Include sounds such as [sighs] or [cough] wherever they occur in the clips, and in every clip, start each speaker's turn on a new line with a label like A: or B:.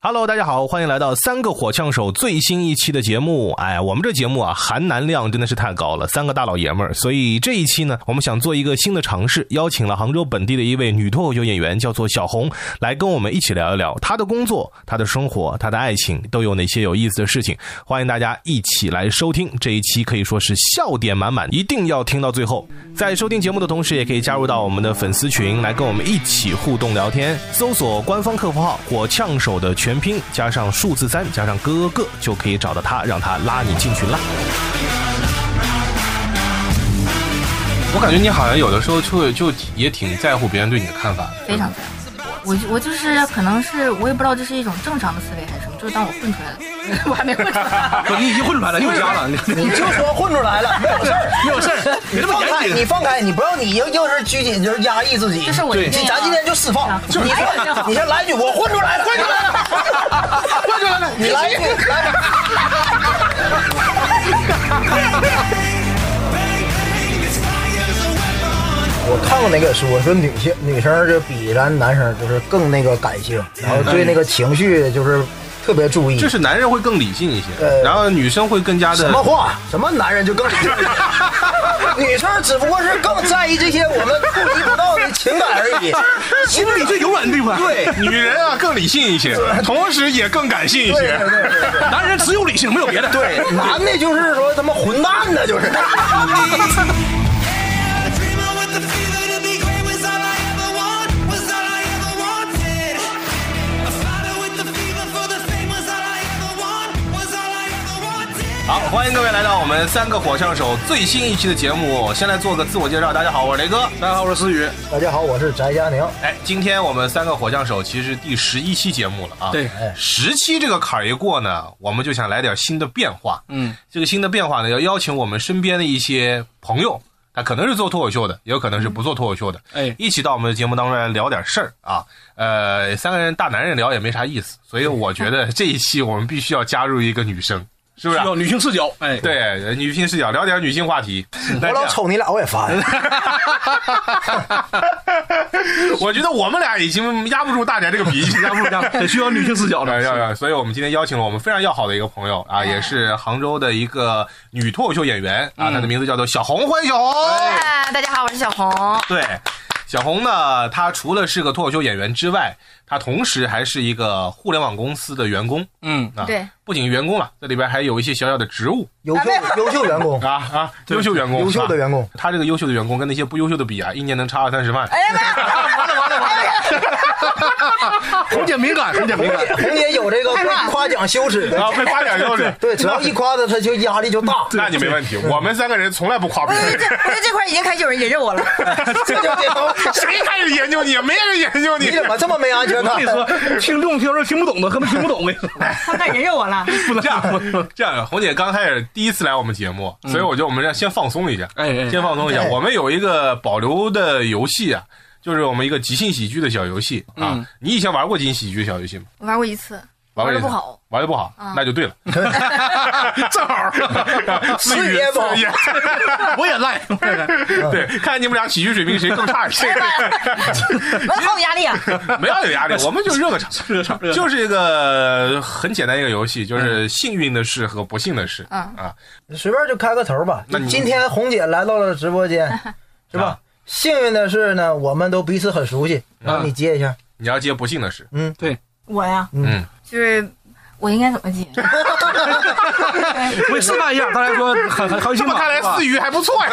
A: Hello，大家好，欢迎来到三个火枪手最新一期的节目。哎，我们这节目啊，含男量真的是太高了，三个大老爷们儿。所以这一期呢，我们想做一个新的尝试，邀请了杭州本地的一位女脱口秀演员，叫做小红，来跟我们一起聊一聊她的工作、她的生活、她的爱情都有哪些有意思的事情。欢迎大家一起来收听这一期，可以说是笑点满满，一定要听到最后。在收听节目的同时，也可以加入到我们的粉丝群，来跟我们一起互动聊天。搜索官方客服号“火呛手”的全拼加上数字三加上哥哥，就可以找到他，让他拉你进群啦。我感觉你好像有的时候就会就也挺在乎别人对你的看法的，
B: 非常非常。我就我就是可能是我也不知道这是一种正常的思维还是什么，就是当我混出来了， [laughs] 我还没混
C: [laughs]
B: 出来。
C: 不，你已经混出来了，又加了。
D: 你就说混出来了，没有事儿，
C: 没有事
D: [laughs]
C: 儿，你这么
D: 放开，
C: 严谨
D: 你，放开，你不要你又又是拘谨，就是压抑自己。
B: 这是我一定
D: 你
B: 要
D: 咱今天就释放，你
B: 哎呀真
D: 说
B: 好
D: 你先来一句，我混出来了，混出来
C: [laughs]
D: 了，混出来了，你来一句，来。 [laughs] 我看过那个书，说女性女生就比咱男生就是更那个感性，然后对那个情绪就是特别注意
A: 就。是男人会更理性一些，
D: 呃
A: 然后女生会更加的
D: 什么话？什么男人就更 [laughs] 女生只不过是更在意这些我们顾及不到的情感而 [laughs] 已。
C: 心里最柔软的地方。
D: 对，
A: 女
C: [laughs]
A: 人啊更理性
D: [laughs]
A: 一些，同时也更感性一
D: 对对对对对
C: [laughs] 男人只有理性，没有别的。 [laughs] 对，
D: 男的就是说他妈混蛋呢，就是。
A: 好，欢迎各位来到我们三个火枪手最新一期的节目。先来做个自我介绍，大家好，我是雷哥。
C: 大家好，我是思雨。
D: [laughs] 大家好，我是翟佳宁。 [laughs]
A: 哎，今天我们三个火枪手其实是第十一期节目了啊。
C: 对
A: 十期这个坎儿一过呢，我们就想来点新的变化。
C: 嗯，
A: 这个新的变化呢，要邀请我们身边的一些朋友，他可能是做脱口秀的，也有可能是不做脱口秀的，
C: 哎
A: 一起到我们的节目当中来聊点事儿啊。呃，三个人大男人聊也没啥意思，所以我觉得这一期我们必须要加入一个女生，是不是啊？
C: 需要女性视角。哎，，
A: 对，女性视角聊点女性话题。
D: 我
A: 我
D: 老，瞅你俩，我也烦。
A: [laughs]
D: [laughs]
A: 我觉得我们俩已经压不住大家这个脾 [laughs] 气，压不住哎
C: 要得需要女性视角
A: 要要
C: 的。
A: 要，所以我们今天邀请了我们非常要好的一个朋友啊，也是杭州的一个女脱口秀演员啊，她的名字叫做小红，欢迎小红。
B: 嗨，哎大家好，我是小红。
A: 对，小红呢，她除了是个脱口秀演员之外，她同时还是一个互联网公司的员工
C: 嗯，
A: 啊。
B: 对，
A: 不仅员工了，这里边还有一些小小的职务
D: 优 [laughs] 秀优秀员工，
A: 啊啊，优秀员工，
D: 优秀
A: 是
D: 的
A: 吧。
D: 员工。
A: 他这个优秀的员工跟那些不优秀的比啊，一年能差二三十万。啊
B: 哎呀妈呀！
C: 红姐敏感，红姐敏感。
D: 红姐有这个被夸奖羞耻 [laughs]
A: 然
D: 的，
A: 后被夸奖
B: 哎
A: 就是，
D: 对，只要一夸他，他就压力就大。
A: [laughs]
D: [laughs]
A: 那你没问题。我们三个人从来不夸别人，
B: [laughs] 我觉得这块已经开始有人引着我了。 [laughs]
D: 这就得都，
A: 谁开始研究你？没人研究
D: [laughs] 你
A: 你。
D: 怎么这么没安全
C: 我
D: 感
C: 跟你？说，听众听着听不懂的，根本听不懂。我跟你说，
B: 他们开始引着我了。
C: 不能
A: 这样这样，红姐刚开始第一次来我们节目，所以我觉得我们要先放松一下，
C: 嗯哎哎
A: 先放松一下。
D: 哎
A: 我们有一个保留的游戏啊，就是我们一个即兴喜剧的小游戏啊
C: 嗯。
A: 你以前玩过即兴喜剧小游戏吗？
B: 我玩过一次，
A: 玩
B: 的
A: 过
B: 不好，，嗯
A: 玩的不好，那就对了， [laughs] 正
E: [laughs]
A: 好四
D: 四爷吧
A: 爷，
C: 我也赖。
A: 对，看你们俩喜剧水平谁更差一些。
B: 我 [laughs] 好有压 [laughs] 力啊！
A: 没有有压力，我们就热个场，
C: 热场热场嗯
A: 就是一个很简单一个游戏，就是幸运的事和不幸的事。
B: 嗯
A: 啊，
D: 随便就开个头吧
A: 那你。
D: 今天红姐来到了直
A: [laughs]
D: 播间，是
A: 啊
D: 吧？幸运的是呢，我们都彼此很熟悉。
C: 啊
D: 那你接一下，
A: 你要接不幸的事，
D: 嗯，
B: 我呀，
A: 嗯，
B: 就是我应该怎么解？
C: 我是那样，刚才说很很很
A: 这
C: 心
A: 么看来思雨还不 [laughs] 错呀。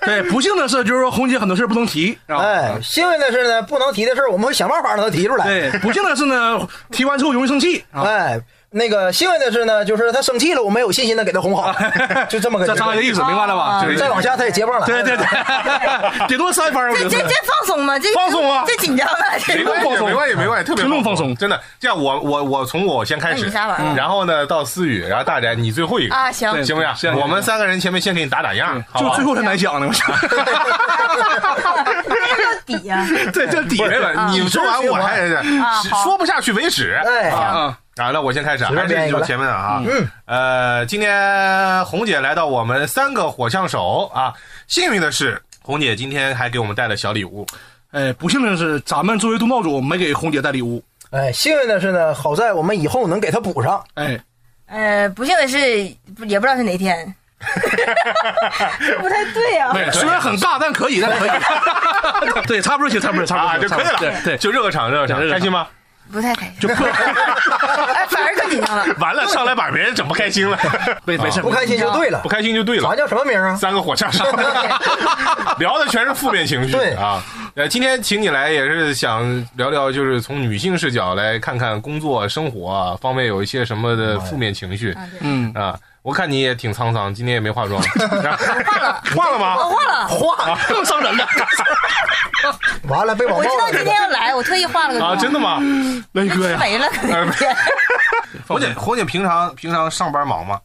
C: 对，不幸的是就是说红姐很多事不能提，啊。
D: 哎，幸运的是呢，不能提的事儿，我们会想办法让他提出来。
C: 对，不幸的是呢，提完之后容易生气啊。
D: 哎，那个幸运的是呢，就是他生气了，我们有信心的给他哄好，
A: 啊
D: [laughs] 就这么个
C: 这大概
D: 节
C: 意思，明白了吧？
B: 啊
C: 这个意
D: 奏。
C: 思
D: 再往下他也接棒
C: [laughs]
D: 了。
C: 对对
A: [laughs]
C: 对，顶多三分儿，我觉
B: 这这
C: 得。
B: 这放松吗？这
C: 放松啊
B: 这紧张啊！这
A: 哎 [laughs] 没关系，没关系，没关系，特别
C: 听众放松
A: 真的。这样，我我我从我先开
B: 那
A: 始嗯
B: 你仨玩儿，
A: 然后呢到思雨，然后大宅，你最后一个，
B: 啊，行，
C: 对
A: 行不
C: 行
A: 行？我们三个人前面先给你打打样，好不啊
C: 就
A: 好
C: 最后才难讲呢，我
A: [laughs]
C: 操！
B: [laughs] 这个底呀，
C: 对，这底
A: 不是，你说完我还
B: 啊好
A: 说不下去为止。
D: 哎
A: 啊
C: 啊，
A: 啊，那我先开始啊，
D: 随
A: 还
D: 便编
A: 是
D: 一个
A: 就
D: 来
A: 前面的啊。
D: 嗯，
A: 呃，今天红姐来到我们三个火枪手啊，幸运的是，红姐今天还给我们带了小礼物。
C: 哎，不幸的是，咱们作为东道主没给红姐带礼物，
D: 哎，幸运的是呢，好在我们以后能给他补上。
C: 哎，
B: 呃，不幸的是，不也不知道是哪天， [laughs] 不太对啊呀、
C: 对，哎虽然很尬，但可以，但
A: [laughs]
C: 可以。对，差不多行，差不多，差不多
A: 啊，就可以了。
C: 对对，
A: 就热个场，热个场
C: 热，个场
A: 开心吗？
B: 不太开心，
C: 就
B: [laughs]
C: 不
B: 哎，反而更紧张了。
E: [laughs]
A: 完了，上来把别人整不开心了， [laughs]
C: 没没事，
D: 不开心就对了
A: 哎不。开心就对了
D: 咱。叫什么名儿啊？
A: 三个火枪 [laughs] 手，聊的全是负面情绪。
D: 对
A: 啊，呃，今天请你来也是想聊聊，就是从女性视角来看看工作、生活啊方面有一些什么的负面情绪
B: 啊，对，
C: 嗯，
A: 啊。我看你也挺沧桑，今天也没 [laughs] 化妆，化了， [laughs] 化了吗？
B: 我忘了，
D: 化
C: 啊更伤人了。
D: 完了被网
B: 我知
D: 暴
B: 道
D: 了
B: 今。天要来，我特意化了个妆，
A: 啊，真的 [laughs] 吗？
C: 雷哥
B: 吃
C: 呀，
B: 没了，可能天
A: 红姐，红姐平常平常上班忙吗？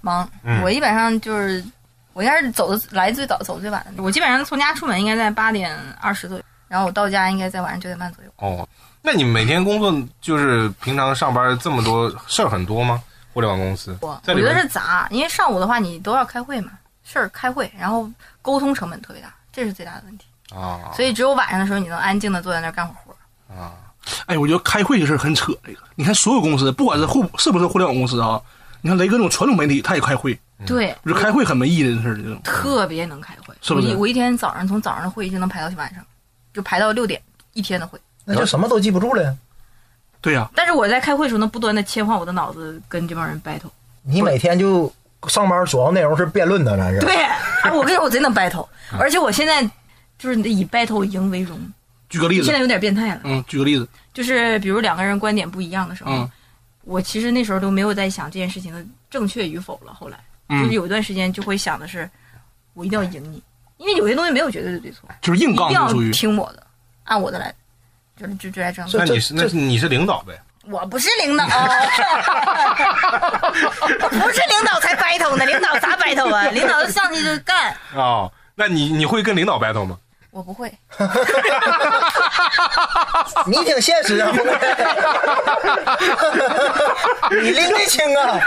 B: 忙
A: 嗯。
B: 我基本上就是，我应该是走的来最早，走最晚的。我基本上从家出门应该在八点二十左右，然后我到家应该在晚上九点半左右。
A: 哦，那你每天工作就是平常上班这么多事儿很多吗？互联网公司
B: 我
A: 在
B: 我
A: 里
B: 觉得
A: 面
B: 是杂，因为上午的话你都要开会嘛，事儿开会，然后沟通成本特别大，这是最大的问题。
A: 啊
B: 所以只有晚上的时候你能安静的坐在那儿干会儿活。
A: 啊，
C: 哎，我觉得开会这事儿很扯。这个，你看所有公司，不管是互是不是互联网公司啊，你看雷哥那种传统媒体，他也开会，
A: 嗯
B: 对，
C: 我觉得开会很没意义的事儿。这种，
B: 特别能开会。
C: 是不是
B: 我一我一天早上从早上的会一直能排到晚上，就排到六点一天的会。
D: 那就什么都记不住了呀。
C: 对呀，
B: 但是我在开会的时候能不断的切换我的脑子跟这帮人 battle。
D: 你每天就上班，主要内容是辩论的，咱是。
B: 对，哎我跟你说，我真能 battle，而
A: 嗯
B: 且我现在就是以 battle 赢为荣，
C: 举个例
B: 现
C: 子
B: 在，有点变态了。
C: 嗯，举个例子，
B: 就是比如两个人观点不一样的时候，
C: 嗯
B: 我其实那时候都没有在想这件事情的正确与否了。后来就
C: 嗯
B: 是，有一段时间就会想的是，我一定要赢你，因为有些东西没有绝对的对错，
C: 就是硬
B: 一定
C: 杠，
B: 要
C: 就属于
B: 听我的，按我的来，就是就就来这样。
A: 那
D: 这
A: 你是那
D: 这
A: 你是领导呗？
B: 我不是领导， [laughs] 我不是领导才 battle 呢，领导咋 battle 啊？领导就上去就干，
A: 哦，那你你会跟领导 battle 吗？
B: 我不会。
D: 你挺现实 [laughs] 啊，你拎得清啊。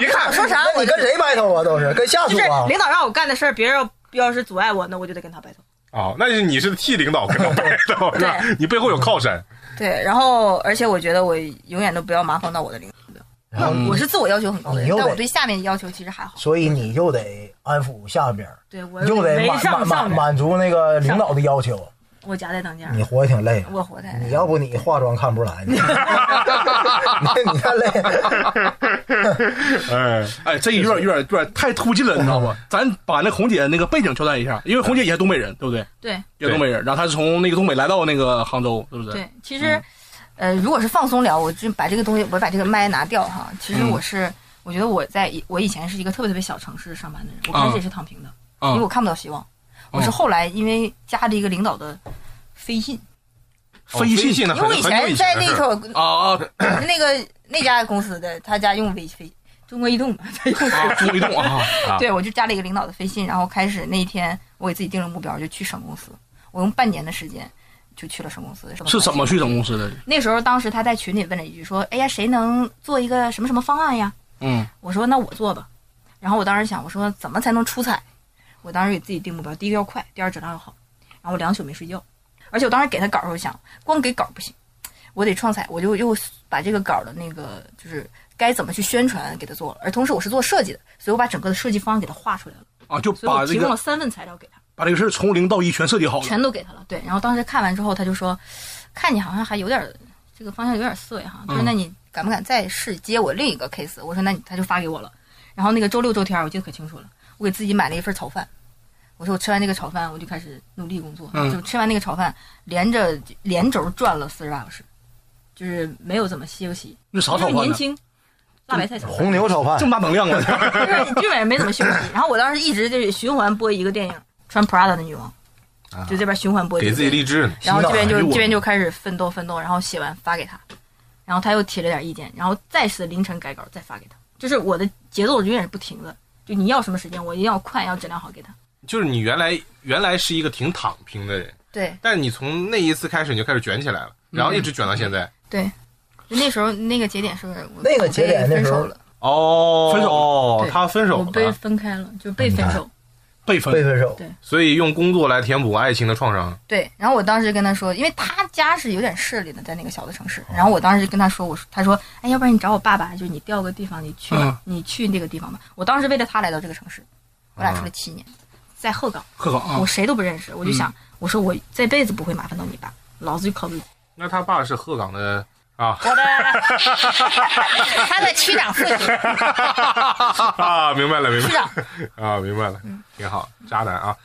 A: 一看
B: 说啥
D: 那
B: 我
D: 你跟谁 battle 啊？都是跟下属
B: 就是
D: 啊？
B: 领导让我干的事儿，别人要要是阻碍我，那我就得跟他 battle。
A: 哦，那是你是替领导跟他 battle 是吧？你背后有靠山。
B: 对，然后而且我觉得我永远都不要麻烦到我的领
D: 然后
B: 导，我是自我要求很高的人
D: 你又，得
B: 但我对下面要求其实还好。
D: 所以你又得安抚下边儿，
B: 对我
D: 又得
B: 没
D: 满
B: 上
D: 满满
B: 上边，
D: 满足那个领导的要求。
B: 我夹在当家，
D: 你活得挺累啊，
B: 我活在
D: 你要不你化妆看不
B: [laughs]
D: 出来呢，你看累。
A: 哎，
C: 哎，这有点有点有点太突进了，你知道吧？ [laughs] 咱把那红姐那个背景交代一下，因为红姐也是东北人，对不对？
B: 对
C: 也是东北人，然后她是从那个东北来到那个杭州，是不是？
B: 对，
D: 嗯
B: 其实呃，如果是放松聊，我就把这个东西，我把这个麦拿掉哈。其实
C: 嗯
B: 我是。我觉得我在我以前是一个特别特别小城市上班的人，我
C: 嗯
B: 开始也是躺平的，因为
C: 啊
B: 我，看不到希望。我
C: 嗯
B: 是后来因为加了一个领导的飞信，
C: 哦飞信
A: 信呢？
B: 因为我以前在那
A: 头
C: [laughs]
B: 头
C: 啊啊，
B: 那个那家公司的，他家用微飞，中国移动嘛，他用
C: 啊中
B: 飞
C: 国移动啊，
A: 啊
B: 对，我就加了一个领导的飞信，然后开始那一天，我给自己定了目标，就去省公司。我用半年的时间就去了省公司。省公司
C: 是怎么去整公司的？
B: 那时候，当时他在群里问了一句，说：“哎呀，谁能做一个什么什么方案呀
C: 嗯，？”
B: 我说：“那我做吧。”然后我当时想，我说怎么才能出彩？我当时给自己定目标，第一个要快，第二质量要好。然后我两宿没睡觉，而且我当时给他稿儿，我想光给稿儿不行，我得创采，我就又把这个稿儿的那个就是该怎么去宣传给他做了，而同时我是做设计的，所以我把整个的设计方案给他画出来了。
C: 啊，就
B: 所以
C: 把
B: 我
C: 这
B: 提供
C: 个
B: 了三份材料给他，
C: 把这个事儿从零到一全设计好了。
B: 全都给他了。对，然后当时看完之后，他就说：“看你好像还有点儿这个方向有点儿涩呀哈。”他说：“
C: 嗯
B: 那你敢不敢再试接我另一个 case？” 我说：“那你他就发给我了。”然后那个周六周天儿我记得可清楚了，我给自己买了一份炒饭。我说我吃完这个炒饭，我就开始努力工作。
C: 嗯
B: 就吃完那个炒饭，连着连轴转了四十八小时，就是没有怎么休息，
C: 那啥
B: 因
C: 炒
B: 为
C: 饭
B: 年
C: 呢？
B: 轻，辣白菜炒饭。
D: 红牛炒饭，
C: 正大能
B: [laughs]
C: 量啊！
B: 就是基本上没怎么休息。然后我当时一直就是循环播一个电影《穿 Prada 的女王》，就这边循环播一
A: 给
B: 个
A: 自己
B: 电影，
A: 励志呢。
B: 然后这边
C: 洗
B: 就
C: 脑还是我
B: 这边就开始奋斗奋斗，然后写完发给他，然后他又提了点意见，然后再是凌晨改稿再发给他，就是我的节奏永远是不停的。就你要什么时间，我一定要快，要质量好给他。
A: 就是你原来原来是一个挺躺平的人，
B: 对
A: 但是你从那一次开始你就开始卷起来了，然后一直卷到现在。
B: 对，就那时候那个节点是我
D: 那个节点
B: 我被
D: 那
B: 分
D: 时候
B: 手了，
A: 哦，
C: 分手
A: 哦
B: 对
A: 他分手
B: 我被
A: 了。
D: 嗯
B: 分开了，就被分手。
C: 辈分
D: 被分手
B: 对，
A: 所以用工作来填补爱情的创伤。
B: 对，然后我当时跟他说，因为他家是有点势力的，在那个小的城市。然后我当时跟他说，我说，他说，哎，要不然你找我爸爸，就是你调个地方，你去吧，
C: 嗯
B: 你去那个地方吧。我当时为了他来到这个城市，我俩处了七年，在鹤岗，
C: 鹤岗啊
B: 我，谁都不认识，我就想，我说我这辈子不会麻烦到你爸，老子就靠自己。
A: 那他爸是鹤岗的啊
B: 我的， [laughs] 他的区长 [laughs] 父亲，
A: 啊，明白了，明
B: 区
A: 白
B: 长，
A: 了啊，明白了，挺好，渣男啊，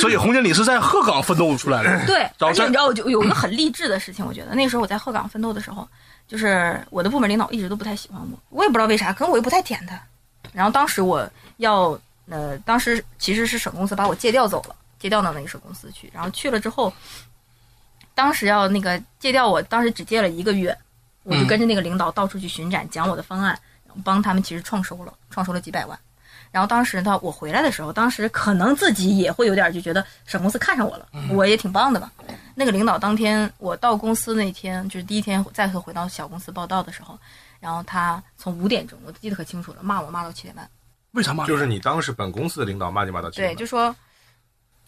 C: 所以红经理是在鹤岗奋斗出来的。
B: 对，
C: 早
B: 而且
C: 晨
B: 你知道，我就有一个很励志的事情，我觉得那时候我在鹤岗奋斗的时候，就是我的部门领导一直都不太喜欢我，我也不知道为啥，可能我又不太舔他。然后当时我要，呃，当时其实是省公司把我借调走了，借调到那个省公司去。然后去了之后，当时要那个借调我，当时只借了一个月，我就跟着那个领导到处去巡展，讲我的方案，然后帮他们其实创收了，创收了几百万。然后当时呢，我回来的时候，当时可能自己也会有点儿就觉得省公司看上我了，我也挺棒的吧。那个领导当天我到公司那天，就是第一天再次回到小公司报道的时候，然后他从五点钟，我记得可清楚了，骂我骂到七点半，
C: 为啥嘛？
A: 就是你当时本公司的领导骂你骂到七点
B: 对，
A: 半
B: 就说。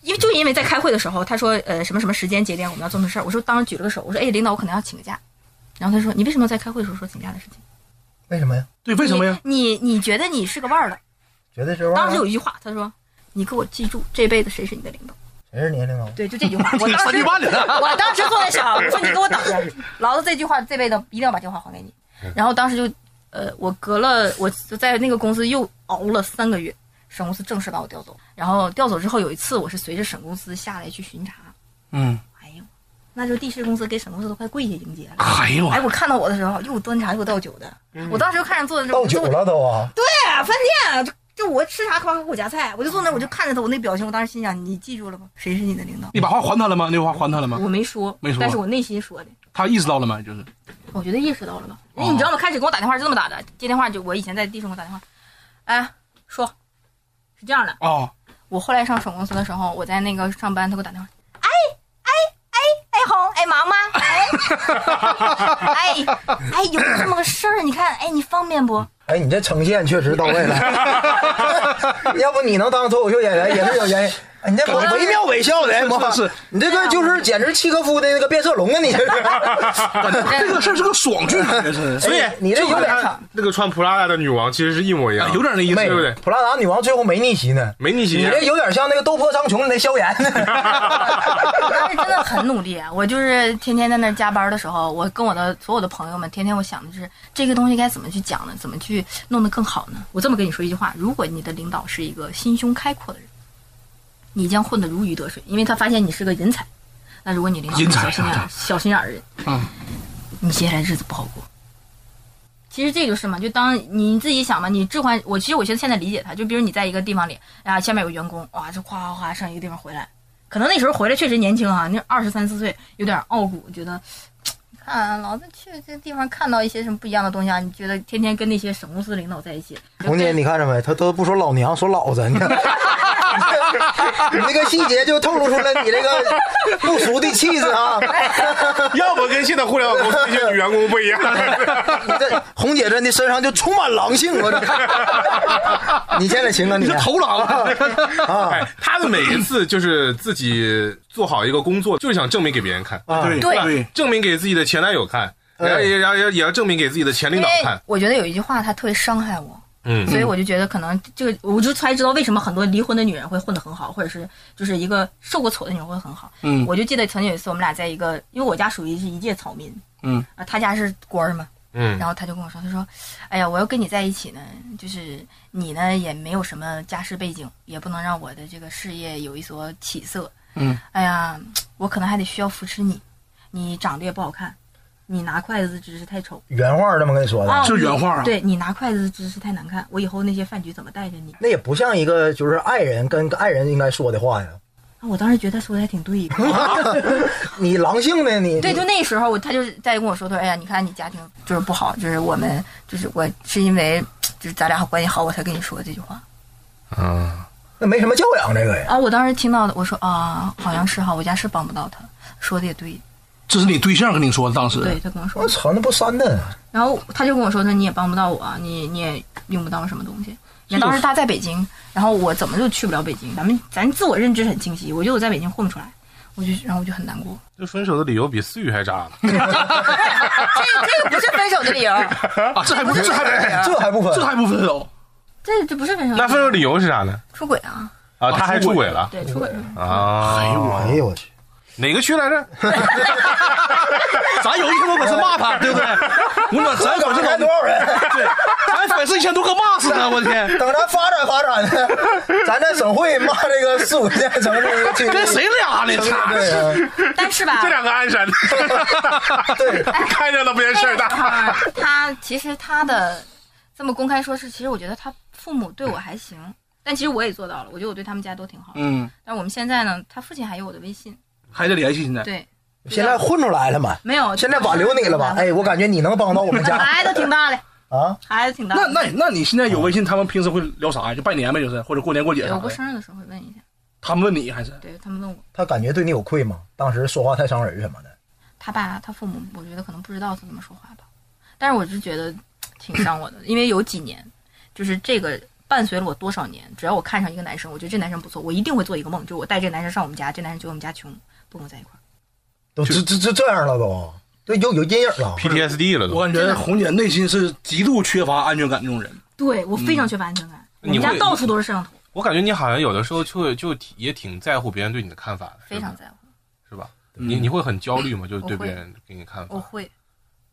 B: 因为就因为在开会的时候，他说呃什么什么时间节点我们要做什么事儿，我说当时举了个手，我说哎领导我可能要请个假，然后他说你为什么要在开会的时候说请假的事情？
D: 为什么呀？
C: 对，为什么呀？
B: 你你你觉得你是个腕儿了？
D: 绝对是忘了
B: 当时有一句话，他说你给我记住这辈子谁是你的领导。
D: 谁是你的啊领导？
B: 对，就这句话，我
C: 你
B: 当
C: 三
B: [laughs] 时
C: 句半的，
B: 我当时坐在想，我说你给我等着，老子这句话这辈子一定要把这句话还给你。
D: 嗯
B: 然后当时就，呃，我隔了，我就在那个公司又熬了三个月，省公司正式把我调走。然后调走之后，有一次我是随着省公司下来去巡查，
C: 嗯，
B: 哎呦，那时候地市公司给省公司都快跪下迎接了。
C: 哎呦，
B: 哎，我看到我的时候又端茶又倒酒的，我当时就看着坐在这
D: 嗯倒酒
B: 坐
D: 了都啊！
B: 对啊，饭店就就我吃啥夸夸给我夹菜，啊我就坐那儿我就看着他，我那表情，我当时心想，你记住了吗？谁是你的领导？
C: 你把话还他了吗？那句话还他了吗？
B: 我没说，
C: 没说
B: 但是我内心说的。
C: 他意识到了吗？就是
B: 我觉得意识到了吧？因为你知道吗？开始给我打电话是这么打的，接电话就我以前在地市给我打电话，哎，说，是这样的，
C: 哦，
B: 我后来上省公司的时候，我在那个上班，他给我打电话，哎哎哎哎红哎忙吗？哎哎哎有这么个事儿，你看，哎你方便不？
D: 哎，你这呈现确实
A: [laughs]
D: 到位了，要不你能当脱口秀演员也是有原因。哎你这
B: 我
D: 惟妙惟肖的，
C: 是
D: 模仿
C: 是是
D: 你这
A: 哎
D: 个就是简直契诃夫的那个变色龙啊！你这是，
C: 感觉这个事儿是个爽剧，感觉是。
A: 所以
D: 哎你这
A: 就
D: 有
A: 和
D: 点
A: 他那个穿普拉达的女王 [laughs] 其实是一模一
E: 啊
A: 样，
C: 哎有点那意思
A: 对不对？
D: 普拉达女王最后没逆袭呢，
A: 没逆袭啊
D: 你这有点像那个斗破苍穹里那萧
A: [laughs]
D: 炎。
B: [laughs] 我当时真的很努力，我就是天天在那儿加班的时候，我跟我的所有的朋友们，天天我想的就是这个东西该怎么去讲呢？怎么去弄得更好呢？我这么跟你说一句话：如果你的领导是一个心胸开阔的人，你将混得如鱼得水，因为他发现你是个人才。那如果你领导是
C: 人
B: 个
C: 才
B: 小心眼儿、小心眼儿的人，
C: 嗯，
B: 你接下来日子不好过。其实这就是嘛，就当你自己想嘛，你置换我，其实我觉得现在理解他，就比如你在一个地方里，啊，下面有个员工，哇，就哗哗哗上一个地方回来，可能那时候回来确实年轻啊，那二十三四岁，有点傲骨，觉得，你看、啊老子去这地方看到一些什么不一样的东西啊，你觉得天天跟那些省公司领导在一起，
D: 红姐，你看着没？他都不说老娘，说老子。你看， [laughs] 你这个细节就透露出了你这个不俗的气质啊！ [laughs]
A: 要不跟现在互联网公司那些女员工不一样。
D: [laughs] 你这红姐真的身上就充满狼性，我这。
A: [laughs]
D: 你见了情啊你
C: 你是头狼啊！
D: 啊
A: 哎，他的每一次就是自己做好一个工作，就是想证明给别人看，
D: 啊！
B: 对
C: 对，
A: 证明给自己的前男友看，然后也然后也也要证明给自己的前领
B: 因
A: 导
B: 为
A: 看。
B: 我觉得有一句话他特别伤害我，
A: 嗯，
B: 所以我就觉得可能这个，我就才知道为什么很多离婚的女人会混得很好，或者是就是一个受过挫的女人会很好。
C: 嗯
B: 我就记得曾经有一次我们俩在一个，因为我家属于是一介草民，
C: 嗯，
B: 啊，他家是官儿嘛，
A: 嗯
B: 然后他就跟我说，他说，哎呀，我要跟你在一起呢，就是你呢也没有什么家世背景，也不能让我的这个事业有一所起色，
C: 嗯，
B: 哎呀，我可能还得需要扶持你，你长得也不好看，你拿筷子的姿势太丑，
D: 原话这么跟你说的，
B: 啊，
C: 这是原话啊
B: 你对你拿筷子的姿势太难看，我以后那些饭局怎么带着你？
D: 那也不像一个就是爱人跟爱人应该说的话呀。
B: 啊我当时觉得他说的还挺对的。
D: 你狼性呢？你
B: 对，就那时候我他就是在跟我说，他说：“哎呀，你看你家庭就是不好，就是我们就是我是因为就是咱俩关系好，我才跟你说这句话
A: 啊，
D: 那没什么教养这个呀。
B: 啊。”我当时听到的，我说啊，好像是哈，我家是帮不到他，说的也对，
C: 这是你对象跟你说的，当时
B: 对他跟我说
D: 我
B: 的，
D: 操，那不三的？
B: 然后他就跟我说，那你也帮不到我，你你也用不到什么东西。那当时他在北京，然后我怎么就去不了北京？咱们咱自我认知很清晰，我觉得我在北京混不出来，我就然后我就很难过。
E: 这分手的理由比思雨还渣呢。
B: [laughs]
E: [laughs]
B: 这这个不是分手的理由，
C: 啊，这还不这还
D: 哎这还不分？
C: 这还不分哦手？
B: [laughs] 这这不是分手的理由。
E: 那分手理由是啥呢？
B: 出轨啊？
E: 啊，
C: 啊
E: 他还
C: 出
E: 出
C: 轨
E: 轨了
B: 对，出轨了。
E: 啊！
C: 哎呦我，
D: 哎呦我去！
E: 哪个区来着？
C: 咱有一天我可是骂他，对不对？我说咱可是
D: 来 [laughs]
C: 老
D: 多少人？
C: 对，咱粉丝以前都可骂死他，我的天！
D: 等咱发展发展 [laughs] 呢，咱在省会骂这个四五线城市去
C: 跟谁俩呢？
D: 对
C: 操！
D: 呀、
B: 但是吧，
C: [laughs]
E: 这两个鞍山的，
D: 对
E: 看着都没事儿大。
B: 啊他他其实他的这么公开说是，其实我觉得他父母对我还行，但其实我也做到了，我觉得我对他们家都挺好。
C: [laughs] 嗯，
B: 但我们现在呢，他父亲还有我的微信，
C: 还在联系哎现在。
B: 对，
D: 现在混出来了嘛？
B: 没有，
D: 啊现在挽留你了吧？哎，我感觉你能帮到我们
B: [laughs]
D: 家
B: 孩子挺大的，
D: 啊！
B: 孩子挺大
C: 那
B: 的。
C: 那那你现在有微信，他们平时会聊啥呀？就拜年呗，就是或者过年过节
B: 对
C: 啥
B: 我过
C: 的。
B: 生日的时候会问一下，
C: 他们问你还是？
B: 对他们问我，
D: 他感觉对你有愧吗？当时说话太伤人什么的，
B: 他爸他父母，我觉得可能不知道他怎么说话吧，但是我是觉得挺伤我的，因为有几年，就是这个伴随了我多少年，只要我看上一个男生，我觉得这男生不错，我一定会做一个梦，就是我带这个男生上我们家，这男生觉得我们家穷，不跟我在一块儿。
D: 都这这这这样了都，对，有有阴影了。
E: PTSD 了
C: 我感
E: 都，
C: 觉红姐内心是极度缺乏安全感这种人。
B: 对我
D: 嗯
B: 非常缺乏安全感。我
E: 你
B: 们家
E: 会
B: 到处都是摄像头，
E: 我感觉你好像有的时候就会就挺也挺在乎别人对你的看法的，
B: 非常
E: 是吧
B: 在乎。
D: 嗯
E: 是吧？你你会很焦虑吗？就是对
B: 我会
E: 别人给你看
B: 我
E: 法，
B: 会，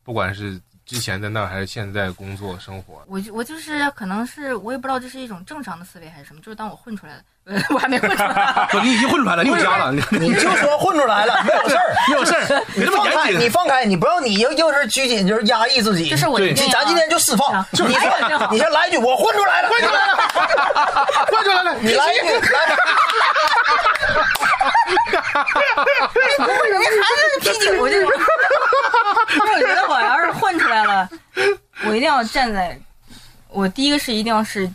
E: 不管是之前在那儿还是现在工作生活，
B: 我就我就是可能是我也不知道这是一种正常的思维还是什么，就是当我混出来了， [laughs] 呃我还没混出来，
D: [laughs]
C: 不，你已经混出来了，你有家了，你
D: 你就说混出来了，没有事儿。
C: 没有事儿，
D: 你
C: 别这么
D: 放开，
C: 严
D: 你
C: 谨。
D: 放开，你不要你又又是拘谨，就是压抑自己。
B: 这是我一定
D: 你
B: 要
D: 咱今天就释放，
B: 是
D: 你
B: 哎我就
D: 说
B: 好
D: 你先来一句，我混出来了，混出 [laughs] 来了，
E: 关出来了，
D: 你来一句，来。
B: 为什么还是啤酒这种？那我觉得我要是混出来了，我一定要站在，我第一个是一定要是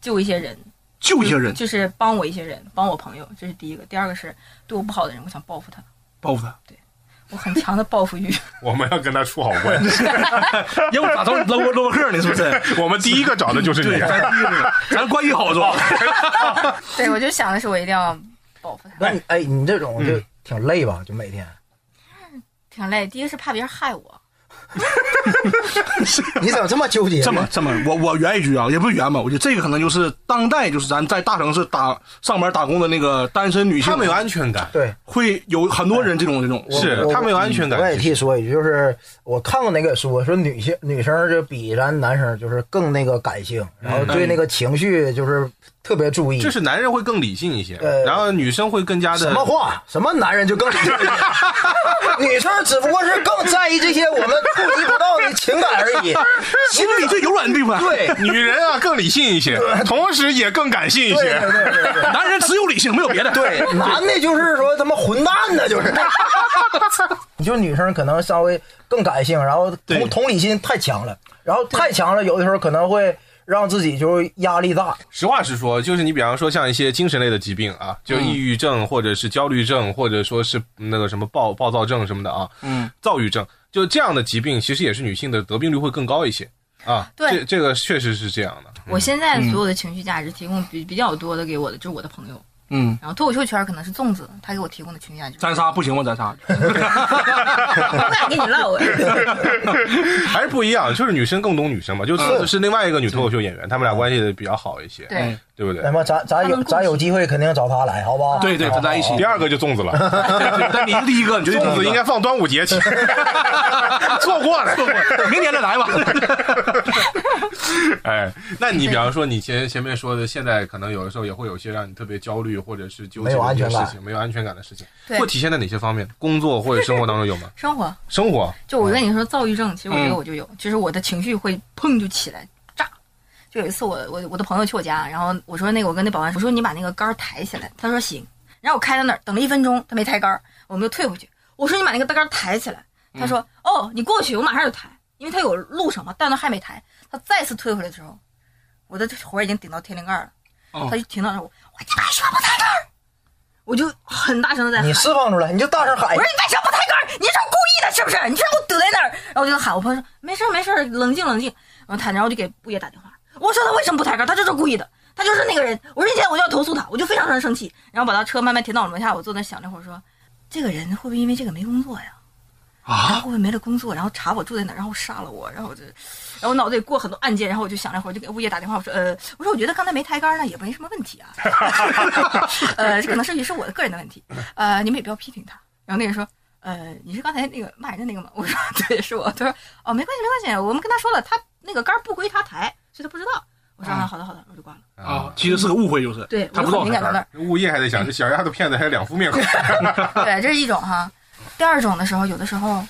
B: 救一些人，
C: 救一些人，
B: 就是帮我一些人，帮我朋友，这是第一个。第二个是对我不好的人，我想报复他，
C: 报复他。
B: 我很强的报复欲。 [laughs]
E: 我们要跟他处好关系。 [laughs]
C: 要不咋着搂个搂个客呢？是不是？
E: 我们第一个找的就是啊
C: 对，咱咱关系好是吧？
B: 对，我就想的是我一定要报复他。
D: 那你哎，你这种就挺累吧？就每天，
B: 挺累。第一个是怕别人害我，
D: 你怎么这么纠结？
C: 这么这么，我我圆一句啊，也不是圆吧，我觉得这个可能就是当代就是咱在大城市打上班打工的那个单身女性，
E: 他们有安全感，
D: 对，
C: 会有很多人这种这种
D: 我
E: 是
D: 我
E: 他们有安全感
D: 我也替说一句，就是我看过那个书，说女性女生就比咱男生就是更那个感性，然后对那个情绪就是特别注意。
E: 嗯就是男人会更理性一些，
D: 呃
E: 然后女生会更加的
D: 什么话？什么男人就更理性？ [laughs] 女生只不过是更在意这些我们触及不到的情感而
E: [laughs]
D: 已。
C: 心里最柔软的地方。，
D: 对，
E: 女人啊更理性一些，同时也更感性一
D: 对对
E: 些。
D: 对对对。
C: 男人只有理性，没有别的。对，
D: [laughs] 男的就是说他妈混蛋呢，就是。你就女生可能稍微更感性，然后
C: 对
D: 同同理心太强了，然后太强了，有的时候可能会让自己就是压力大。
E: 实话实说，就是你比方说像一些精神类的疾病啊，就抑郁症或者是焦虑症，或者说是那个什么暴暴躁症什么的啊，
C: 嗯，
E: 躁郁症，就这样的疾病，其实也是女性的得病率会更高一些啊。
B: 对
E: 这这个确实是这样
B: [laughs]
E: 的。
B: 我现在所有的情绪价值提供比比较多的给我的就是我的朋友，
C: 嗯，
B: 然后脱口秀圈可能是粽子，他给我提供的情
C: [laughs]
B: 绪价值。
C: 咱仨不行吗？咱仨
B: 我敢跟你唠哎，
E: [laughs] 还是不一样，就是女生更懂女生嘛，就
D: 嗯
E: 是是另外一个女脱口秀演员，他们俩关系比较好一些，
B: 对，
E: 对不对
D: 那？么咱咱
B: 他们
D: 有
B: 共
D: 咱有机会肯定找他来，好不好？
C: 对对，咱在一起。
E: 第二个就粽子了，
C: 但你是第一个，你绝对
E: 粽子
C: 第一
E: 应该
C: 个。
E: 放端午节起，
C: [laughs]
E: 错过了。
C: 明年再来 [laughs] 吧。
E: 哎，那你比方说你前前面说的，现在可能有的时候也会有一些让你特别焦虑或者是纠结
D: 没有
E: 的
D: 安
E: 一些
D: 全
E: 事
D: 感
E: 情，没有安全感的事情，
B: 对？
E: 会体现在哪些方面？工作或者生活当中有吗
B: 生活
E: 生活
B: 就我跟你说躁郁症，其实我觉得
C: 嗯
B: 我就有，就是我的情绪会砰就起来炸。就有一次我我我的朋友去我家，然后我说那个我跟那保安说我说你把那个杆儿抬起来，他说行，然后我开到那儿等了一分钟，他没抬杆儿，我们就退回去。我说你把那个杆儿抬起来，
C: 嗯
B: 他说、哦你过去，我马上就抬，因为他有路上嘛，但他还没抬。他再次退回来的时候，我的火已经顶到天灵盖了，
C: 哦
B: 他就停到那儿，我我你为什么不抬杆儿？我就很大声的在喊
D: 你，释放出来，你就大声喊
B: 我说你为什么不抬杆儿？你是故意的，是不是？你是让我怼在那儿？然后我就喊我朋友说没事儿没事儿，冷静冷静。然后他然后就给物业打电话，我说他为什么不抬杠？他就是故意的，他就是那个人。我说你现在我就要投诉他，我就非常非常生气，然后把他车慢慢停到我楼下。我坐那想了会儿说，这个人会不会因为这个没工作呀？然
C: 啊
B: 后会不会没了工作，然后查我住在哪儿，然后杀了我，然后我就，然后我脑子里过很多案件，然后我就想了会儿，就给物业打电话，我说呃，我说我觉得刚才没抬杆呢，也没什么问题啊，呃，这可能是也是我的个人的问题，呃，你们也不要批评他。然后那个说，呃，你是刚才那个骂人的那个吗？我说对，是我。他说哦，没关系没关系，我们跟他说了，他那个杆儿不归他抬，所以他不知道。我说啊，好的好的，我就挂了。
C: 啊，其实是个误会，就是
B: 对，
C: 他
B: 我
C: 不
B: 就
C: 知道
B: 很敏感到那儿。
E: 物业还得想，这小丫头骗子还是两副面孔。
B: 对，这是一种哈。第二种的时候，有的时候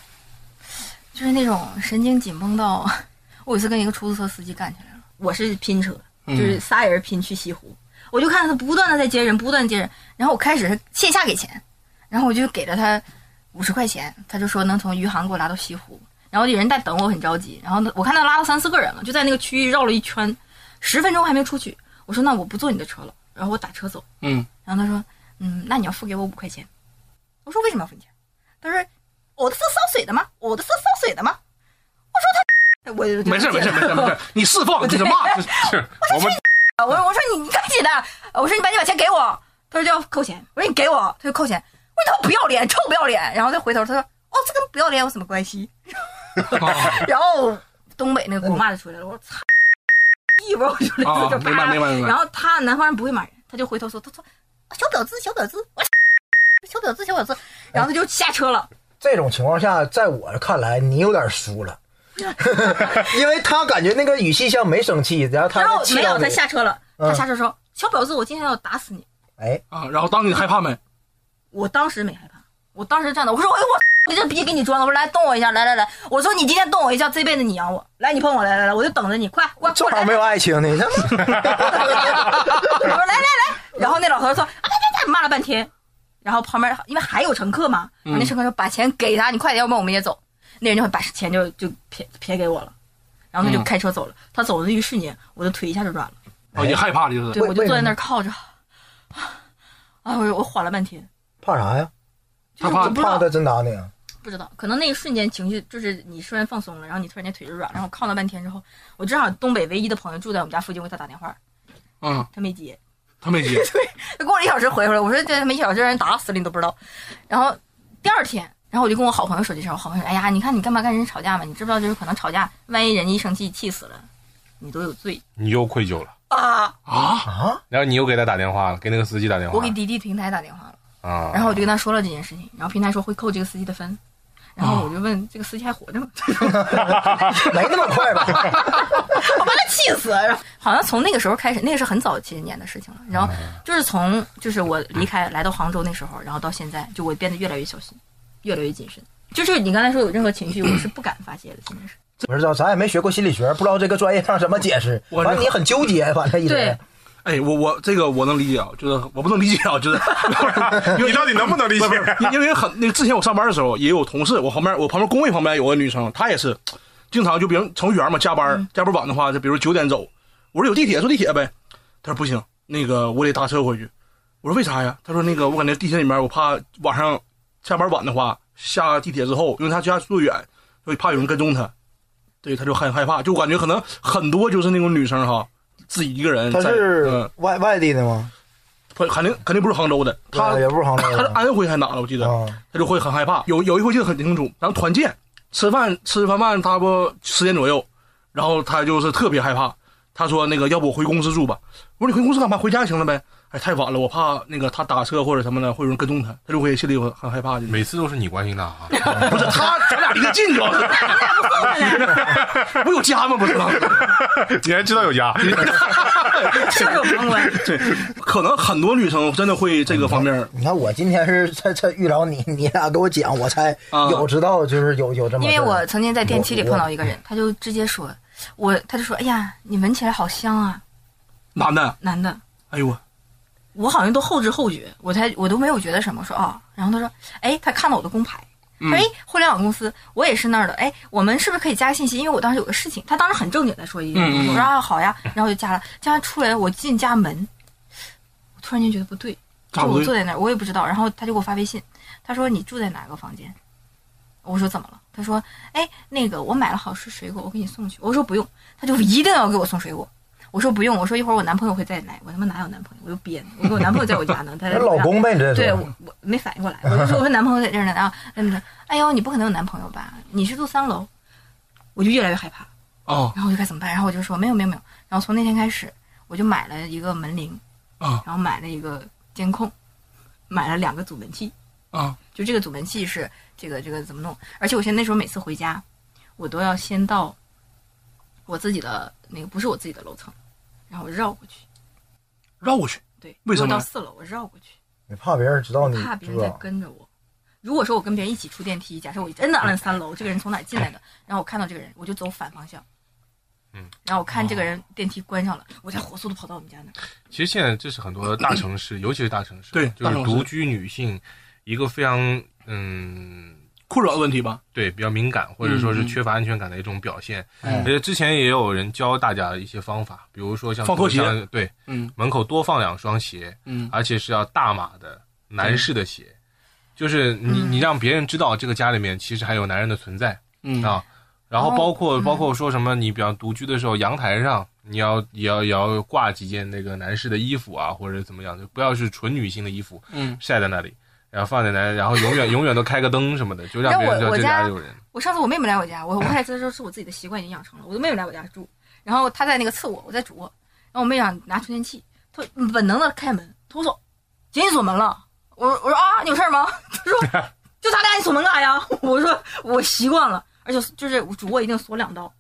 B: 就是那种神经紧绷到， [laughs] 我有一次跟一个出租车司机干起来了。我是拼车，
C: 嗯
B: 就是仨人拼去西湖，我就看他不断的在接人，不断地接人。然后我开始是线下给钱，然后我就给了他五十块钱，他就说能从余杭给我拉到西湖。然后人在等我，我很着急。然后呢，我看他拉了三四个人了，就在那个区域绕了一圈，十分钟还没出去。我说那我不坐你的车了，然后我打车走。
C: 嗯，
B: 然后他说，嗯，那你要付给我五块钱。我说为什么要付你钱？他说我的是烧水的吗？我的是烧水的吗？我说他， [laughs] 我我就
C: 没事没事没事没
B: [laughs]
C: 事，你释放你就骂，
E: 是我们
B: 啊我说我说你你干起来，啊我说你把你把钱给我，他说就要扣钱，我说你给我，他就扣钱，我说他不要脸，臭不要脸，然后再回头他说哦这跟不要脸有什么关系？ [laughs] 然后东北那个国骂就出来了，我说操，一窝我就类似就
C: 啊明白
B: 啪，
C: 明白明白
B: 然后他南方人不会骂人，他就回头说他说小婊子小婊子，我说小婊子小婊子，然后他就下车了，
D: 这种情况下，在我看来，你有点
B: [laughs]
D: 输了，因为他感觉那个语气像没生气，然后他
B: 然后
D: 就气
B: 没有
D: 到
B: 他
D: 你。
B: 下车了，他
D: 嗯
B: 下车说小婊子我今天要打死你。
D: 哎，
C: 啊，然后当你害怕没？
B: 我当时没害怕，我当时站的，我说哎我你这逼给你装的，我说来动我一下，来来来，我说你今天动我一下，这辈子你养我，来你碰我，来来来，我就等着你，快快
D: 正
B: 过
D: 好
B: 来，
D: 没有爱情呢，你看
B: [laughs] 我说来来来，然后那老头说啊对对对，骂了半天，然后旁边因为还有乘客嘛，然
D: 嗯
B: 后那乘客说把钱给他，你快点，要不然我们也走，那人就把钱就就撇撇给我了。然
D: 嗯
B: 后他就开车走了，他走的那一瞬间，我的腿一下就软了，
C: 哦，也害怕就是
B: 对
D: 为
B: 我就坐在那儿靠着， [sighs] 啊，我我缓了半天，
D: 怕啥呀？
B: 就是
C: 他怕
B: 我不知道
D: 怕他真打你啊？
B: 不知道，可能那一瞬间情绪就是你突然放松了，然后你突然间腿就软，然后抗了半天之后，我正好东北唯一的朋友住在我们家附近，我给他打电话，
C: 嗯，
B: 他没接，
C: 他没接，
B: 他过了一小时回回来，我说这他妈一小时让人打死了你都不知道。然后第二天，然后我就跟我好朋友说这事儿，我好朋友说，哎呀，你看你干嘛跟人吵架嘛？你知不知道就是可能吵架，万一人家一生气气死了，你都有罪
A: 你又愧疚了。
B: 啊！
C: 啊，
D: 啊？
A: 然后你又给他打电话了，给那个司机打电话。
B: 我给滴滴平台打电话了。
A: 啊，
B: 然后我就跟他说了这件事情，然后平台说会扣这个司机的分，然后我就问、这个司机还活着吗？
D: 没那么快吧？
B: [laughs] 我把他气死了。好像从那个时候开始，那个是很早几十年的事情了。然后就是从就是我离开来到杭州那时候，然后到现在，就我变得越来越小心，越来越谨慎。就是你刚才说有任何情绪，我是不敢发泄的，现在是。
D: 不知道，咱也没学过心理学，不知道这个专业上怎么解释。
C: 我
D: 完了你很纠结，反正一直
B: 对。
C: 哎，我我这个我能理解啊，就是我不能理解啊， [laughs] 就是
E: 你到底能不能理解
C: 不？是不
E: [laughs]
C: 是，因为很那个之前我上班的时候也有同事，我旁边我旁边工位旁边有个女生，她也是经常就比如程序员嘛，加班、加班晚的话，就比如九点走，我说有地铁坐地铁呗，她说不行，那个我得搭车回去，我说为啥呀？她说那个我感觉地铁里面我怕晚上下班晚的话下地铁之后，因为她家住远，所以怕有人跟踪她，对，她就很害怕，就我感觉可能很多就是那种女生哈。自己一个人在，
D: 他是
C: 嗯，
D: 外外地的吗？
C: 不肯定肯定不是杭州的，她
D: 也不是杭州
C: 她是
D: 的
C: 安徽还是哪的，我记得，
D: 啊。
C: 他就会很害怕。有有一回记得很清楚，咱们团建吃饭吃完饭差不多十点左右，然后他就是特别害怕。他说那个要不我回公司住吧？我说你回公司干嘛？回家就行了呗。哎，太晚了，我怕那个他打车或者什么的会有人跟踪他，他就会心里有很害怕。就是
E: 每次都是你关心他啊，
C: 不是他，咱俩离得近主要
D: [laughs]
C: 是。我有家吗？不 [laughs] 是。
E: 你还知道有家？
B: 是不是我旁观？
C: 对，可能很多女生真的会这个方面。
D: 你看我今天是在在遇着你，你俩跟我讲，我才
C: 啊
D: 有知道，就是有有这么
B: [laughs] 因
D: 事儿。
B: 为我曾经在电梯里碰到一个人，他就直接说，我他就说，哎呀，你闻起来好香啊，
C: 男的，
B: 男的。
C: 哎呦我，
B: 我好像都后知后觉，我才我都没有觉得什么，说啊、然后他说，哎，他看到我的工牌，
C: 嗯
B: 他说，哎，互联网公司，我也是那儿的，哎，我们是不是可以加个信息？因为我当时有个事情，他当时很正经在说一个，
C: 嗯嗯嗯
B: 我说啊好呀，然后我就加了，加完出来我进家门，我突然间觉得不对，
C: 咋
B: 就
C: 不
B: 我
C: 对
B: 坐在那儿，我也不知道，然后他就给我发微信，他说你住在哪个房间？我说怎么了？他说，哎，那个我买了好吃水果，我给你送去。我说不用，他就一定要给我送水果。我说不用，我说一会儿我男朋友会再来，我他妈哪有男朋友，我又编，我跟我男朋友在我家呢，他
D: 那 [laughs] 老公呗，你这
B: 对
D: 是
B: 我我没反应过来，我就说我说男朋友在这儿呢，然后他们说，哎呦你不可能有男朋友吧，你是住三楼，我就越来越害怕，
C: 啊
B: 然后我就该怎么办？然后我就说没有没有没有。然后从那天开始，我就买了一个门铃，
C: 啊
B: 然后买了一个监控，买了两个阻蚊器。
C: 啊
B: 就这个阻蚊器是这个这个怎么弄？而且我现在那时候每次回家，我都要先到我自己的那个不是我自己的楼层，然后我绕过去。
C: 绕过去，
B: 对，
C: 为什么
B: 如果
C: 呢
B: 到四楼我绕过去，
D: 你怕别人知道你
B: 怕别
D: 是
B: 人在
D: 吧？
B: 跟着我。如果说我跟别人一起出电梯，假设我真的按了三楼，这个人从哪儿进来的，然后我看到这个人，我就走反方向。
E: 嗯，
B: 然后我看这
D: 哦
B: 个人电梯关上了，我再火速的跑到我们家那儿。
E: 其实现在这是很多大城市，尤其是大城市，
C: 对
E: 就是
C: 大城市
E: 独居女性一个非常嗯。
C: 困扰的问题吧？
E: 对，比较敏感，或者
C: 嗯
E: 说是缺乏安全感的一种表现。
C: 哎
E: 而且之前也有人教大家一些方法，比如说像
C: 放拖鞋
E: 像对，
C: 嗯
E: 门口多放两双鞋，
C: 嗯
E: 而且是要大码的男士的鞋，就是你你让别人知道这个家里面其实还有男人的存在
C: 嗯
E: 啊。然后包括包括说什么，你比方独居的时候，阳台上你要也要也要挂几件那个男士的衣服啊，或者怎么样，就不要是纯女性的衣服
C: 嗯，
E: 晒在那里，然后放在那，然后永远永远都开个灯什么的，就让
B: 那
E: 别人知
B: 我
E: 道
B: 我
E: 这
B: 家
E: 家有人。
B: 我上次我妹妹来我家，我我开始说是我自己的习惯已经养成了，我都妹妹来我家住，然后她在那个次卧，我在主卧，然后我妹想拿充电器，她本能的开门，她说紧紧锁门了，我我说啊你有事儿吗？她
E: [laughs]
B: 说就咱俩你锁门干啥呀？ [laughs] 我说我习惯了，而且就是主卧一定锁两道，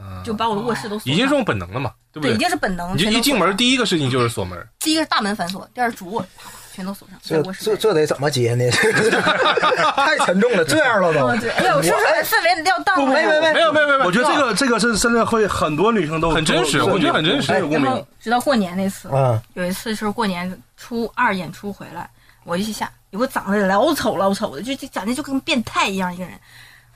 E: 嗯
B: 就把我的卧室都锁上，
E: 已经是种本能了嘛，对不
B: 对，一？定是本能，
E: 你就
B: 全都
E: 一进
B: 锁
E: 门
B: 上，
E: 第一个事情就是锁门，
B: 第一个是大门反锁，第二是主卧全都锁上，在
D: 这
B: 卧室
D: 这
B: 内。
D: 这得怎么
B: [laughs]
D: 接呢？太沉重了，这样了都
B: 哦，。对，哎呦，是不是氛围要到了？
D: 喂喂喂，
E: 没有没有没有，啊
C: 我觉得这个这个是真的会很多女生都
E: 很真实我觉得很真实
C: 都有共哎
B: 然
C: 鸣。
B: 后直到过年那
E: 啊
B: 次，
D: 嗯，
B: 有一次就是过年初二演出回来，我就去下，有个长得老丑老丑的，就就长得就跟变态一样一个人。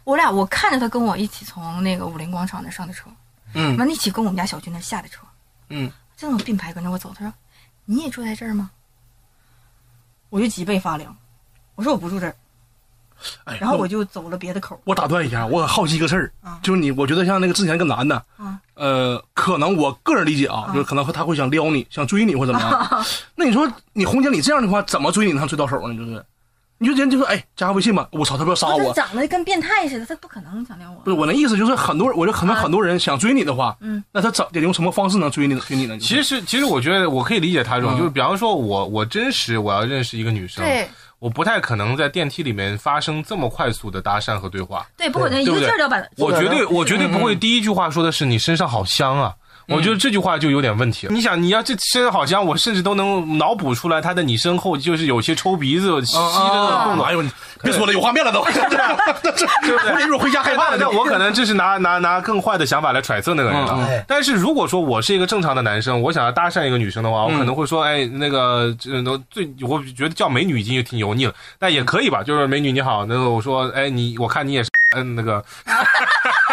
B: 我俩我看着他跟我一起从那个武林广场那上的车，
C: 嗯
B: 完了一起跟我们家小区那下的车，
C: 嗯，
B: 正并排跟着我走。他说：“你也住在这儿吗？”我就脊背发凉，我说我不住这儿，
C: 哎，
B: 然后
C: 那
B: 我就走了别的口儿。
C: 我打断一下，我很好奇一个事儿
B: 啊，
C: 就是你，我觉得像那个之前那个男的
B: 啊，
C: 呃，可能我个人理解啊，就是可能他会想撩你，想追你或怎么
B: 啊
C: 样。那你说你红姐，你这样的话怎么追你能追到手呢？就是，你就人就说，哎，加个微信吧，我操，他不要杀
B: 我就
C: 哦我。
B: 长得跟变态似的，他不可能想撩我
C: 不。是我那意思，就是很多，我觉得可能
B: 啊
C: 很多人想追你的话，
B: 嗯，
C: 那他怎得用什么方式能追你追你呢？
E: 其实，其实我觉得我可以理解他这种，
C: 嗯
E: 就是比方说我，我真实我要认识一个女生，
B: 对
E: 我不太可能在电梯里面发生这么快速的搭讪和对话。
B: 对，不可能一个劲儿地要把
E: 我
D: 的
E: 绝对，
D: 是
E: 我绝对不会
B: 嗯
E: 第一句话说的是你身上好香啊。我觉得这句话就有点问题了。你想，你要这身上好香，我甚至都能脑补出来他在你身后就是有些抽鼻子、
B: 哦
E: 吸着的动
C: 啊，
E: 作，
C: 哎呦，你别说了，有画面了都，这这这，我一会儿回家害怕了，
E: 但我可能这是拿拿拿更坏的想法来揣测那个人了。
C: 嗯
D: 哎，
E: 但是如果说我是一个正常的男生，我想要搭讪一个女生的话，
C: 嗯
E: 我可能会说，哎，那个，这都最，我觉得叫美女已经挺油腻了，但也可以吧，就是美女你好，那个我说，哎，你我看你也是，嗯，那个，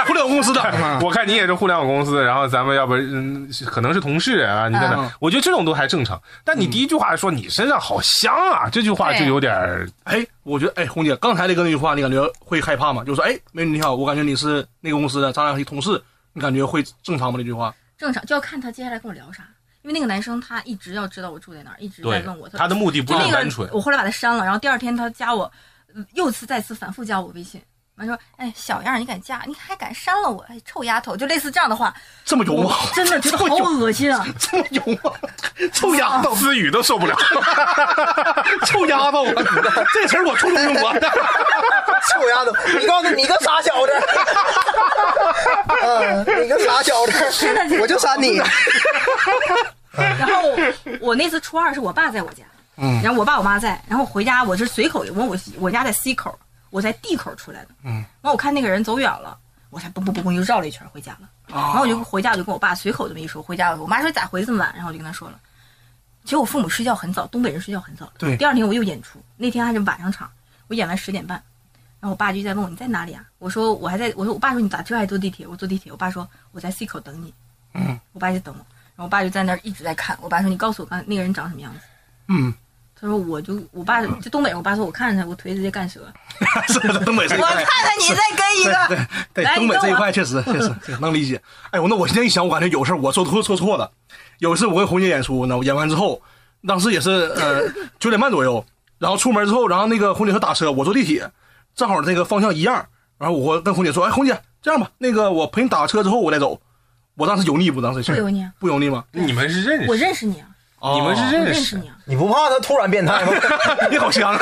C: 互联网公司的，
E: [laughs] 我看你也是互联网公司，然后咱们要不，嗯，是可能是同事啊，你在哪？
C: 嗯
E: 我觉得这种都还正常，但你第一句话说你身上好香啊，这句话就有点儿
C: 哎，我觉得，哎，红姐刚才那个那句话，你感觉会害怕吗？就是说，哎，美女你好，我感觉你是那个公司的，咱俩是同事，你感觉会正常吗？那句话，
B: 正常，就要看他接下来跟我聊啥。因为那个男生他一直要知道我住在哪儿，一直在
E: 对
B: 问我。，
E: 他的目的
B: 就
E: 不
B: 是那
E: 很
B: 个
E: 单纯。
B: 我后来把他删了，然后第二天他加我，嗯又次再次反复加我微信。完说，哎，小样儿，你敢加，你还敢删了我，哎，臭丫头，就类似这样的话，
C: 这么油吗？
B: 真的觉得好恶心
E: [laughs]
B: 啊！
C: 这么油吗？ [laughs] 臭丫头，
E: 思雨都受不了，
C: [laughs] 臭丫头，这词儿我初中用过。
D: 臭丫头，你告诉你个傻
B: [laughs]
D: 小子，嗯，你个傻小子，我就
B: [laughs]
D: 删你。
B: 然后我那次初二是我爸在我家，嗯，然后我爸我妈在，然后回家我是随口一问我我家在 C 口，我在 D 口出来的，嗯，然后我看那个人走远了，我才嘣嘣嘣嘣又绕了一圈回家了，然后我就回家我就跟我爸随口这么一说，回家我妈说咋回这么晚，然后我就跟他说了，其实我父母睡觉很早，东北人睡觉很早，
C: 对
B: 第二天我又演出，那天还是晚上场，我演完十点半。然后我爸就在问我你在哪里啊？我说我还在，我说我爸说你咋这还坐地铁？我坐地铁。我爸说我在 C 口等你。啊嗯，我爸就等我，然后我爸就在那儿一直在看。我爸说：“你告诉我刚才那个人长什么样子。
C: 嗯，”
B: 他说我就我爸就东北人，我爸说我看着他，我腿直接干折。
C: 是的，东北这一
B: 我
C: 块
B: 看，看你在跟一 [laughs] 个，
C: 对
B: 来
C: 东北这
B: 你跟
C: 一
B: 我
C: 块确
B: [laughs]
C: 实确实确实能理解。哎，我那我现在一想，我感觉有事儿我做错做错了。有一次我跟红姐演出呢，我演完之后，当时也是呃九点半左右，然后出门之后，然后那个红姐说打车，我坐地铁，正好这个方向一样，然后我跟红姐说，哎，红姐这样吧，那个我陪你打个车之后我再走。我当时油腻不？当时
B: 不油腻啊
C: 不油腻吗？
E: 你们是认识，
B: 我认识你啊，
E: 你们是
B: 我
E: 认
B: 认
E: 识
B: 识，你啊，
D: 你不怕他突然变态吗？
C: 你好香啊！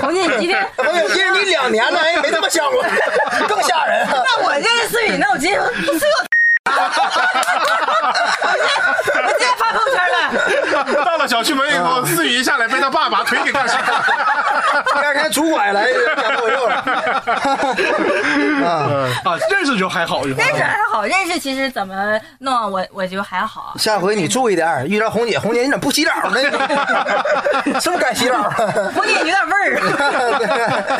B: 红姐，你今天
D: 我有认识你两年了，哎，没这么想过，更吓人啊！
B: [laughs] 那我认识你，那我直接说你是 [laughs] 我。我直接我直接发朋友 [laughs] 圈了，
E: [laughs] 到了小区门以后，思雨一下来被他爸把腿给干折
D: [laughs] 第二天拄拐来讲脱口秀了。啊，
C: [laughs] 啊，认识就还好，就
B: 认识还好，认识其实怎么弄啊，我我就还好。
D: [laughs] 下回你注意点儿，遇到红姐，红姐你怎么不洗澡呢？是不是该洗澡啊了？
B: [laughs] 我给你有点味儿，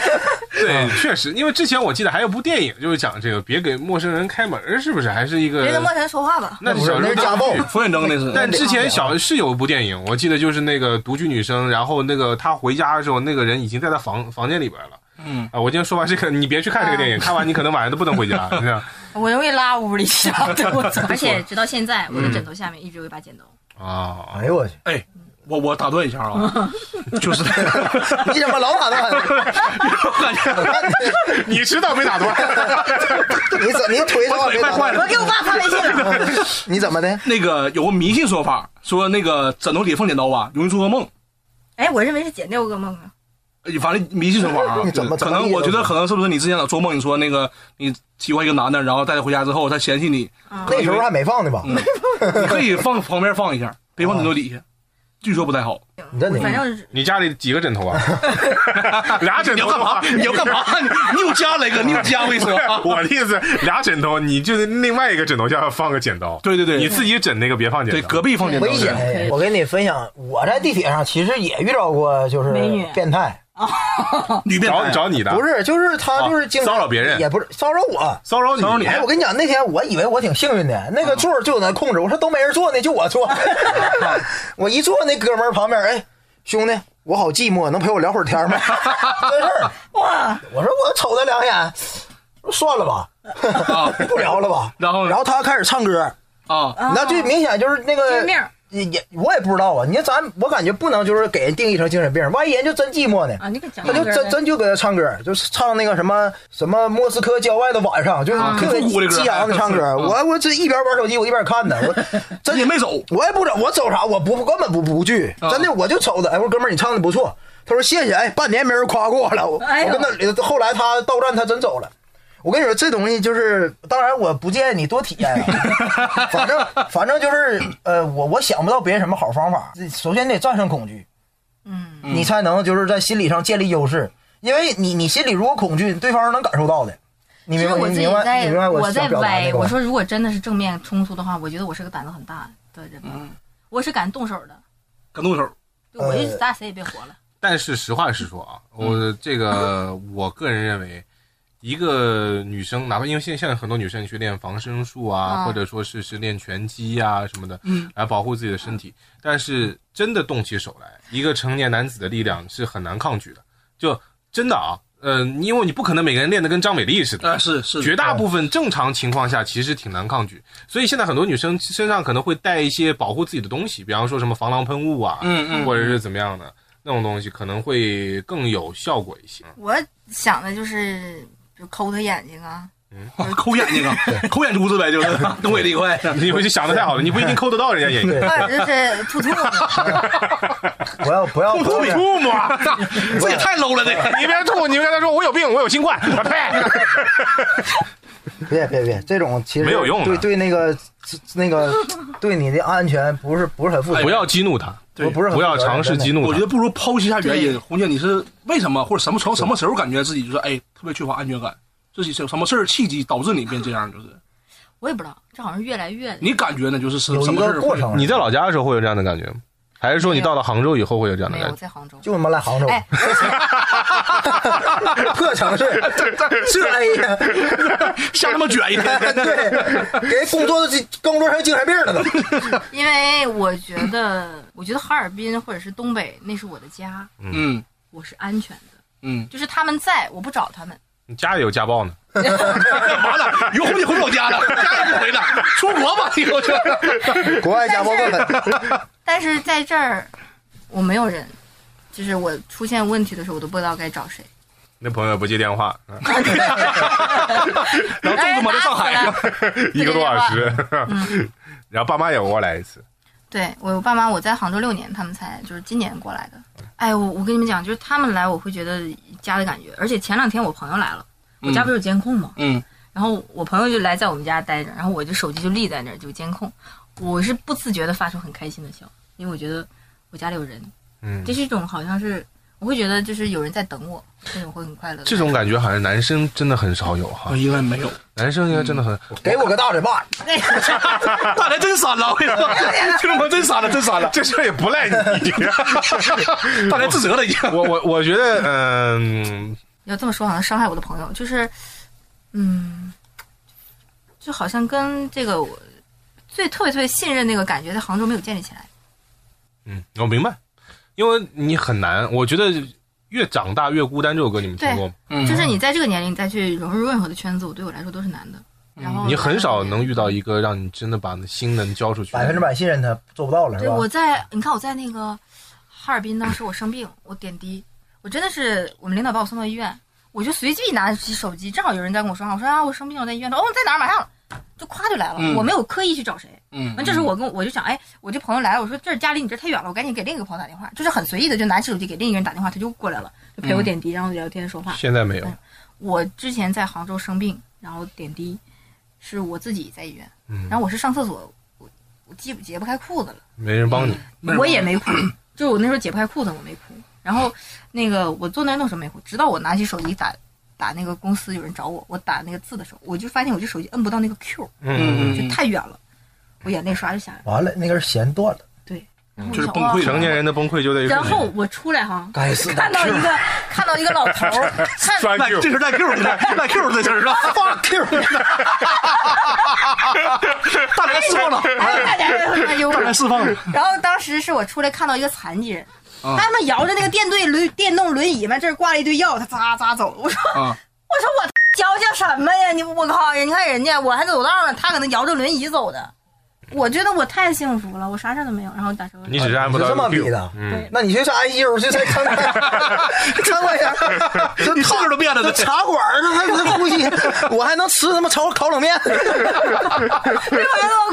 E: 对，确实，因为之前我记得还有部电影，就是讲这个别给陌生人开门，是不是？还是一
B: [laughs]
E: 个
B: 别跟陌生人说话吧。
E: 那是小时
D: 那
E: 候
D: 是家暴
E: 看的剧
C: 冯远征那是，
E: 但之前小是有一部电影，我记得就是那个独居女生，然后那个她回家的时候，那个人已经在她房房间里边了。
C: 嗯
E: 啊，我今天说完这个，你别去看这个电影，看完你可能晚上都不能回家，你知道
B: [laughs] 我容易拉屋里去，啊
D: [laughs]
B: 对我操！而且直到现在，我的枕头下面一直有一把剪刀。
E: 啊。
D: 哎呦我去，
C: 哎，我我打断一下
B: [laughs]
C: 啊，就是。
D: 你怎么老打断？
E: 你知道没打断？
D: 你怎你腿怎么没打断？
B: 我给我爸发微信了，
D: 你怎么的？
C: 那个有个迷信说法，说那个枕头底放剪刀吧，容易做噩梦。
B: 哎，
D: 嗯
B: 我认为是剪掉个梦啊。
C: 呃反正迷信说法啊，
D: [laughs] 你怎么
C: 可
D: 怎么
C: 能
D: 理解
C: 我觉得
D: 的
C: 可能是不是你之前老做梦，你说那个你喜欢一个男的，然后带他回家之后，他嫌弃你，
D: 那时候还没放呢吧？
C: 你可以放旁边放一下，别放枕头底
D: 啊
C: 下，据说不太好。
D: 你这
B: 反
D: 你
B: 正是
E: [laughs] 你家里几个枕头啊？俩枕
C: 你要干
E: 头啊的
C: 嘛
E: 话？。
C: [laughs] 你要干嘛？你你有家雷哥，你有家我跟你说啊
E: [laughs] 我的意思，俩枕头，你就是另外一个枕头下放个剪刀。
C: 对对对
E: 你自己枕那个别放剪
C: 对，
E: 刀。
C: 隔壁放剪刀
D: 危险
C: 的。
D: 哎！我给你分享，我在地铁上其实也遇到过，就是
B: 美女
D: 变态，
C: 女变
E: 找
C: 态，
E: 找你的，
D: 不是，就是他就是经常
E: 啊骚扰别人
D: 也不是骚扰我。
E: 骚扰你，
C: 骚扰你啊
D: 哎，我跟你讲，那天我以为我挺幸运的，那个座儿就有人控制，我说都没人坐呢，就我
C: [laughs]
D: 坐。我一坐，那哥们儿旁边，哎，兄弟，我好寂寞，能陪我聊会
C: [laughs]
D: 儿天吗？真事儿，
B: 哇，
D: 我说我瞅他两眼，我说算了吧，不聊了吧。
C: 啊然后呢
D: 然后他开始唱歌，
C: 啊，
D: 那最明显就是那
B: 精
D: 个
B: 神病
D: 也也我也不知道啊。你看咱我感觉不能就是给人定义成精神病，万一人就真寂寞呢。
B: 啊，你可讲
D: 他就真真就搁那唱歌，就是唱那个什么什么莫斯科郊外的晚上，就是特别
C: 复古的歌啊
D: 激昂的唱歌。我我这一边玩手机，我一边看呢，
C: [laughs]
D: 我真
C: 也没走
D: 我也不走，我走啥？我不根本不不惧，
B: 啊
D: 真的我就瞅他。哎，我说哥们儿，你唱的不错。他说谢谢。哎，半年没人夸过了。我
B: 哎呦
D: 我跟他后来他到站，他真走了。我跟你说，这东西就是，当然我不建议你多体
B: [laughs]
D: 验、啊，反正反正就是，呃，我我想不到别人什么好方法。首先你得战胜恐惧，
B: 嗯，
D: 你才能就是在心理上建立优势，因为你你心里如果恐惧，对方是能感受到的。你
B: 其
D: 明
B: 实
D: 白？
B: 我
D: 你
B: 自己
D: 明白？你明白
B: 在我
D: 想
B: 在
D: 表达
B: 歪
D: 那，个
B: 我
D: 吗
B: 说如果真的是正面冲突的话，我觉得我是个胆子很大的人，
D: 嗯
B: 我是敢动手的，
C: 敢动手。
B: 就我就咱俩谁也别活了。
D: 嗯
E: 但是实话实说啊，我这个我个人认为，一个女生，哪怕因为现在现在很多女生去练防身术啊，
B: 啊
E: 或者说是是练拳击啊什么的，来保护自己的身体，但是真的动起手来，一个成年男子的力量是很难抗拒的，就真的啊。呃，因为你不可能每个人练得跟张美丽似的，
C: 啊，是是，
E: 绝大部分正常情况下其实挺难抗拒，所以现在很多女生身上可能会带一些保护自己的东西，比方说什么防狼喷雾啊，
C: 嗯嗯
E: 或者是怎么样的那种东西，可能会更有效果一些。
B: 我想的就是，比如抠他眼睛
D: [laughs]
B: 啊，
C: [laughs] 抠眼睛啊，抠眼珠子呗，就是东北这一块。
E: 你回去想的太好了，你不一定抠得到人家眼睛。
D: 对
B: [laughs] 或者就是吐啊吐沫，
D: [laughs] 不要不要不要
E: 吐
D: 脸
E: 吐沫，
C: 这也太 low 了，这个。
E: 你别吐，你跟他说我有病，我有新冠，啊呸！
D: 别别别，这种其实
E: 没有用的
D: 对对那个那个对你的安全不是不是很负责，
E: 不要激怒他，
D: 不不是很
E: 哎不要
D: 负责任
E: 尝试激。
D: 真的
E: 怒他。
C: 我觉得不如剖析一下原
B: 对
C: 因。红姐，你是为什么或者什么从什么时候感觉自己就是哎特别缺乏安全感？自己是有什么事儿契机导致你变这样？就是
B: 我也不知道，这好像越来越
C: 你感觉呢？就是是
D: 有
C: 什
D: 一
C: 么事
D: 个
C: 儿
D: 过
C: 会？
D: 程。
E: 你在老家的时候会有这样的感觉吗？还是说你到了杭州以后会有这样的
B: 没有，
E: 感
B: 我
E: 觉？
B: 在杭州。
D: 就他妈来杭州，
B: 哎，
D: 破城
E: [laughs]
D: 市，是 A 呀，
C: 下他妈卷一天。
D: [laughs] 对，给工作都工作成精神病了都。
B: 因为我觉得， [clears throat] 我觉得哈尔滨或者是东北，那是我的家，
C: 嗯
B: 我是安全的。
C: 嗯，
B: 就是他们在，我不找他们。
E: 你家里有家暴呢？
C: 干嘛呢？以后你回老家了，家也不回了，出国吧，以后就。
D: 国外家暴更狠，
B: 但是在这儿，我没有人，就是我出现问题的时候，我都不知道该找谁。
E: 那朋友也不接电话，嗯
C: 然后粽子嘛在上
B: 哎
C: 海，
E: 一个多小时， [laughs] 然后爸妈也过来一次，
B: 对我我爸妈，我在杭州六年，他们才就是今年过来的。哎，我我跟你们讲，就是他们来，我会觉得家的感觉。而且前两天我朋友来了，我家不是有监控吗？
C: 嗯
B: 然后我朋友就来在我们家待着，然后我就手机就立在那儿就监控，我是不自觉的发出很开心的笑，因为我觉得我家里有人，
E: 嗯
B: 这，是一种好像是我会觉得就是有人在等我，那种会很快乐的。
E: 这种感觉好像男生真的很少有哈
D: 哎
C: 我，啊应该没有，
E: 男生应该真的很，
D: 给我个大嘴巴。
C: [laughs]
B: [laughs]
C: 大来真删了，我跟你说， [laughs] 听众朋友真删了，真删了，
E: 这事儿也不赖
D: [laughs]
E: 你。
C: 大来自责了已经。
E: 我我我觉得，嗯，
B: 要这么说好像伤害我的朋友，就是，嗯，就好像跟这个我最特别特别信任那个感觉，在杭州没有建立起来。
E: 嗯，我明白，因为你很难。我觉得《越长大越孤单》这首歌你们听过吗？
C: 嗯
B: 就是你在这个年龄再去融入任何的圈子，我对我来说都是难的。
C: 嗯
B: 然后
E: 你很少能遇到一个让你真的把你心能交出去，
D: 百分之百信任他，做不到了是
B: 对，
D: 吧？
B: 我在你看我在那个哈尔滨，当时我生病，我点滴，我真的是我们领导把我送到医院，我就随机拿起手机，正好有人在跟我说话，我说啊我生病了，我在医院，说哦在哪儿，马上就夸就来了，
C: 嗯
B: 我没有刻意去找谁。
C: 嗯
B: 完，这时候我跟我我就想，哎，我这朋友来了，我说这儿家离你这儿太远了，我赶紧给另一个朋友打电话，就是很随意的就拿起手机给另一个人打电话，他就过来了，就
C: 嗯
B: 陪我点滴，然后聊天说话。
E: 现在没有。
B: 我之前在杭州生病，然后点滴，是我自己在医院，
E: 嗯
B: 然后我是上厕所，我我解解不开裤子了。
E: 没人帮你，
D: 嗯
C: 没人
B: 我
C: 帮
B: 也没哭，就是我那时候解不开裤子，我没哭。然后那个我坐那儿弄什么没哭，直到我拿起手机打打那个公司有人找我，我打那个字的时候，我就发现我这手机摁不到那个 Q，
E: 嗯，
B: 就太远了，我眼泪刷就下来了。
D: 完了，那根弦断了，
B: 对，然
C: 嗯
B: 后
C: 就是
B: 我
C: 崩
B: 哇
C: 溃了
E: 成年人的崩溃就在于
B: 然后我出来哈，
D: 该死的
B: 看到一个看到一个老头儿，看
E: 栓
C: 赖
E: Q，
C: 这事赖 [laughs] Q 的，赖 Q 的事儿是吧？ [laughs] 大连释放了，
B: 哎大家都很幽
C: 大 [laughs]
B: 默
C: 连释放了。
B: 然后当时是我出来看到一个残疾人，他们摇着那个电动轮电动轮椅嘛，这儿挂了一堆药，他咋咋走。 [laughs] 我说、
C: 嗯
B: 我说我矫情什么呀？你我靠呀！你看人家我还走道呢，他搁那摇着轮椅走的。我觉得我太幸福了，我啥事儿都没有。然后打车，
E: 你只是按不到
D: 你就这么
E: Q
D: 比的
E: 嗯，
D: 那你去上 ICU 去再看
E: [laughs]
D: 看，看看去，这
C: [laughs] 你是不是都变了
D: 这
C: 呢
D: 茶馆儿这还不能呼吸， [laughs] 我还能吃他妈炒烤冷面，
B: 对我觉得我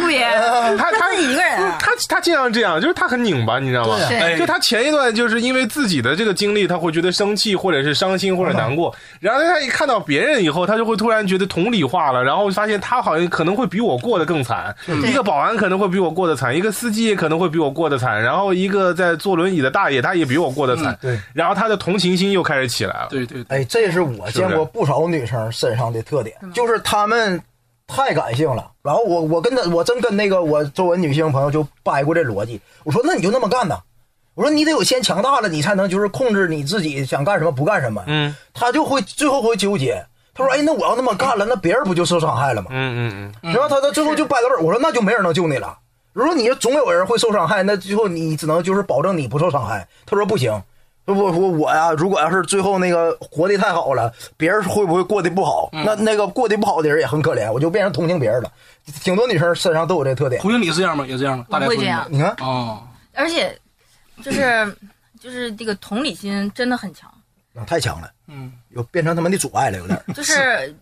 B: 哎鬼，
E: 他
B: 就
E: 他
B: 自己一个人
E: [laughs]
B: 啊。
E: 他他经常这样，就是他很拧巴，你知道吗？
D: 对
C: 哎
E: 就他前一段就是因为自己的这个经历，他会觉得生气或者是伤心或者难过，然后他一看到别人以后，他就会突然觉得同理化了，然后发现他好像可能会比我过得更惨，一个保安可能会比我过得惨，一个司机也可能会比我过得惨，然后一个在坐轮椅的大爷他也比我过得惨，
D: 对
E: 然后他的同情心又开始起来了。
C: [laughs] 对对，对
D: [laughs] 哎，这是我见过不少女生身上的特点，就是她们太感性了。然后我我跟她，我真跟那个我周围女性朋友就掰过这逻辑，我说那你就那么干呐。我说你得有先强大了，你才能就是控制你自己想干什么不干什么。
E: 嗯，
D: 她就会最后会纠结。她说：“哎，那我要那么干了，那别人不就受伤害了吗？
E: 嗯嗯嗯。
D: 然后她到最后就掰到这儿，我说那就没人能救你了。如果你总有人会受伤害，那最后你只能就是保证你不受伤害。她说不行，我我我呀、如果要是最后那个活得太好了，别人会不会过得不好？那那个过得不好的人也很可怜，我就变成同情别人了。挺多女生身上都有这特点。
C: 胡经理是这样吗？也这样吗？大
B: 我
C: 连
B: 会
C: 胡经理
B: 这样
D: 你看，
C: 哦，
B: 而且就是就是这个同理心真的很强，
D: 啊太强了，
C: 嗯，
D: 有变成他们的阻碍了，有点儿。
B: 就是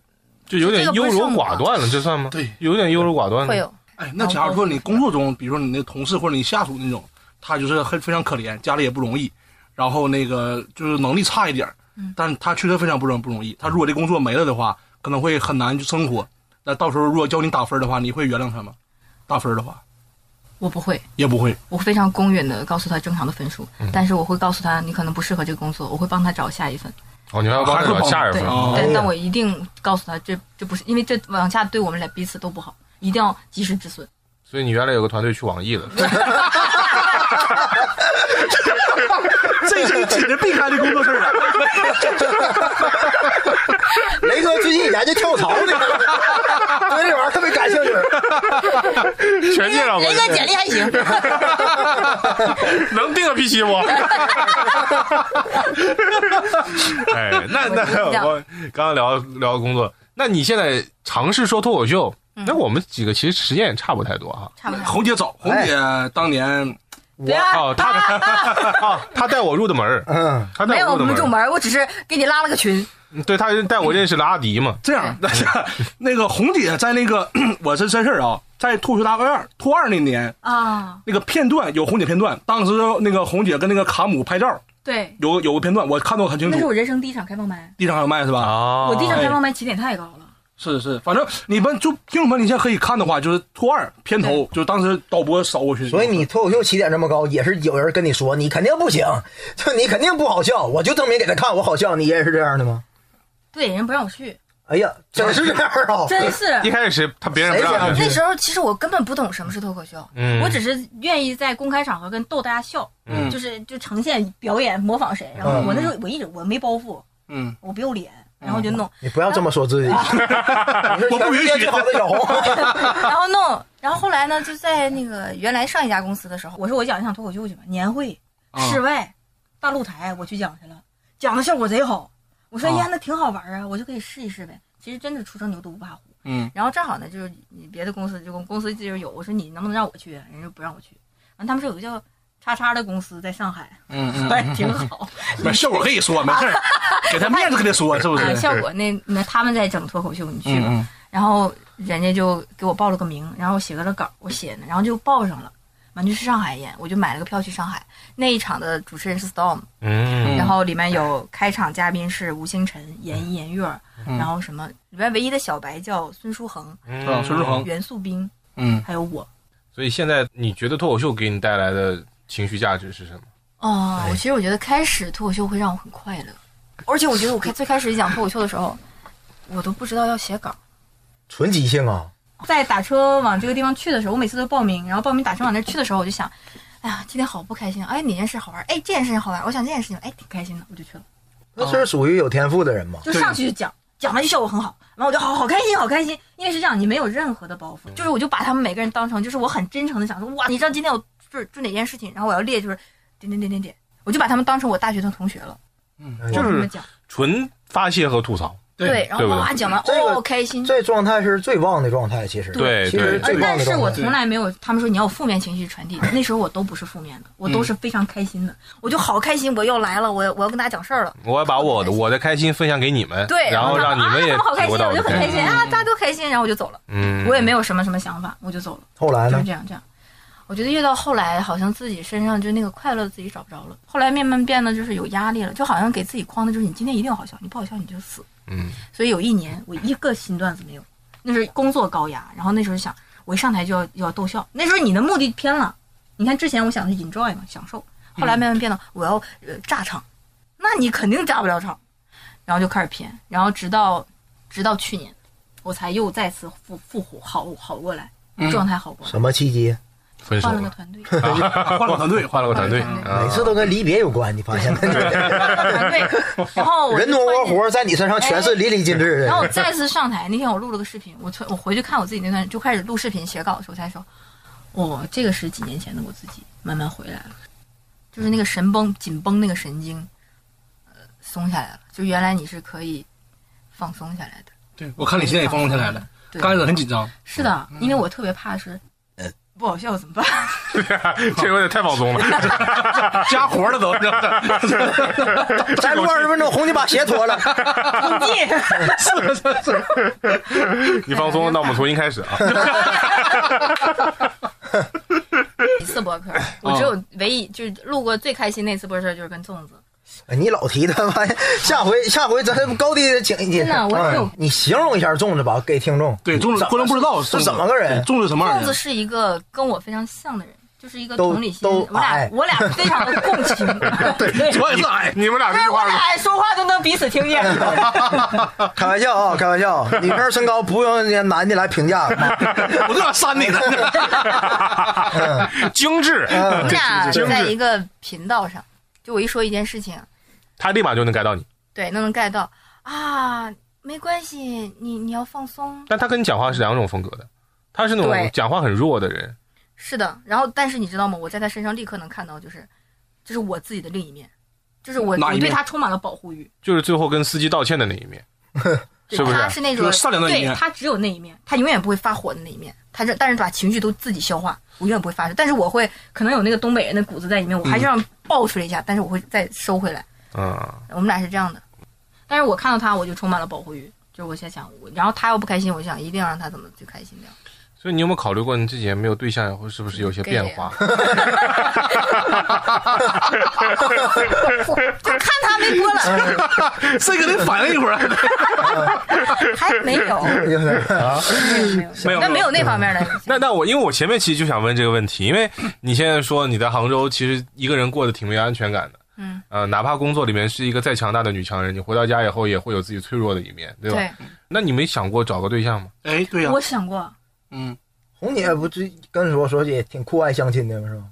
E: 就有点
B: 这个
E: 优
B: 不是
E: 柔
B: 圣母
E: 寡断了，这算吗？
C: 对
E: 有点优柔寡断。
B: 会有。
C: 哎，那假如说你工作中，比如说你那同事或者你下属那种，他就是很非常可怜，家里也不容易，然后那个就是能力差一点儿，但他确实非常不容不容易。他如果这工作没了的话，可能会很难去生活。那到时候如果教你打分的话，你会原谅他吗？打分的话
B: 我不会，
C: 也不会。
B: 我会非常公允的告诉他正常的分数，
E: 嗯
B: 但是我会告诉他你可能不适合这个工作，我会帮他找下一份。
E: 哦，你还要帮他找下一
B: 对，
E: 份。
C: 哦
B: 但但我一定告诉他这这不是，因为这往下对我们俩彼此都不好，一定要及时止损。
E: 所以你原来有个团队去网易了，
C: [laughs] 这就是解决避开的工作事儿啊了。
D: 雷哥最近研究跳槽呢，对这玩意儿特别感兴趣。
E: 全介绍过
B: 雷
E: 去，
B: 哥简历还
E: [laughs]
B: 行，
E: 能定个屁西不？哎，那
B: 我知
E: 那
B: 道
E: 我刚刚聊聊工作，那你现在尝试说脱口秀，那我们几个其实时间也差不太多哈。
B: 差不
C: [laughs]
B: 多。
C: 红姐早，红姐当年
B: 对啊，
E: 哦，他
B: [laughs]
E: 哦，他带我入的门儿，
D: 嗯，
E: 他
B: 没
E: 带
B: 有
E: 我
B: 我
E: 入
B: 们
E: 的
B: 入
E: 门
B: 门，我只是给你拉了个群，
E: 儿，对，他是带我认识了阿迪嘛。
C: 这样，大家那个红姐在那个 [clears throat] 我是真事儿啊，在吐槽大会二兔二那年，
B: 啊，
C: 那个片段有红姐片段，当时那个红姐跟那个卡姆拍照，
B: 对，
C: 有有个片段我看到很清
B: 那是
C: 楚，
B: 我人生第一场开放麦，
C: 地上还有麦是吧？
E: 啊
B: 我第一场
C: 哎
B: 开放麦起点太高了。
C: 是是，反正你们就听众们，你现在可以看的话，就是兔二片头，就是当时导播扫过去，
D: 所以你脱口秀起点这么高，也是有人跟你说你肯定不行，就你肯定不好笑，我就证明给他看我好笑，你也是这样的吗？
B: 对，人不让我去，
D: 哎呀，真是这样啊！
E: 哦
B: 真是
E: 一。开始他别人不
D: 谁
E: 让
D: 想
E: 你
B: 那时候其实我根本不懂什么是脱口秀，
E: 嗯
B: 我只是愿意在公开场合跟逗大家笑，
C: 嗯
B: 就是就呈现表演模仿谁。然后我那时候我一直我没包袱，
C: 嗯，
B: 我不要脸，然后就弄，
D: 你不要这么说自己，
C: 我不允许
D: 最好的小红，
B: [laughs] 然后弄，然后后来呢，就在那个原来上一家公司的时候，我说我讲一场脱口秀去吧，年会
C: 啊
B: 室外大露台我去讲去了，讲的效果贼好，我说哎
C: 啊
B: 呀那挺好玩啊，我就可以试一试呗。其实真的初生牛犊不怕虎。
C: 嗯，
B: 然后正好呢，就是你别的公司就公公司就是有，我说你能不能让我去，啊人家就不让我去。完，他们说有个叫叉叉的公司在上海，
C: 嗯嗯，
B: 还挺好。
C: 没效果可以说，没事儿，
B: [laughs]
C: 给他面子跟他说， [laughs] 是不是？
B: 啊，效果那那他们在整脱口秀，你去吧。
C: 嗯嗯
B: 然后人家就给我报了个名，然后我写了个稿，我写呢，然后就报上了。完就是上海演，我就买了个票去上海。那一场的主持人是 Storm，、
E: 嗯，
B: 然后里面有开场嘉宾是吴星辰、严一、严月儿，
C: 嗯
B: 然后什么里面唯一的小白叫孙书恒、
E: 嗯
C: 啊孙志恒
B: 袁素冰，
C: 嗯，
B: 还有我。
E: 所以现在你觉得脱口秀给你带来的情绪价值是什么？
B: 哦，我其实我觉得开始脱口秀会让我很快乐，而且我觉得我开最开始讲脱口秀的时候，我都不知道要写稿。
D: 纯即兴啊！
B: 在打车往这个地方去的时候，我每次都报名，然后报名打车往那儿去的时候，我就想，哎呀，今天好不开心啊，哎，哪件事好玩？哎，这件事情好玩，我想这件事情，哎，挺开心的，我就去了，
D: 那这是属于有天赋的人嘛？
B: 就上去就讲，讲完就效果很好，完我就好好开心，好开心，因为是这样，你没有任何的包袱，就是我就把他们每个人当成，就是我很真诚的想说，哇，你知道今天我做做哪件事情，然后我要列就是点点点点点，我就把他们当成我大学的同学了，
E: 就
B: 我跟他
E: 是
B: 们讲，
E: 纯发泄和吐槽。
C: 对
B: 然
E: 对
B: 后
E: 不对
B: 哇讲完，
D: 这个
B: 哦，开心，
D: 这状态是最旺的状态，其实
E: 对
D: 其实
E: 对
B: 而
D: 最旺
B: 呃但
D: 的
B: 是我
D: 状态。
B: 从来没有，他们说你要有负面情绪传递，那时候我都不是负面的，我
E: 嗯
B: 都是非常开心的，我就好开心，我要来了，我我要跟大家讲事儿了，
E: 我要把我的我的开心分享给你们，
B: 对，
E: 然后
B: 他
E: 让你
B: 们
E: 们也
B: 啊、他们好开
E: 体
B: 心，
E: 会到
B: 我就
E: 的
B: 很
E: 开
B: 开
E: 心。
B: 心啊，大家都开心，然后我就走了，
E: 嗯，
B: 我也没有什么什么想法，我就走了，
D: 后来
B: 就是
D: 呢？
B: 这样这样。我觉得越到后来，好像自己身上就那个快乐自己找不着了。后来慢慢变得就是有压力了，就好像给自己框的就是你今天一定要好笑，你不好笑你就死。
E: 嗯，
B: 所以有一年我一个新段子没有，那是工作高压，然后那时候想我一上台就要就要逗笑，那时候你的目的偏了。你看之前我想的是 enjoy 嘛，享受，后
D: 嗯
B: 来慢慢变到我要呃炸场，那你肯定炸不了场，然后就开始偏，然后直到直到去年，我才又再次复复活好好过来，
D: 嗯
B: 状态好过来，
D: 什么契机？
E: 分手
B: 换了个
E: 了，
B: 团队， [laughs]
C: 嗯换了个团队，
E: 换了个团队，
B: 换了个团
E: 啊
D: 每次都跟离别有关，你发现没？
B: 换了个团队， [laughs] 然后我就
D: 人挪
B: 突
D: 窝
B: 然间
D: 活在你身上全是淋漓尽
B: [laughs]
D: 致
B: 然后
D: 的。
B: 我再次上台那天，我录了个视频，我从我回去看我自己那段，就开始录视频写稿的时候，才说，我、这个是几年前的我自己，慢慢回来了，就是那个神绷紧绷那个神经，呃，松下来了，就原来你是可以放松下来的。
C: 对我看你现在也放松下来了，
B: 对
C: 刚开始很紧
B: [laughs]
C: 张，
B: 是的，因为我特别怕是，
D: 嗯
B: 不好笑怎么办？
E: [laughs] 这有点太放松了。
B: [laughs]
C: 加活了都，
D: 再录二十分钟，红你把鞋脱了。
B: 你
E: 你放松，那我们重新开始啊。
B: [laughs] 一次播客， [laughs] 哦我只有唯一就是录过最开心那次播客就是跟粽子，
D: 哎你老提他，玩意下回下回咱高低请一
B: 嗯
D: 请。
B: 真的我
D: 嗯
B: 有
D: 你形容一下粽子吧，给听众。
C: 对，粽子观众不知道
D: 是怎么个人
C: 粽子什么玩
B: 粽
C: 意
B: 子
C: 儿？
B: 是一个跟我非常像的人，就是一个
D: 都
B: 同理心，
D: 都
B: 我俩
D: 矮
B: 我俩非常的共情，对
C: 主要也是
B: 哎
C: 矮，
E: 你们俩这
B: 对，
E: 句
B: 我
E: 话
B: [laughs] 俩说话都能彼此听见。
D: 开玩笑啊，开玩笑，女生身高不用人家男的来评价，
E: [laughs]
C: 我就想扇
B: [laughs]
C: 你呢。
E: 精致，
B: 我们
D: [laughs] 嗯
B: 俩
E: 精
B: 在
E: 致，
B: 一个频道上，就我一说一件事情，
E: 他立马就能 get 到你。
B: 对，那能 get 到啊，没关系，你你要放松，
E: 但他跟你讲话是两种风格的，他是那种
B: 对
E: 讲话很弱的人，
B: 是的。然后，但是你知道吗？我在他身上立刻能看到，就是，这是我自己的另一面，就是我
C: 哪一
B: 我对
C: 面
B: 他充满了保护欲，
E: 就是最后跟司机道歉的那一面，
B: 对
E: 是不是
B: 他是那种
C: 就是善良的一面
B: 对他只有那一面，他永远不会发火的那一面，他这但是把情绪都自己消化，我永远不会发但是我会可能有那个东北人的骨子在里面，我还是让爆出来一下，但是我会再收回来。
E: 嗯，
B: 我们俩是这样的。但是我看到他，我就充满了保护欲，就是我在想，我然后他要不开心，我就想一定要让他怎么去开心掉。
E: 所以你有没有考虑过你自己没有对象以后是不是有些变化？
B: 啊就是看他没播了，
C: 这个得反应一会儿，啊
B: 还没有，
D: 就是
B: 没有，
C: 有
B: 但没有那方面的。
E: 那那我因为我前面其实就想问这个问题，因为你现在说你在杭州其实一个人过得挺没有安全感的，
B: 嗯，
E: 呃，哪怕工作里面是一个再强大的女强人，你回到家以后也会有自己脆弱的一面，对吧？
B: 对，
E: 那你没想过找个对象吗？
C: 哎，对呀
B: 我，想过，
C: 嗯，
D: 红姐不就跟说说也挺酷爱相亲的吗？是吧？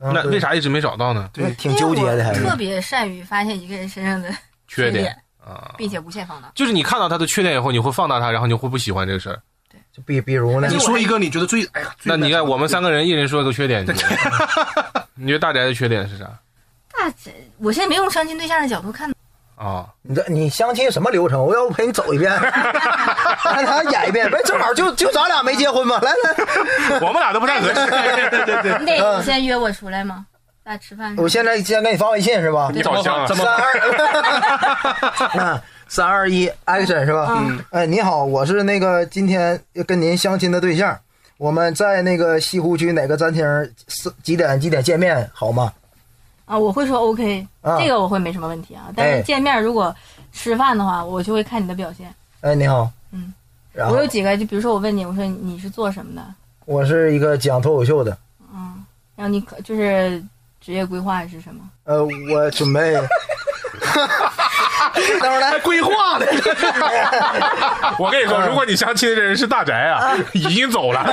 D: 嗯
E: 那
D: 对
E: 为啥一直没找到呢？
D: 那
C: 对
D: 挺纠结的，还
B: 啊因为我特
D: 是
B: 别善于发现一个人身上的
E: 缺
B: 点
E: 点啊，
B: 并且无限放大。
E: 就是你看到他的缺点以后，你会放大他，然后你会不喜欢这个事儿。
D: 就比比如呢
C: 你，说一个你觉得最，哎呀，最
E: 那你看，我们三个人一人说一个缺点，你觉得 [laughs] 你觉得大宅的缺点是啥？
B: 大姐，我现在没用相亲对象的角度看，
E: 啊，
D: 你这你相亲什么流程？我要不陪你走
B: [laughs]
D: 一遍，让他演一遍，不是正好就就咱俩没结婚吗？来来，
E: 我们俩都不太合适。
B: 你得你先约我出来吗？咱俩吃饭。
D: 嗯我现在先给你发微信是吧？
E: 你找香啊
C: 怎？么
D: 三
C: [laughs]
D: 二，啊三二一，action 是
B: 啊
D: 吧？嗯。哎，你好，我是那个今天跟您相亲的对象，我们在那个西湖区哪个餐厅是几点几点见面好吗？
B: 啊，我会说 OK，
D: 啊
B: 这个我会没什么问题啊。但
D: 哎
B: 是见面如果吃饭的话，我就会看你的表现。
D: 哎，你好。
B: 嗯。
D: 然后
B: 我有几个，就比如说我问你，我说你是做什么的？
D: 我是一个讲脱口秀的，
B: 嗯，然后你可就是职业规划是什么？
D: 呃，我准
B: [laughs]
D: 备。等会儿来，
C: 规 [laughs] 划的，
E: 啊我跟你说，如果你相亲的这人是大宅啊，
B: 嗯
E: 已经走
B: [laughs]
E: 了。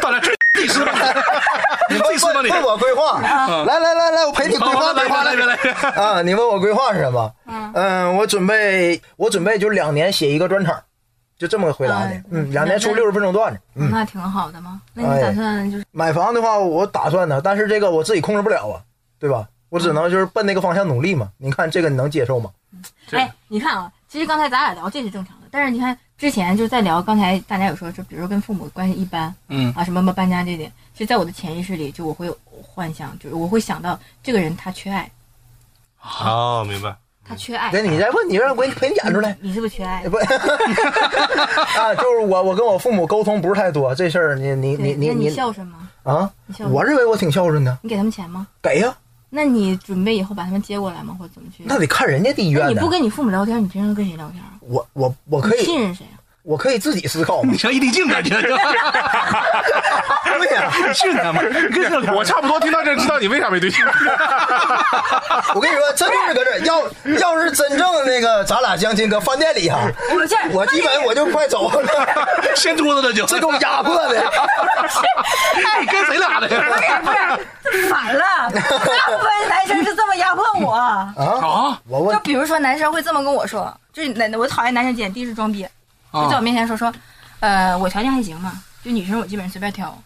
C: 当然这是吧，
D: [laughs] 你
C: 这是吧
D: 问
C: 你
D: 问我规划，
B: 啊
D: 来来来来，我陪你规划规
C: 来
D: 划
C: 来来来，
D: 啊！你问我规划是什么？
B: 嗯
D: 嗯，我准备我准备就两年写一个专场，就这么回答的
B: 哎。
D: 嗯，两年出六十分钟段子。嗯，
B: 那挺好的吗？那
D: 哎
B: 你打算就是
D: 买房的话，我打算呢，但是这个我自己控制不了啊，对吧？我只能就是奔那个方向努力嘛。你看这个你能接受吗？
E: 这
B: 哎，你看啊，其实刚才咱俩聊这是正常的，但是你看之前就是在聊，刚才大家有说，就比如说跟父母关系一般
C: 嗯，
B: 啊，什么什么搬家这点，其实在我的潜意识里，就我会有幻想，就是我会想到这个人他缺爱，
E: [laughs] 哦，明白。
B: 他缺爱。
D: 嗯那你再问，你让我给你陪你演出来。
B: 你是不是缺爱？
D: 不 [laughs] 啊，就是我，我跟我父母沟通不是太多，这事儿你你
B: 对
D: 你你
B: 那你孝顺吗？
D: 啊
B: 你孝，顺
D: 我认为我挺孝顺的，
B: 你给他们钱吗？
D: 给呀、
B: 那你准备以后把他们接过来吗？或者怎么去？
D: 那得看人家的意
B: 那
D: 愿
B: 你
D: 呢
B: 不。跟你父母聊天，你平常跟谁聊天啊？
D: 我我我可
B: 你
D: 以
B: 信任谁啊？
D: 我可以自己思考嘛
C: 你，像一地静感觉，
D: 对呀、
C: 训他们，跟这
E: 我差不多听到这，知道你为啥没对象。
D: 我跟你说，真是搁这儿，要要是真正那个咱俩相亲搁饭店里哈、
B: 不是，
D: 我基本我就快走了， [laughs]
C: 掀桌子了就，
D: 这给我压迫 [laughs] 的。
C: 你跟谁俩的
B: 不是，反了。大
D: [laughs]
B: 部分男生是这么压迫我。
C: [laughs] 啊
D: 我
B: 就
D: 问
B: 比如说，男生会这么跟我说，就是男我讨厌男生几点，第一是装逼，就在我
C: 啊！
B: 面前说说，呃，我条件还行嘛，就女生我基本上随便挑，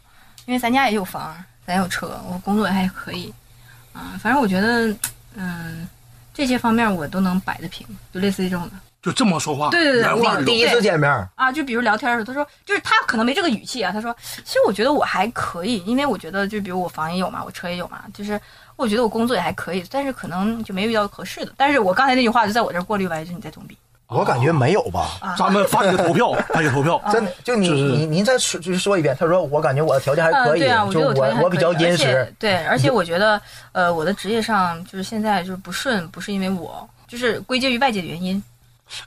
B: 因为咱家也有房，咱有车，我工作也还可以，啊、反正我觉得，嗯、这些方面我都能摆得平，就类似于这种的。
C: 就这么说话，
B: 对对对
C: 原话
B: 我
D: 第一次见面，
B: 啊，就比如聊天的时候，他说，就是他可能没这个语气啊。他说，其实我觉得我还可以，因为我觉得就比如我房也有嘛，我车也有嘛，就是我觉得我工作也还可以，但是可能就没遇到合适的。但是我刚才那句话就在我这儿过滤完，就是你在装逼。
D: 我感觉没有吧。
B: 哦
C: 咱们发一个投票，发一个投票，
D: 真的，就你
C: 是是
D: 你您再说就是说一遍，他说我感觉我的条件还
B: 嗯，
D: 可以，
B: 对啊，我
D: 就
B: 觉得我条件还
D: 我比较
B: 可以
D: 殷
B: 而
D: 实
B: 且，对，而且我觉得，呃，我的职业上就是现在就是不顺，不是因为我，就是归结于外界的原因。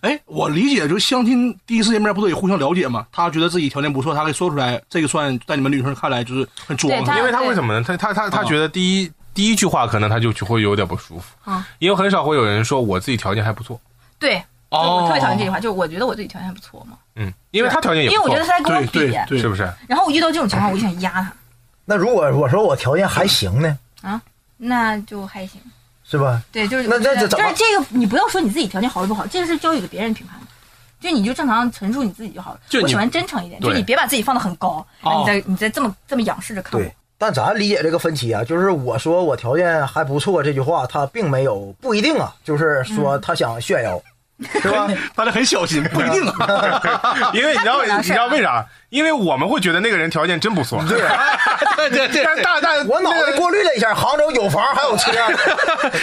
C: 哎，我理解就相亲第一次见面不都得互相了解吗？他觉得自己条件不错，他给说出来，这个算在你们女生看来就是很装
E: [laughs]
B: 对。他
E: 因为他为什么呢？他他他他觉得第一第一句话可能他就就会有点不舒服，
B: 啊
E: 因为很少会有人说我自己条件还不错，
B: 对，就
C: 哦
B: 我特别讨厌这句话，就是我觉得我自己条件还不错嘛，
E: 嗯，因为他条件也
B: 因
E: 不
B: 为我
E: 错
B: 觉得，他在跟我
C: 对
B: 比，
C: 对对，
E: 是不是？
B: 然后我遇到这种情况，我就想压他，
D: 那如果我说我条件还行呢，
B: 那就还行。
D: 是吧？
B: 对，就是
D: 那
B: 我觉得
D: 那这
B: 就
D: 怎么
B: 是这个，你不要说你自己条件好与不好，这个是交给别人评判的。就你就正常陈述你自己就好了。
E: 就你
B: 我喜欢真诚一点，
E: 对
B: 就你别把自己放得很高，然后
C: 哦
B: 你再你再这么这么仰视着看我
D: 对。，但咱理解这个分歧啊，就是我说我条件还不错这句话，他并没有不一定啊，就是
B: 嗯
D: 说他想炫耀，是吧？
C: 大家很小心，不一定啊。
E: [laughs] 因为你知道
B: 他可能
E: 你
B: 是
E: 知道为啥？因为我们会觉得那个人条件真不错， [laughs]
D: 对，
C: 对对对
E: 但是大但
D: 我脑
E: 那
D: 袋
E: 个
D: 过滤了一下，杭州有房还有车，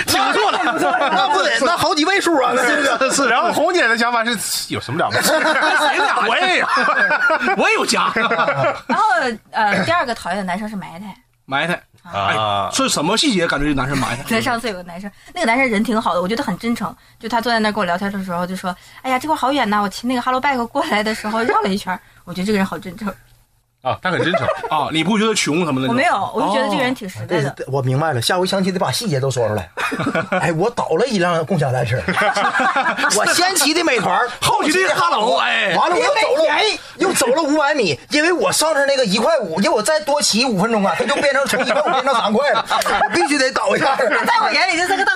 D: 挺不错的，那不得那好几位数啊，那是不是？
E: 是，然后红姐的想法是有什么了不起？谁俩我也有，
C: [laughs] 我也有家，
B: 然后呃，第二个讨厌的男生是埋汰。
C: 埋汰
E: 啊
C: 哎是什么细节感觉这男生埋汰
B: 对，？上次有个男生，那个男生人挺好的，我觉得很真诚。就他坐在那儿跟我聊天的时候，就说：“哎呀，这块好远呐，我骑那个 Hello Bike 过来的时候绕了一圈儿。”我觉得这个人好真诚。
E: 啊，他很真 [laughs] 诚，
C: 啊，你不觉得穷什么的？哦
B: 我没有，我就觉得这个人
E: 哦
B: 挺实在
D: 这
B: 的。
D: 我明白了，下回相亲得把细节都
C: [laughs]
D: 说出来。哎，我倒了一辆共享单车，我先骑的美团，
C: [laughs] 后骑的哈喽哎
D: 完了我又走了，又走了五百米，因为我上这那个一块五，因为我再多骑五分钟啊，它就变成从一块五变成三块了，我必须得倒一下。
C: [laughs]
B: 在我眼里就是个大。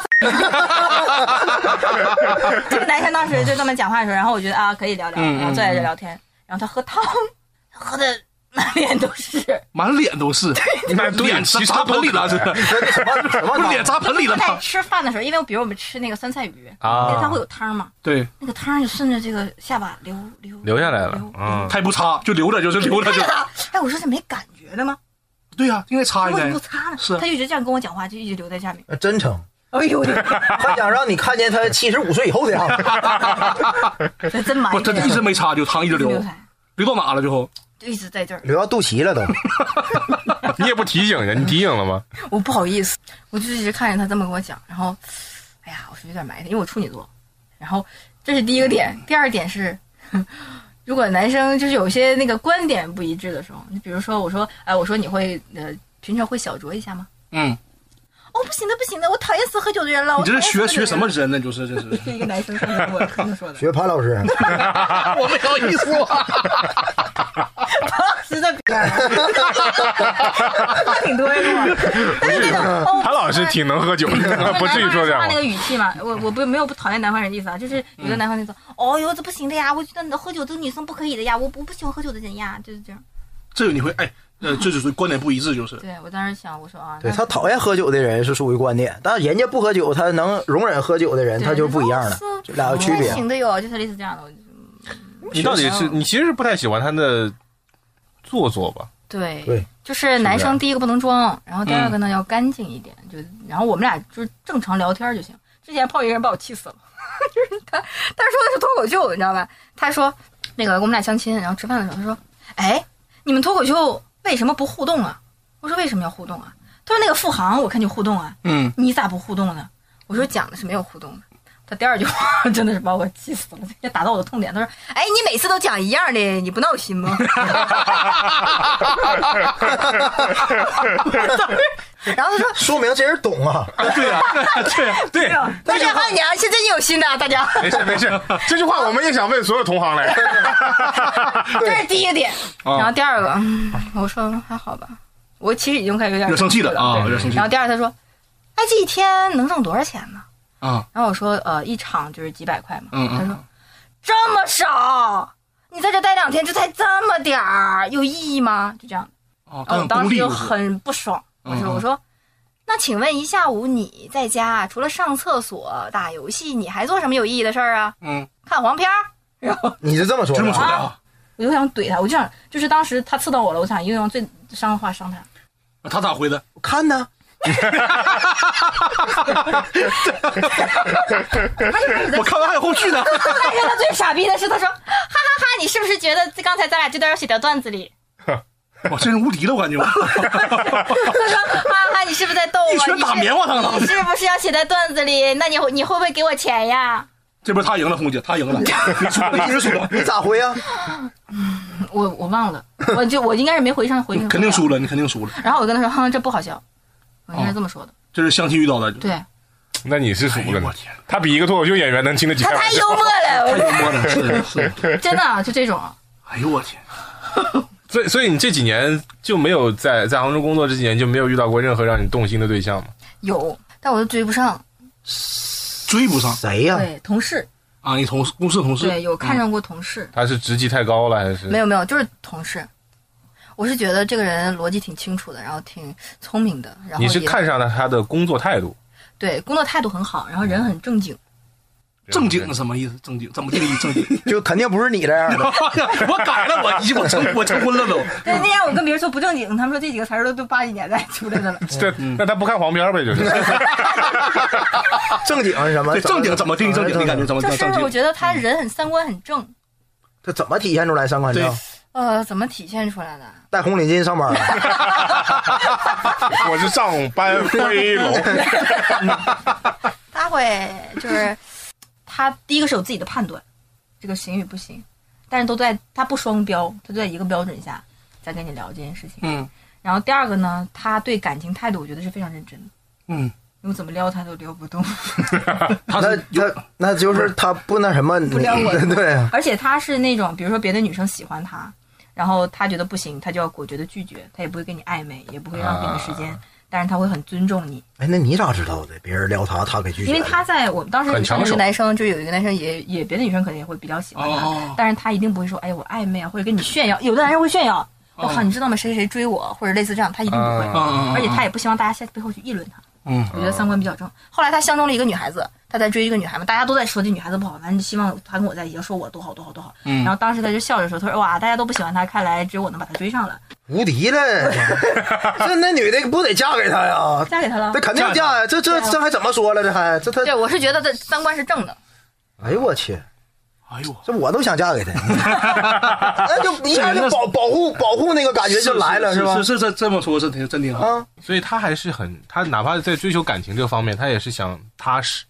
E: [laughs]
B: 这个男生当时就这么讲话的时候，然后我觉得啊，可以聊聊，
C: 嗯嗯
B: 然后坐在这聊天。然后他喝汤，喝的满脸都是，
C: 满脸都是，
E: 满脸
C: 脸
E: 骑车
C: 砸盆里了，
E: 都
C: 这
E: 是
D: 那什么什么
C: 脸砸盆里了
B: 在吃饭的时候，因为比如我们吃那个酸菜鱼，
E: 啊
B: 它会有汤嘛，
C: 对，
B: 那个汤就顺着这个下巴流流
E: 留下来了
B: 流，
E: 嗯，
C: 他也不擦，就留着，就是留着就。
B: 哎，我说这没感觉了吗？
C: 对哎呀，应该擦
B: 为
C: 应
B: 什
C: 该
B: 么不。擦呢？
C: 是
B: 他就一直这样跟我讲话，就一直留在下面。
D: 呃真诚，
B: 哎呦我
C: [laughs]
B: 的天，
D: 他想让你看见他七十五岁以后的样子。
B: 这真埋
C: 不，
B: 汰
C: 他一直没擦，就汤一直流
B: 没有擦，
C: 流到哪了？最后
B: 就一直在这儿，
D: 留到肚脐了都，
E: 你也不提醒人，你提醒了吗？
B: 我不好意思，我就一直看着他这么跟我讲，然后，哎呀，我说有点埋汰，因为我处女座。然后这是第一个点，
C: 嗯
B: 第二点是， [laughs] 如果男生就是有些那个观点不一致的时候，你比如说我说，哎，我说你会呃平常会小酌一下吗？
C: 嗯，
B: 哦，不行的不行的，我讨厌死喝酒的人了。
C: 你这是
B: 我讨厌
C: 学
B: 死喝
C: 学
B: 酒
C: 什
B: 的
C: 么
B: 人了？
C: 人呢？就是这
B: [laughs]
C: 是。
B: 这一个男生上来跟我跟我说的，
D: 学潘老师，
C: 我没有意思，
B: 实在 [laughs] 挺多的嘛。但是这种哦
E: 他老是挺能喝酒的，不至于说这样
B: 他
E: 吧
B: 那？个语气嘛，我我不没有不讨厌南方人的意思啊，就是有的南方人说，哦哟，这不行的呀，我觉得你喝酒这女生不可以的呀，我我不喜欢喝酒的人呀，就是这样。
C: [laughs] 这个你会哎，呃，这就是观点不一致，就是
B: 对我当时想，我说啊，
D: 对他讨厌喝酒的人是属于观点，但人家不喝酒，他能容忍喝酒的人，他就不一样了，这俩有区别。啊
B: 行的哟，就是类似这样的，我就
E: 你到底是
B: 啊
E: 你其实是不太喜欢他的做作吧？
B: 对
D: 对
B: 就是啊嗯男生第一个不能装，然后第二个呢要干净一点，就然后我们俩就是正常聊天就行。之前泡一个人把我气死了， [laughs] 就是他他说的是脱口秀，你知道吧？他说那个我们俩相亲，然后吃饭的时候他说，哎，你们脱口秀为什么不互动啊？我说为什么要互动啊？他说那个付航我看就互动啊，
C: 嗯，
B: 你咋不互动呢？我说讲的是没有互动的。他第二句话 [laughs] 真的是把我气死了，也打到我的痛点。他说：“哎，你每次都讲一样的，你不闹心吗？” [laughs] 然后他
C: [laughs]
B: 说
D: 说明这人懂啊， [laughs]
E: 对，：“
B: 大家好，你啊，现在你有新的啊，大家。”
C: 哎
E: 没事没事，这句话我们也想问所有同行来。
B: 这是第一个点。
C: 哦
B: 然后第二个，嗯我说还好吧，我其实已经开始有点
C: 有生气了啊，
B: 对
C: 有生气
B: 然后第二，他说：“哎，这一天能挣多少钱呢
C: 啊，？”
B: 然后我说：“呃，一场就是几百块嘛。”
C: 嗯
B: 他说
C: 嗯，：“
B: [laughs] 这么少，你在这待两天就才这么点儿，有意义吗？”就这样。
C: 哦，
B: 然
C: 但很功
B: 后我当时
C: 利
B: 就
C: 就是，
B: 很不爽，我
C: 嗯
B: 说
C: 嗯
B: 我说，那请问一下午你在家除了上厕所、打游戏，你还做什么有意义的事儿啊？
C: 嗯，
B: 看黄片儿？然后
D: 你是这么说
C: 这么说
D: 的。
C: 的啊，
B: 我就想怼他，我就想，就是当时他刺到我了，我想用最伤的话伤他。
C: 他咋回的？
D: 看呢，
C: 我看完还有后续呢。
B: 但是他最傻逼的是，他说，哈哈哈，你是不是觉得刚才咱俩这段要写到段子里？
C: 哇，这人无敌了，
B: [laughs]
C: 我感觉。
B: 他说，哈哈，
C: [laughs]
B: 你是不是在逗我？
C: 一拳打
B: [laughs] 你是
C: 棉花糖了
B: 你是不是要写在段子里？那你你会不会给我钱呀？
C: 这边他赢了，红姐，他赢了，你输了，你一直输了，
D: 你咋回啊呀？
B: 我我忘了，我就我应该是没回上回
C: [laughs] 肯定。输了，你哦肯定输了，
B: 然后我跟他说，哼，这不好笑，我应该是这么说的。
C: 这是相亲遇到的，
B: 对
E: [laughs] 那你是
C: 哎
E: 输
C: 呦
E: 了
C: 我
E: 呢。
C: 天，
E: 他比一个脱口秀演员能听得起
B: 他
E: 开玩
B: 太
E: 笑
B: 幽。默了，
C: 太幽默了，是的是的，
B: 我真的啊就这种。
C: 哎呦我天，
E: 所以，所以你这几年就没有在在杭州工作这几年就没有遇到过任何让你动心的对象吗？
B: 有，但我就追不上。
C: 追不上
D: 谁呀？
B: 对，同事，
C: 啊，你同事公嗯司同事，嗯
B: 对，有看上过同事，
E: 他是职级太高了还是？
B: 没有没有，就是同事。我是觉得这个人逻辑挺清楚的，然后挺聪明的，然后
E: 你是
B: 也
E: 看上了他的工作态度，
B: 对工作态度很好，然后
C: 嗯
B: 人很正经。
C: 正经是什么意思？正经怎么定义正经？ [laughs] 哎
D: 就肯定不是你这 [laughs] 样的。
C: 我改了，我我成我成婚了都。
B: 对，那天我跟别人说不正经，他们说这几个词儿都都八几年代出来的了。
E: 这那他不看黄片儿呗， [laughs] 就是
D: 正经啊是什么？啊
C: 对正经怎么定义正经？你感觉怎么
B: 就
C: 正
B: 是
C: 经？
B: 我觉得
C: 嗯
B: 他人很三观很正，
D: 这怎么体现出来三观正
C: 对？
B: 呃，怎么体现出来的？
D: 戴红领巾上班了， [laughs]
E: 我是上班飞龙，
B: 他会就是 [coughs] 他第一个是有自己的判断，这个行与不行，但是都在他不双标，他就在一个标准下在跟你聊这件事情。
C: 嗯
B: 然后第二个呢，他对感情态度，我觉得是非常认真的，
C: 嗯，
B: 因为怎么撩他都撩不动， [laughs]
C: 他
D: [laughs] 那
C: 是有
D: 那那就是他不那什么，不
B: 撩我
D: [laughs] 对啊，
B: 而且他是那种，比如说别的女生喜欢他，然后他觉得不行，他就要果决的拒绝，他也不会跟你暧昧，也不会浪费你时间，
C: 啊
B: 但是他会很尊重你，
D: 哎，那你咋知道的？别人撩他，他给拒绝
B: 因
D: 了。
B: 为他在我们当时
E: 很
B: 有
E: 抢
B: 一
E: 手
B: 个男生，就有一个男生也也别的女生可能也会比较喜欢他，
C: 哦
B: 但是他一定不会说哎我暧昧啊，或者跟你炫耀，有的男生会炫
E: 哦
B: 耀，我、靠你知道吗？谁谁谁追我，或者类似这样，他一定不会，
E: 嗯
C: 嗯嗯
B: 而且他也不希望大家在背后去议论他。
C: 嗯，
B: 我觉得三观比较正。后来他相中了一个女孩子，他在追一个女孩嘛，大家都在说这女孩子不好，反正希望他跟我在一起，说我多好多好多好。
C: 嗯
B: 然后当时他就笑着说，他说哇，大家都不喜欢他，看来只有我能把他追上了，
D: 无敌了， [laughs] 这那女的不得嫁给他呀？
B: 嫁给他了
D: 这。肯定嫁呀！这这这还怎么说了？这还这他，
B: 对，我是觉得这三观是正的，
D: 哎呦我去，
C: 哎呦，
D: 这我都想嫁
C: [laughs]
D: 给他，那就一下就保保护保护那个感觉就来了，
C: 是
D: 吧
C: 是？是这这么说是挺真挺好。
D: 啊，
E: 所以他还是很他哪怕在追求感情这方面，他也是想踏实，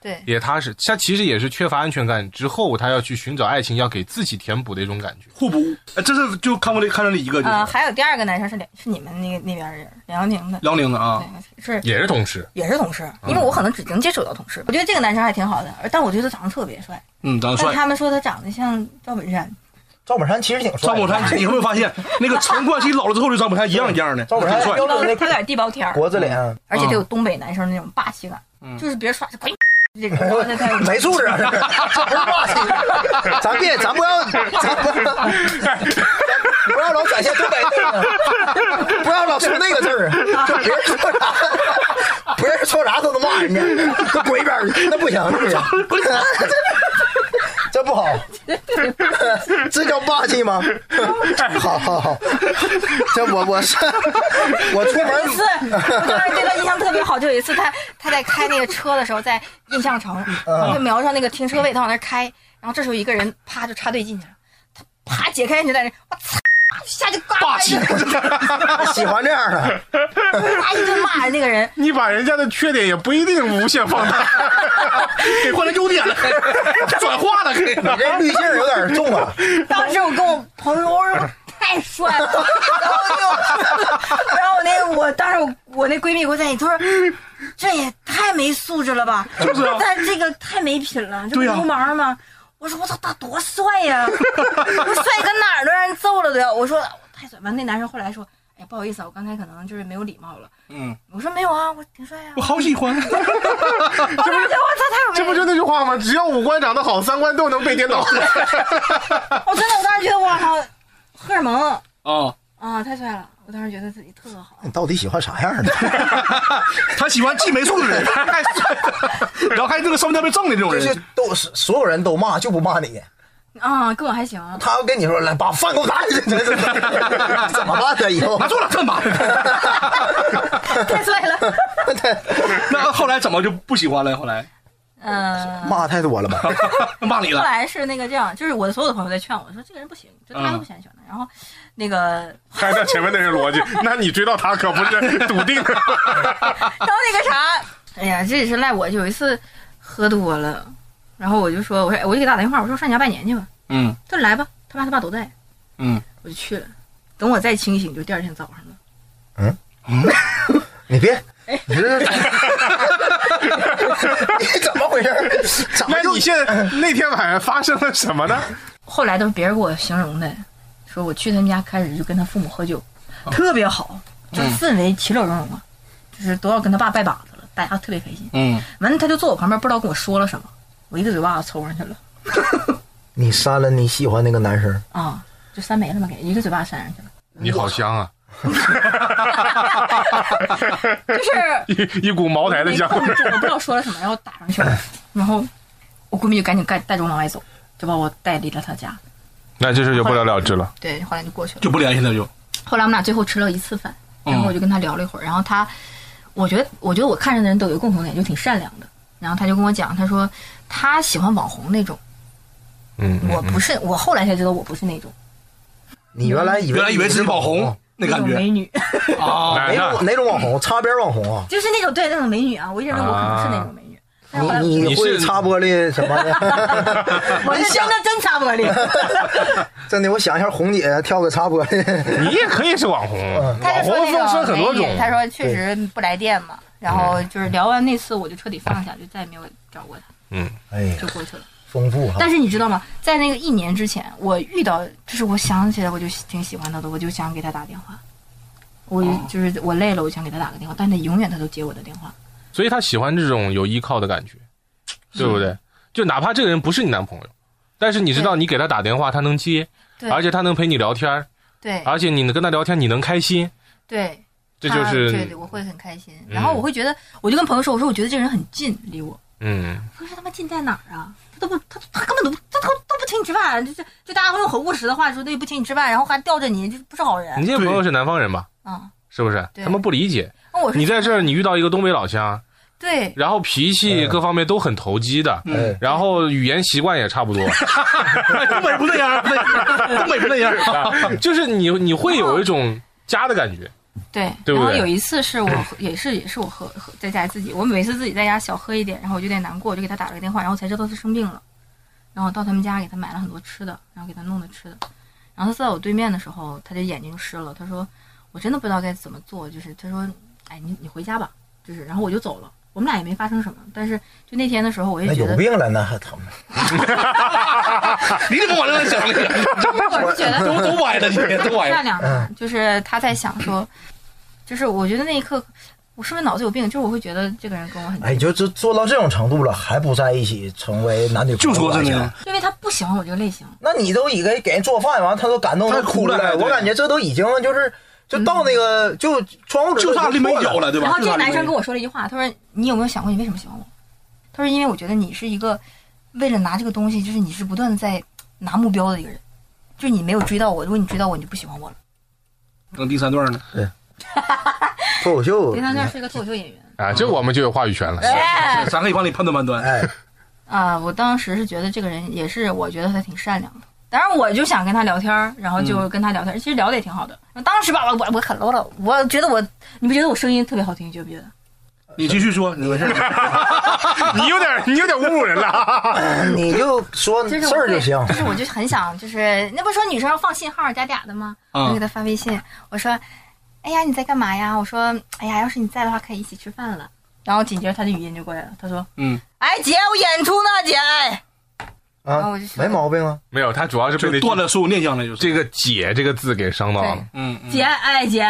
B: 对
E: 也踏实。他其实也是缺乏安全感之后，他要去寻找爱情，要给自己填补的一种感觉。
C: 互补，哎，这是就看过这看上了一个，就
B: 呃，
C: 是
B: 还有第二个男生是两是你们那个那边的人，辽宁的，
C: 辽宁嗯的啊，
B: 对，是
E: 也是同事，
B: 也是同事，因为我可能只能接触到同事。我觉得这个男生还挺好的，而但我觉得他长得特别帅，
C: 嗯，长得
B: 但
C: 帅。
B: 他们说他长得像赵本山，
D: 赵本山其实挺帅
C: 赵
D: 的，
C: 本山，你有没有发 [laughs] 现那个陈冠希老了之后就赵本山一样一样的，
D: 赵本
C: 挺
D: 山
C: 帅
D: 标。准
B: 他有
D: 那
B: 点地包天儿，
D: 国字脸，
B: 而且他有
C: 嗯
B: 东北男生那种霸气感，就是别人耍就滚，这种，然后他有
D: [laughs] 没素质啊，这是这不是 [laughs] 霸气。咱别，咱不要，咱 [laughs] 不要，咱不要老展现东北那个，不要老说那个字儿，啊就别人说啥，别人说啥都能骂人家，都滚一边儿去，那不行，这是 [laughs] 这不 [laughs] 好，这叫霸气吗？好好好，这我我是我出
B: 有一次，
D: 门
B: 我当时对他印象特别好，就有一次他他在开那个车的时候，在印象城，然后就瞄上那个停车位，他往那儿开，然后这时候一个人啪就插队进去了，他啪解开人家在那，我操，一下就嘎巴一下
D: 喜欢这样的。
B: 啪一顿骂人那个人，
E: 你把人家的缺点也不一定无限放大。
C: 给换成优点了，转化了，给
D: 你这滤镜儿有点重啊！
B: [laughs] 当时我跟我朋友说，我说太帅
C: [laughs]
B: 了，然后就，然后我那我当时我我那闺蜜跟我在一起，她说
C: [laughs]
B: 这也太没素质了吧，
C: 就是啊
B: 但这个太没品了，这不
C: 对呀啊
B: 流氓吗？我说我操，他多帅呀、
C: [laughs]
B: 我说帅搁哪儿都让人揍了都要。我说太帅，完那男生后来说，哎不好意思啊，我刚才可能就是没有礼貌了。
C: 嗯，
B: 我说没有啊，我挺帅呀、
C: 我
B: 啊。
C: 好喜
D: [laughs]
C: 欢。
B: 我说我操，太
E: 这
B: 有魅
E: 不
B: 力
E: 就
B: 了！
E: 那句话吗？只要五官长得好，三观都能被颠倒。
B: 我真的，我当时觉得哇靠，荷尔蒙
C: 啊，
B: 啊，太帅了！我当时觉得自己特好。
D: [laughs] 你到底喜欢啥样的？ [laughs]
C: 他喜欢既没素质的人，还帅然后还那个身份特别正的这种
D: 就是
C: 人，
D: 都所有人都骂，就不骂你。
B: 啊，跟我还 [laughs] 行。
D: 他要跟你说来把饭给我拿，你这这 [laughs] 怎么办呢？以后
C: 拿住了，干
D: [laughs]
C: 嘛？
B: 太帅了。
C: 那后来怎么就不喜欢了？后来
B: 嗯，
D: 骂太多了吧？
C: 骂你
B: 后
C: 了，
B: 来是那个这样，就是我的所有的朋友在劝我说这个人不行，就大家都不
C: 嗯
B: 喜欢喜欢他。然后那个，
E: 还在前面那是逻辑，那你追到他可不是笃定。啊
B: [laughs] 然后那个啥，哎呀，这也是赖我。有一次喝多了，然后我就说，我说哎我就给他打电话，我说上你家拜年去吧。
C: 嗯
B: 他说来吧，他妈他爸都在，
C: 嗯，
B: 我就去了。等我再清醒，就第二天早上了。
D: 你 [laughs] 别，你这你怎么回事儿？怎么
E: 那
D: 就
E: 你现在 [laughs] 那天晚上发生了什么呢？
B: 后来都是别人给我形容的，说我去他们家开始就跟他父母喝酒，
C: 哦
B: 特别好，
C: 嗯
B: 就是氛围其乐融融啊，就是都要跟他爸拜把子了，大家特别开心。
C: 嗯，
B: 完了他就坐我旁边，不知道跟我说了什么，我一个嘴巴子抽上去了
D: 你删了你喜欢那个男生？
B: 啊，就扇没了嘛，给一个嘴巴扇上去了。
E: [laughs] 你好香啊，
B: 就是
E: 一一股茅台的
B: 没
E: 香
B: 控
E: 味。
B: 制，我不知道说了什么，然后打上去了，然后我闺蜜就赶紧带带着我往外走，就把我带离了她家。
E: [laughs] 那这事就不了了之了。
B: 对，后来就过去了。
C: 就不联系了就。
B: 后来我们俩最后吃了一次饭，然后我就跟他聊了一会儿，然后他，我觉得我觉得我看上的人都有一个共同点，就挺善良的。然后他就跟我讲，他说他喜欢网红那种，
A: 嗯，
B: 我不是，我后来才知道我不是那种
D: 你原来以为哦
C: 原来以为只是网红那
B: 那
C: 感
B: 种
C: 觉
B: 美女，
C: 啊，
E: 那
D: 哪种哪种网红？擦边网红啊？
B: 就是那种对那种美女啊，我一直认为我可能是那种美女，但是后来
D: 你
E: 你
D: 你
E: 是
D: 会擦玻璃什 [laughs] 么的？
B: 我是真的真擦
E: [laughs]
B: 玻璃，
D: 真的，我想一下，红姐跳个擦玻璃，
E: 你也可以是网红，
B: 他
E: 网
B: 就说
E: 红风
B: 那
E: 声
B: 个
E: 很多
B: 美
E: 种
B: 女，。他说确实不来电嘛，然后就是聊完那次我就彻底放下，就再也没有找过他，
D: 哎呀
B: 就，过去了。
D: 丰富哈
B: 但。是你知道吗？在那个一年之前，我遇到，就是我想起来我就挺喜欢他的，我就想给他打电话。我
E: 哦
B: 就是我累了，我想给他打个电话，但他永远他都接我的电
E: 啊
B: 话。
E: 所以他喜欢这种有依靠的感觉，对不对？就哪怕这个人不是你男朋友，但是你知道
B: 对
E: 你给他打电话，他能接，
B: 对
E: 而且他能陪你聊天儿，
B: 对
E: 而且你跟他聊天你能开心，
B: 对，
E: 这就
B: 他啊对对，
E: 是
B: 我会很开心。
E: 嗯
B: 然后我会觉得，我就跟朋友说，我说我觉得这人很近，离我。
E: 嗯，
B: 我说他妈近在哪儿啊？他都不，他他根本都他都都不请你吃饭，啊就就就大家会用很务实的话说，对，不请你吃饭，然后还吊着你，这不是好人
E: 你这些朋友是南方人吧？
B: 啊。
E: 是不是？
B: 对
E: 他们不理解，
B: 那我说
E: 嗯你在这儿，你遇到一个东北老乡，
B: 对，
E: 然后脾气
D: 嗯
E: 各方面都很投机的，
B: 嗯
D: 哎，
E: 然后语言习惯也差不 [laughs] 多，
C: 东北不那样，啊东北不那样。啊
D: [laughs] 啊
E: 就是你你会有一种家的感觉，
B: 对，
E: 对不
B: 然后
E: 对
B: 有一次是我喝也是也是我喝喝在家自己，我每次自己在家小喝一点，然后我就有点难过，我就给他打了个电话，然后才知道他生病了，然后到他们家给他买了很多吃的，然后给他弄的吃的，然后他坐在我对面的时候，他就眼睛湿了，他说我真的不知道该怎么做，就是他说哎你你回家吧，就是然后我就走了，我们俩也没发生什么，但是就那天的时候我就
D: 那
B: 觉
D: 哎有
B: 得，
D: 病了，那还他妈
C: 你怎么往这想的？
B: 我是觉得
C: 都都歪了，今
E: [laughs]
C: 天都歪了。
B: 善良
D: 嗯
B: 的，就是他在想说，就是我觉得那一刻我是不是脑子有病，就是我会觉得这个人跟我很
D: 哎，就就做到这种程度了，还不在一起成为男女朋
C: [laughs]
D: 友？
C: 就
D: 啊
C: 说真的，，
B: 因为他不喜欢我这个类型。
D: 那你都以给给人做饭，完了他都感动
C: 他
D: 都
C: 哭
D: 哭
C: 了
D: 了，
C: 对
D: 我感觉这都已经就是就到那个就窗户纸
C: 嗯就差
D: 都
C: 没
D: 破了
C: 有了，对吧？
B: 然后这个
C: 就差
B: 男
C: 这
B: 生
C: 没
B: 跟我说了一句话，他说：“你有没有想过你为什么喜欢我？”他说：“因为我觉得你是一个为了拿这个东西，就是你是不断的在拿目标的一个人，就是你没有追到我。如果你追到我，你就不喜欢我了。
C: 等第三段呢，
D: 脱口”秀
B: 对，他那是一个脱口秀演员。
E: 啊，这我们就有话语权了。
B: 哎，
C: 咱可以帮你判断判断。
D: 哎，
B: [coughs] 啊，我当时是觉得这个人也是，我觉得他挺善良的。当然，我就想跟他聊天儿，然后
D: 嗯
B: 就跟他聊天儿，其实聊的也挺好的。当时吧，我我我很 low 了，我觉得我，你不觉得我声音特别好听，你觉不觉得？
C: 你继续说，你没事。
E: [laughs]
C: [laughs]
E: 你有点你有点侮辱人了，
D: 你就说
B: 就是
D: 事儿就行啊
B: 我会。就是我就很想， [laughs] 就是那不是说女生要放信号加嗲的吗？
C: 嗯
B: 我给她发微信，我说：“哎呀，你在干嘛呀？”我说：“哎呀，要是你在的话，可以一起吃饭了。”然后紧接着她的语音就过来了，她说
C: 嗯，：“
B: 哎，姐，我演出呢，姐。哎啊
D: 啊
B: 我就，说
D: 没毛病啊。
E: [laughs] 没有，他主要是
C: 就
E: 被那
C: 断了所有念想了，就是。
E: 这个“姐”这个字给伤到了
B: 对。
C: 嗯，嗯
B: 姐，哎姐，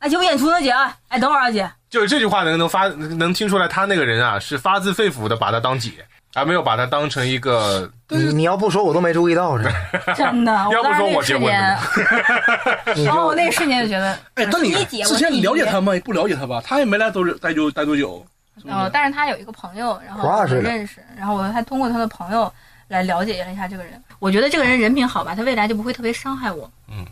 B: 哎姐，我演出呢，姐，哎哎，等会儿啊，
E: [laughs]
B: 姐。
E: 就是这句话能能发能听出来，他那个人啊是发自肺腑的把他当姐，而没有把他当成一个
D: 你你要不说我都没注意到是吧？
B: 真的，
E: 要
B: 我
E: 不
B: 当时
E: 说
B: 那
E: 我
B: 个
E: 结
B: 瞬
E: 婚
B: 间，
D: 你
B: 然后我
D: 就
B: 那个瞬间就觉得，
C: [laughs] 哎，但你
B: 我是一姐，
C: 之前
B: 我是
C: 你
B: 一
C: 了解
B: 姐
C: 他吗？也不了解他吧？他也没来多久，待多待多久。是不是
E: 嗯
B: 哦，但是他有一个朋友，然后
D: 花
B: 我
D: 似的
B: 认识，然后我还通过他的朋友来了解了一下这个人。我觉得这个人人品好吧，他未来就不会特别伤害我。 [laughs] 嗯，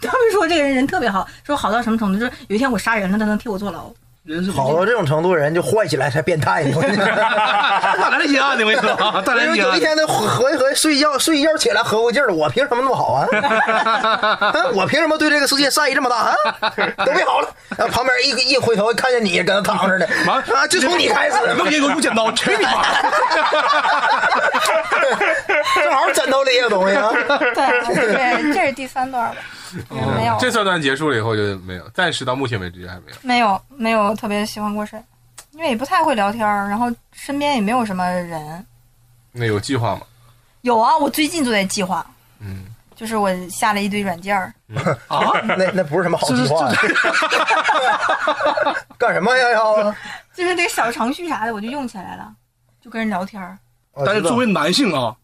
B: 他们说这个人人特别好，说好到什么程度，就是有一天我杀人了，他能替我坐牢。
C: 人是
D: 好到这种程度，人就坏起来才变
C: [laughs]
D: 态。你说
C: 带来阴暗的，我跟你啊 [laughs] 说，带
D: 因
C: 来
D: 为
C: 阴
D: 有一
C: 暗的。
D: 天他合合合睡一觉，睡一觉起来合过劲儿了，我凭什么那么好
C: [laughs]
D: 啊？啊我凭什么对这个世界善意这么大
C: [laughs]
D: 啊？都别好了，然后旁边一一回头看见你搁那躺着呢，啊，就从你开始，
C: 那我给我用剪刀，去你妈！
D: 正好枕头里也有东西
C: [laughs]
D: 啊。
B: [laughs] 对，这这是第三段
E: [laughs]
B: 吧？嗯没有，
E: 这三段结束了以后就没有，暂时到目前为止还没有。
B: 没有，没有特别喜欢过谁，因为也不太会聊天儿，然后身边也没有什么人。
E: 那有计划吗？
B: 有啊，我最近就在计划，
E: 嗯，
B: 就是我下了一堆软件儿，
C: 啊，
D: 那那不是什么好计划呀，啊干什么呀要啊？
B: 就是那个小程序啥的，我就用起来了，就跟人聊天儿。
D: 我
C: 但是
D: 知道
C: 作为男性啊，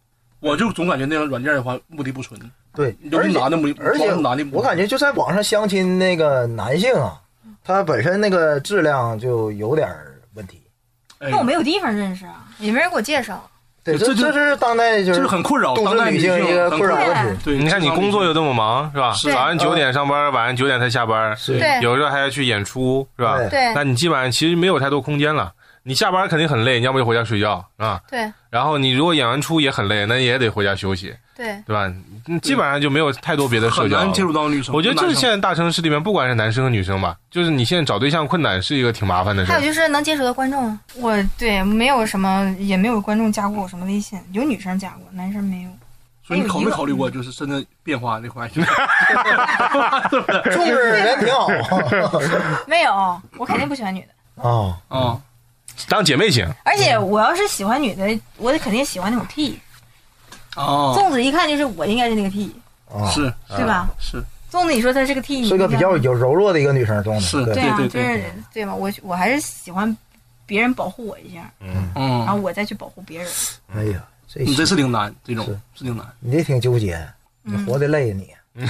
C: 我就总感觉那个软件的话目的不纯，
D: 对，
C: 尤
D: 而
C: 其
D: 且
C: 男的目的，
D: 而且
C: 光是男的，
D: 我感觉就在网上相亲那个男性啊，他本身那个质量就有点儿问题。
C: 哎
B: 那我没有地方认识啊，也没人给我介绍。
D: 对，
C: 这
D: 这
C: 就
D: 这是当代就
C: 这
D: 是
C: 是很困扰
D: 都
C: 当
D: 市
C: 代
D: 女
C: 性
D: 性一个
C: 很
D: 困扰
B: 对
D: 问题。
C: 对，
E: 你看你工作又这么忙是吧？
C: 是
E: 早上
B: 对
E: 九点上班，晚上九点才下班，
D: 是
B: 对
E: 有时候还要去演出是吧？
D: 对
B: 对
E: 那你基本上其实没有太多空间了。你下班肯定很累，你要不就回家睡觉啊。
B: 对
E: 然后你如果演完出也很累，那也得回家休息，
B: 对，
E: 对吧？你基本上就没有太多别的社
C: 很
E: 交了。
C: 难接触到女生。
E: 我觉得这
C: 男
E: 是
C: 生
E: 现在大城市里面，不管是男生和女生吧，就是你现在找对象困难是一个挺麻烦的事
B: 还
E: 儿
B: 有。就是能接触的观众，我对没有什么，也没有观众加过我什么微信，有女生加过，男生没有。
C: 所以你考没考虑过，就是真的变化这块？
D: [laughs]
C: [laughs]
D: 重视人挺好
B: 没有，我肯定不喜欢女的。
D: 啊。
C: 啊，
E: 当姐妹行，
B: 而且我要是喜欢女的，我得肯定喜欢那种 T。
C: 哦，
B: 粽子一看就是我应该是那个 T，
D: 啊，
C: 是
B: 对吧？
C: 是
B: 粽子，你说她是个 T，
D: 是个比较有柔弱的一个女生，中
C: 是
B: 对
D: 的对
B: 啊，
C: 对对
B: 就
C: 对
B: 是对吧？我我还是喜欢别人保护我一下，然后
C: 嗯，
B: 啊我再去保护别人。
D: 哎呀，这
C: 你这是挺难，这种
D: 是
C: 是挺难。
D: 你这挺纠结，你
C: 嗯
D: 活得累啊你。
E: [laughs]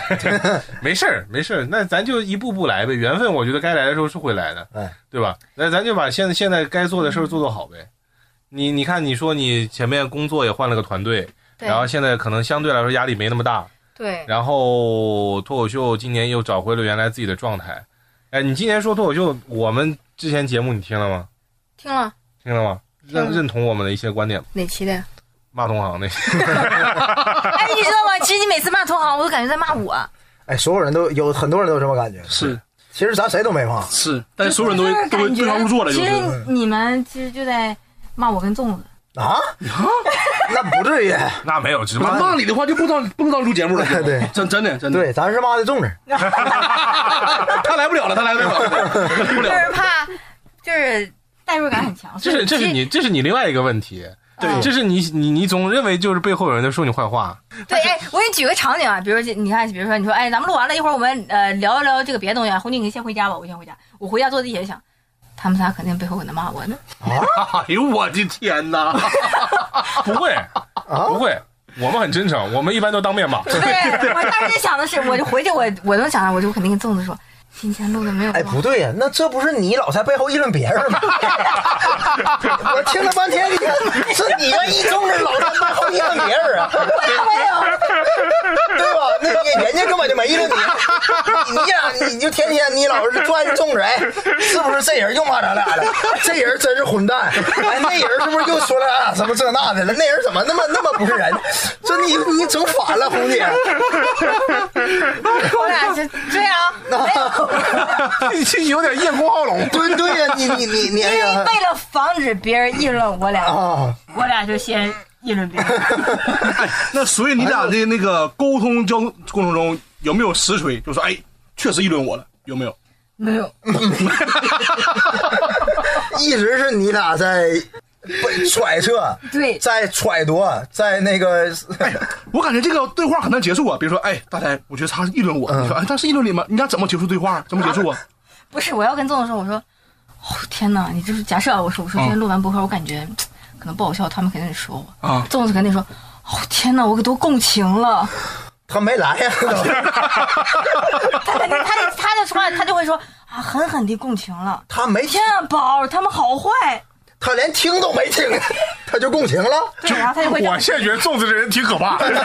E: 没事儿没事儿，那咱就一步步来呗。缘分我觉得该来的时候是会来的，
D: 哎，
E: 对吧？那咱就把现在现在该做的事儿做做好呗。你你看，你说你前面工作也换了个团队，
B: 对
E: 然后现在可能相对来说压力没那么大，
B: 对
E: 然后脱口秀今年又找回了原来自己的状态。哎，你今年说脱口秀，我们之前节目你听了吗？
B: 听了
E: 听了吗？认
B: 听了
E: 认同我们的一些观点吗，
B: 哪期的？
E: 骂同行那些。
B: 哎，你知道吗？其实你每次骂同行，我都感觉在骂
C: [laughs]
B: 我。
D: 哎，所有人都有很多人都这么感觉。
C: 是
D: 其实咱谁都没放，
C: 是，但是所有人都会都
B: 就
C: 会
B: 是
C: 对号入座了，就
B: 其
C: 是
B: 实你们其实就在骂我跟粽子。
D: 啊？ [laughs] 那
C: [laughs]
D: 不至于。
E: [laughs] 那没有，只
C: 他骂你的话就不当不能当录节目了，
D: 对对
C: 真真的真的，啊
D: 对，咱是骂的重着。
C: 他来不了了，他来不了了，来不
B: 就
C: 了
B: 是
C: 了。
B: 怕，就是代入感很强。
E: 这是这是你这是你另外一个问题，
B: 对
E: 这是你你你总认为就是背后有人在说你坏话，
B: 对，哎，我给你举个场景啊，比如说你看，比如说你说，哎，咱们录完了一会儿，我们呃聊一聊这个别的东西啊。红姐，你先回家吧，我先回家。我回家坐地铁想，他们仨肯定背后搁那骂
C: [laughs]
B: 我呢。
C: 哎呦我的天哪！
E: 不会不会，我们很真诚，我们一般都当面骂。
B: 对，我当时想的是，我就回去，我我能想到，我就肯定跟粽子说，今天录的没有
D: 哎，
B: 多好
D: 不对呀、那这不是你老在背后议论别人
E: [laughs]
D: 吗？我听了半天，你看是你愿意中人老在背后议论别人啊？对吧？那人人家根本就没议论你，你呀、你就天天你老是钻中人，哎是不是这人又骂咱俩了？这人真是混蛋！哎，那人是不是又说了啊什么这那的了？那人怎么那么那么不是人？这你你整反了，红
E: [laughs]
D: 姐。
B: [laughs] 我俩是这样，没有， [laughs]
E: 这有点叶公好龙。
D: 对对呀、你你你你哎
B: 因为
D: 呀
B: 为了防止别人议论我俩，
D: 啊！
B: 我俩就先议论别人。
C: [laughs] 那所以你俩的那个沟通交过程中有没有实锤？就说哎，确实议论我了，有没有？
B: 没有，
D: [laughs] 一直是你俩在被揣测，
B: 对
D: 在揣度，在那个，
C: 我感觉这个对话很难结束啊。比如说，哎，大家，我觉得他是议论我，
D: 嗯
C: 你说，哎，他是议论你吗？你俩怎么结束对话？怎么结束啊？
B: 不是，我要跟粽子说，我说，哦天哪，你就是假设啊我说我说今天录完播客，我感觉嘖可能不好笑，他们肯定得说我。
C: 啊，
B: 粽子肯定说，哦天哪，我可多共情了。
D: 他没来呀、
B: [laughs] 他肯定他得他的说话，他就会说啊，狠狠地共情了。
D: 他没听
B: 天，啊，宝儿，他们好坏。
D: 他连听都没听，他就共情了。
B: 对，然后他就会这样
E: 我现在觉得粽子这人挺可怕，
B: 哎他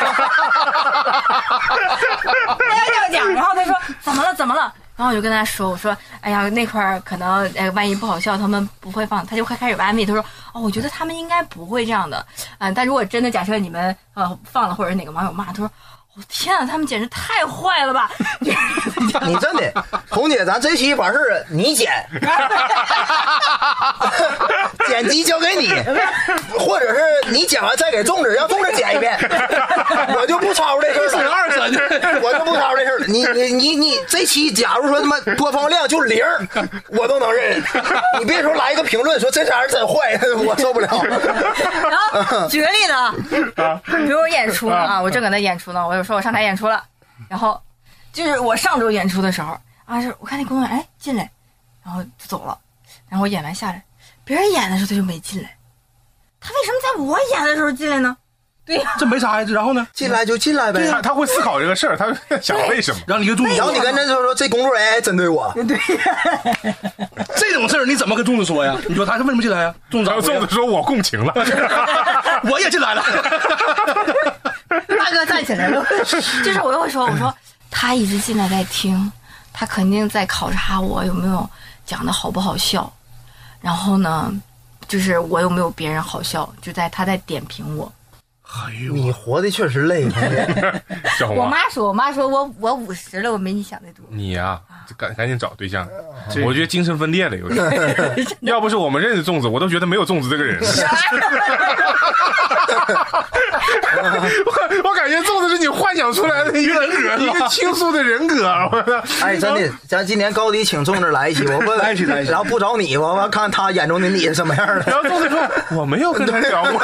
B: 要这样讲，然后他说怎么了怎么了，然后我就跟他说，我说，哎呀，那块儿可能，哎，万一不好笑，他们不会放。他就快开始安慰，他说，哦，我觉得他们应该不会这样的，嗯、但如果真的假设你们呃放了，或者哪个网友骂，他说，我、天啊，他们简直太坏了吧！ [laughs]
D: 你真的，红姐，咱这期把事儿啊你剪，剪辑交给你，或者是你剪完再给粽子，让粽子剪一遍，我就不吵这事儿了。
C: 二审的，
D: 我就不吵这事儿了，你你你你这期假如说他妈播放量就零儿，我都能认。你别说来一个评论说这家人真坏，我受不了。
B: [laughs] 然后举个例子啊，比如我演出呢啊，我正搁那演出呢，我有时候我上台演出了，然后就是我上周演出的时候啊，是我看那工作人员哎进来，然后就走了，然后我演完下来，别人演的时候他就没进来，他为什么在我演的时候进来呢？对呀、
D: 啊
C: 这没啥呀。然后呢，
D: 进来就进来呗，
E: 他他会思考这个事儿，他会想为什么。
C: 让你跟粽子
D: 然后你
C: 说，
D: 跟他说说这工作人员针对我，
C: 这种事儿你怎么跟粽子说呀？你说他是为什么进来呀？粽子
E: 然后粽子说：“我共情了。
C: 说， [laughs] 我也进来了。
B: [laughs] 大哥站起来了，就是我又会说，我说他一直进来在听，他肯定在考察我有没有讲的好不好笑，然后呢，就是我有没有别人好笑，就在他在点评我。
C: 哎呦，
D: 你活的确实累，红姐
E: 小红
B: 我
E: 啊，
B: 妈说，我妈说我我五十了，我没你想的多。
E: 你呀、就赶赶紧找对象。我觉得精神分裂了有点，要不是我们认识粽子，我都觉得没有粽子这个人。我我感觉粽子是你幻想出来的一个人格，一个倾诉的人格。啊我
D: [laughs]
E: 操
D: 哎，真的，咱今年高低请粽子 [laughs] 来一期，我问，
C: 来一期来一期
D: 然后不找你，我完看他眼中的你是什么样的 [laughs]
E: 然后粽子说：“我没有跟他聊过。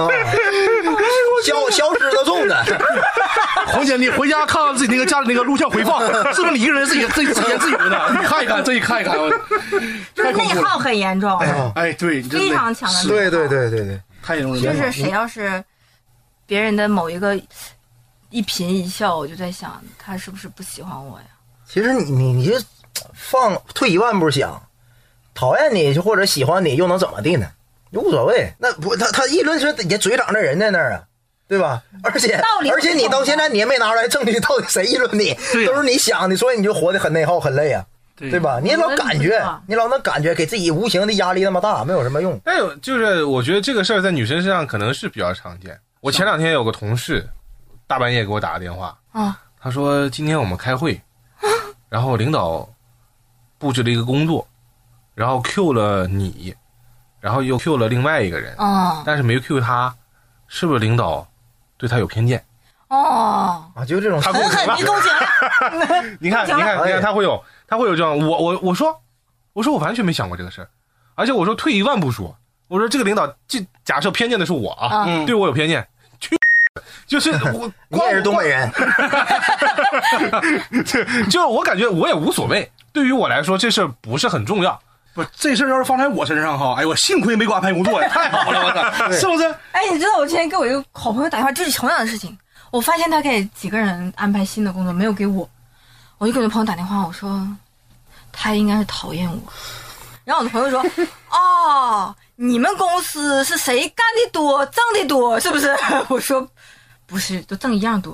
D: 啊，消消失的粽 [laughs] 子，
C: 红姐，你回家看看自己那个家里那个录像回放，是不是你一个人自己自己自言自语的呢？你看一看，自己看一看。我
B: 就是内耗很严重，
C: 哎，对，你真
B: 非
C: 的
B: 常强的内耗。
D: 哦对对对对对，
C: 太严重了。
B: 就是谁要是别人的某一个一颦一笑，我就在想他是不是不喜欢我呀？
D: 其实你你你就放退一万步想，讨厌你就或者喜欢你又能怎么地呢？又无所谓。那不他他议论说也嘴长在人在那儿啊，对吧？而且
B: 道理啊
D: 而且你到现在你也没拿出来证据，到底谁议论你，
C: 对啊
D: 都是你想的，所以你就活得很内耗很累啊，
C: 对
D: 对？吧？你也老
B: 我觉得
D: 感
B: 你
D: 觉
B: 不错，
D: 你老能感觉给自己无形的压力那么大，没有什么用”。
E: 但有就是我觉得这个事儿在女生身上可能是比较常见。我前两天有个同事，大半夜给我打个电话，
B: 啊，
E: 他说今天我们开会，然后领导布置了一个工作，然后 Q 了你，然后又 Q 了另外一个人，
B: 哦
E: 但是没 Q 他，是不是领导对他有偏见？
B: 哦，
D: 啊，就这种事
E: 他
D: 儿
E: 共
B: 狠狠
E: 情了
B: 地。共情了。
E: 你看，你
B: 共情了
E: 看，你
D: 哎
E: 看，他会有，他会有这样。我我我说，我说我完全没想过这个事儿，而且我说退一万步说，我说这个领导，这假设偏见的是我啊，
B: 嗯
E: 对我有偏见，去，就是 [laughs] 我
D: [laughs] 你也是东北人，
E: 就是我感觉我也无所谓，对于我来说这事儿不是很重要。
C: 不，这事儿要是放在我身上哈，哎呦，我幸亏没给我安排工作呀，太好了，我操，是不是？
B: 哎，你知道我之前给我一个好朋友打电话，就是同样的事情，我发现他给几个人安排新的工作，没有给我，我就给我的朋友打电话，我说他应该是讨厌我。然后我的朋友说：“ [laughs] 哦，你们公司是谁干的多，挣的多，是不 [laughs] 是？”我说：“不是，都挣一样多。”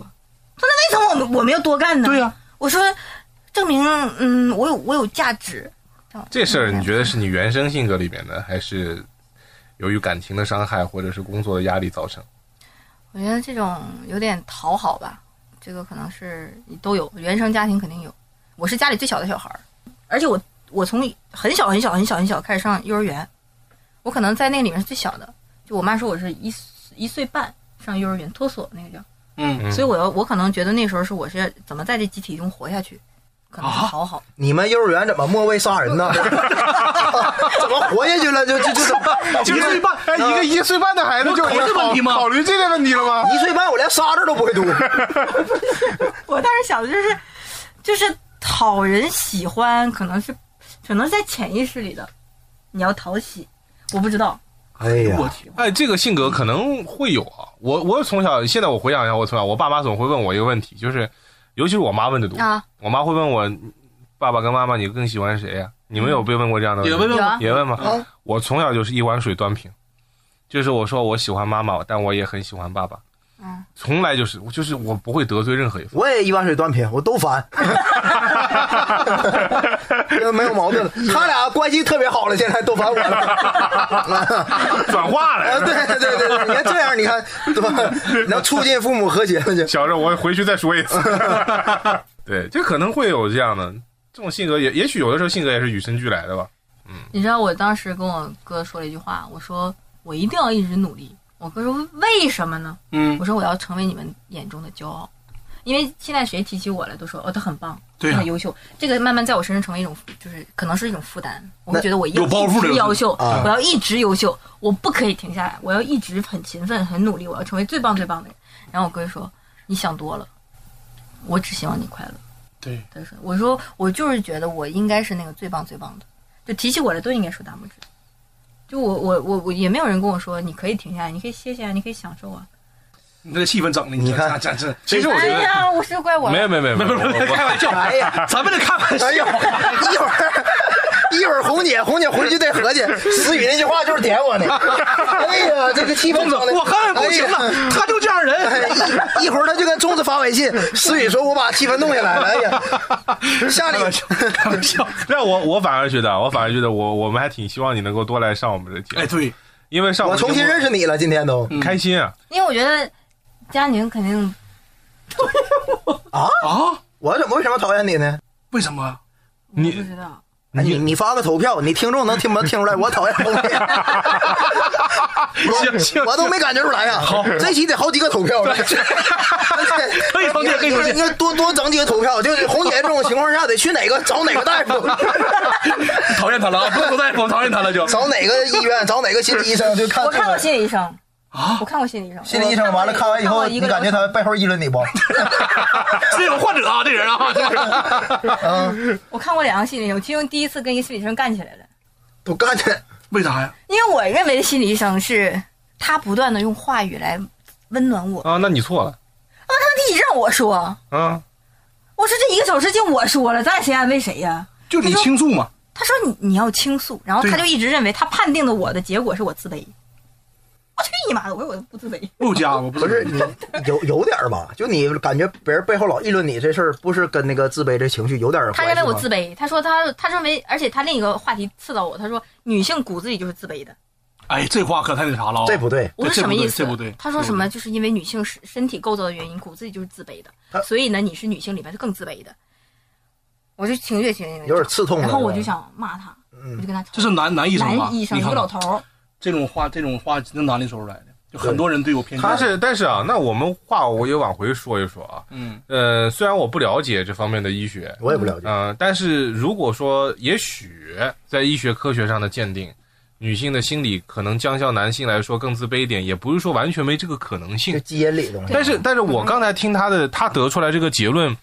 B: 他说：“那为什么我我们要多干呢？”
C: 对呀
B: 我说：“证明，嗯，我有我有价值。
E: 这事儿你觉得是你原生性格里面的，还是由于感情的伤害或者是工作的压力造成？”
B: 我觉得这种有点讨好吧，这个可能是都有，原生家庭肯定有。我是家里最小的小孩儿，而且我我从很小很小很小很小开始上幼儿园，我可能在那个里面是最小的。就我妈说我是一一岁半上幼儿园托锁那个叫，
C: 嗯，
B: 所以我要我可能觉得那时候是我是怎么在这集体中活下去，可能是讨好。
D: [laughs] 你们幼儿园怎么末位杀 [laughs] 人呢？怎么活下去了？就就 [laughs] 就怎么？
C: 一岁半，
E: 哎，一个一岁半的孩子就
C: 考虑这问题吗
E: 考考虑这个问题了吗？
D: 一岁半，我连仨字都不会读。
B: 我当时想的就是，就是讨人喜欢，可能是可能是在潜意识里的，你要讨喜，我不知道。
D: [laughs] 哎呀，
C: 我天，
E: 哎，这个性格可能会有啊。我我从小，现在我回想一下，我从小我爸妈总会问我一个问题，就是，尤其是我妈问的多。
B: 啊
E: 我妈会问我，爸爸跟妈妈，你更喜欢谁呀、啊你们有被问过这样的问
C: 也
E: 题吗？
C: 问问
B: 有啊
E: 也问吗？
D: 啊
E: 我从小就是一碗水端平，就是我说我喜欢妈妈，但我也很喜欢爸爸。
B: 嗯，
E: 从来就是就是我不会得罪任何一方。
D: 我也一碗水端平，我都 [laughs] 翻，没有矛盾了。他俩关系特别好了，现在都烦我 [laughs] 了。
E: 转化
D: 啊，
E: 了。
D: 对对对对，你看这样，你看对 [laughs] 吧？能促进父母和谐了就。
E: 小着我回去再说一次。对，这可能会有这样的这种性格也，也许有的时候性格也是与生俱来的吧。
B: 你知道我当时跟我哥说了一句话，我说我一定要一直努力。我哥说为什么呢？
C: 嗯，
B: 我说我要成为你们眼中的骄傲，因为现在谁提起我来都说哦他很棒，
C: 对啊
B: 他
C: 呀
B: 很，优秀。这个慢慢在我身上成为一种就是可能是一种负担，我会
D: 那
B: 觉得我
C: 有
B: 要
C: 包袱
B: 一
C: 的
B: 直
C: 有
B: 优秀，
D: 啊
B: 我要一直优秀，我不可以停下来，我要一直很勤奋很努力，我要成为最棒最棒的人。然后我哥就说你想多了，我只希望你快乐。
C: 对，
B: 他就说我说我就是觉得我应该是那个最棒最棒的，就提起我来都应该竖大拇指。就我我我我也没有人跟我说你可以停下来，你可以歇歇啊，你可以享受啊。
C: 你这个气氛整的，你
D: 你看
C: 这这这，
E: 其实我觉
B: 哎
E: 得
B: 呀，我是怪我
E: 没有
B: 了。
E: 没有没有
D: [laughs]
E: 没有，我我
C: 开玩笑，
D: 哎呀，
C: 咱们得开玩笑
D: 哎，呦， [laughs] 一会儿。一会儿红姐，红姐回去得合计，思雨那句话就是点
C: [laughs]
D: 我呢。哎呀，这个气氛
C: 粽子，
D: 整的，
C: 我看看不行
D: 哎呀
C: 了，他就这样
D: 哎
C: 人。
D: 一一会儿他就跟粽子发微信，思雨说：“我把气氛弄下来了。”哎
C: [laughs]
D: 呀，下
C: 开
D: 礼
C: 玩笑，开玩笑。
E: 但我我反而觉得，我反而觉得我我们还挺希望你能够多来上我们这节
C: 哎，
E: 目，
C: 对，
E: 因为上
D: [laughs] 我重新认
E: 识
D: 识你了，今天
C: 嗯
D: 都
E: 开心啊。
B: 因为我觉得佳宁肯定
C: 啊，
D: 我怎么为什么讨厌你呢？
C: 为什么？
B: 你不知道，
D: 哎你你发个投票，你听众能听不能听出来我讨厌红姐？
E: 行行
D: 我我都没感觉出来呀。好，这期得好几个投票 [laughs] 呢。
C: 可以重建可以重建
D: 应该多多整几个投票。就是红姐这种情况下，得去哪个找哪个大 [laughs] 夫，
C: 讨厌他
D: [laughs]
C: 了啊！不能说大夫，讨厌他了就。
D: 找哪个医院，找哪个心理医生，就看
B: 我
D: 这
B: 看过
D: 个。
B: 心理医生啊，我看过心理医生。
D: 心理医生完了，看完以后，
B: 我
D: 你
B: 一个
D: 感觉他背后议论 [laughs] 你不？
C: 这种患者啊，这人啊，
B: 我看过两个心理医生，我其中第一次跟一个心理医生干起来了，
D: 都干去。
C: 为啥呀？
B: 因为我认为的心理医生是他不断的用话语来温暖我，
E: 啊，那你错了
B: 他得让我说，
E: 啊。
B: 我说这一个小事情我说了，咱俩谁安慰谁呀、
C: 就你倾诉嘛，
B: 他说你你要倾诉，然后
C: 对
B: 他就一直认为他判定的我的结果是我自卑。我去你妈的！我说我不自卑，
C: 不加，我不
D: 不是你有有点儿吧？就你感觉别人背后老议论你这事儿，不是跟那个自卑这情绪有点儿
B: 他认
D: 关系
B: 为我
D: 吗
B: 自卑，他说他他认为，而且他另一个话题刺到我，他说女性骨子里就是自卑的。
C: 哎，这话可太那啥了啊。
D: 这不对，
B: 我说
C: 这
B: 什
C: 不
B: 么
C: 对
B: 意思？
C: 这不对
B: 他说什么？就是因为女性身身体构造的原因，骨子里就是自卑
D: 他
B: 的，所以呢，你是女性里边是更自卑的。我就情绪情绪，
D: 有点刺痛了
B: 然后我
D: 是吧
B: 就想骂他，我就跟他吵
C: 嗯这是男男医生吧？
B: 男医生
C: 你看
B: 一个
C: 看
B: 老头儿，
C: 这种话，这种话真哪里说出来的？就很多人对我偏见。
E: 他是，但是啊，那我们话我也往回说一说啊。
C: 嗯，
E: 呃，虽然我不了解这方面的医学，
D: 我也不了解。
E: 嗯、但是如果说，也许在医学科学上的鉴定，女性的心理可能将较男性来说更自卑一点，也不是说完全没这个可能性
D: 就。基因里的东西。
E: 但是，但是我刚才听他的，他得出来这个结论，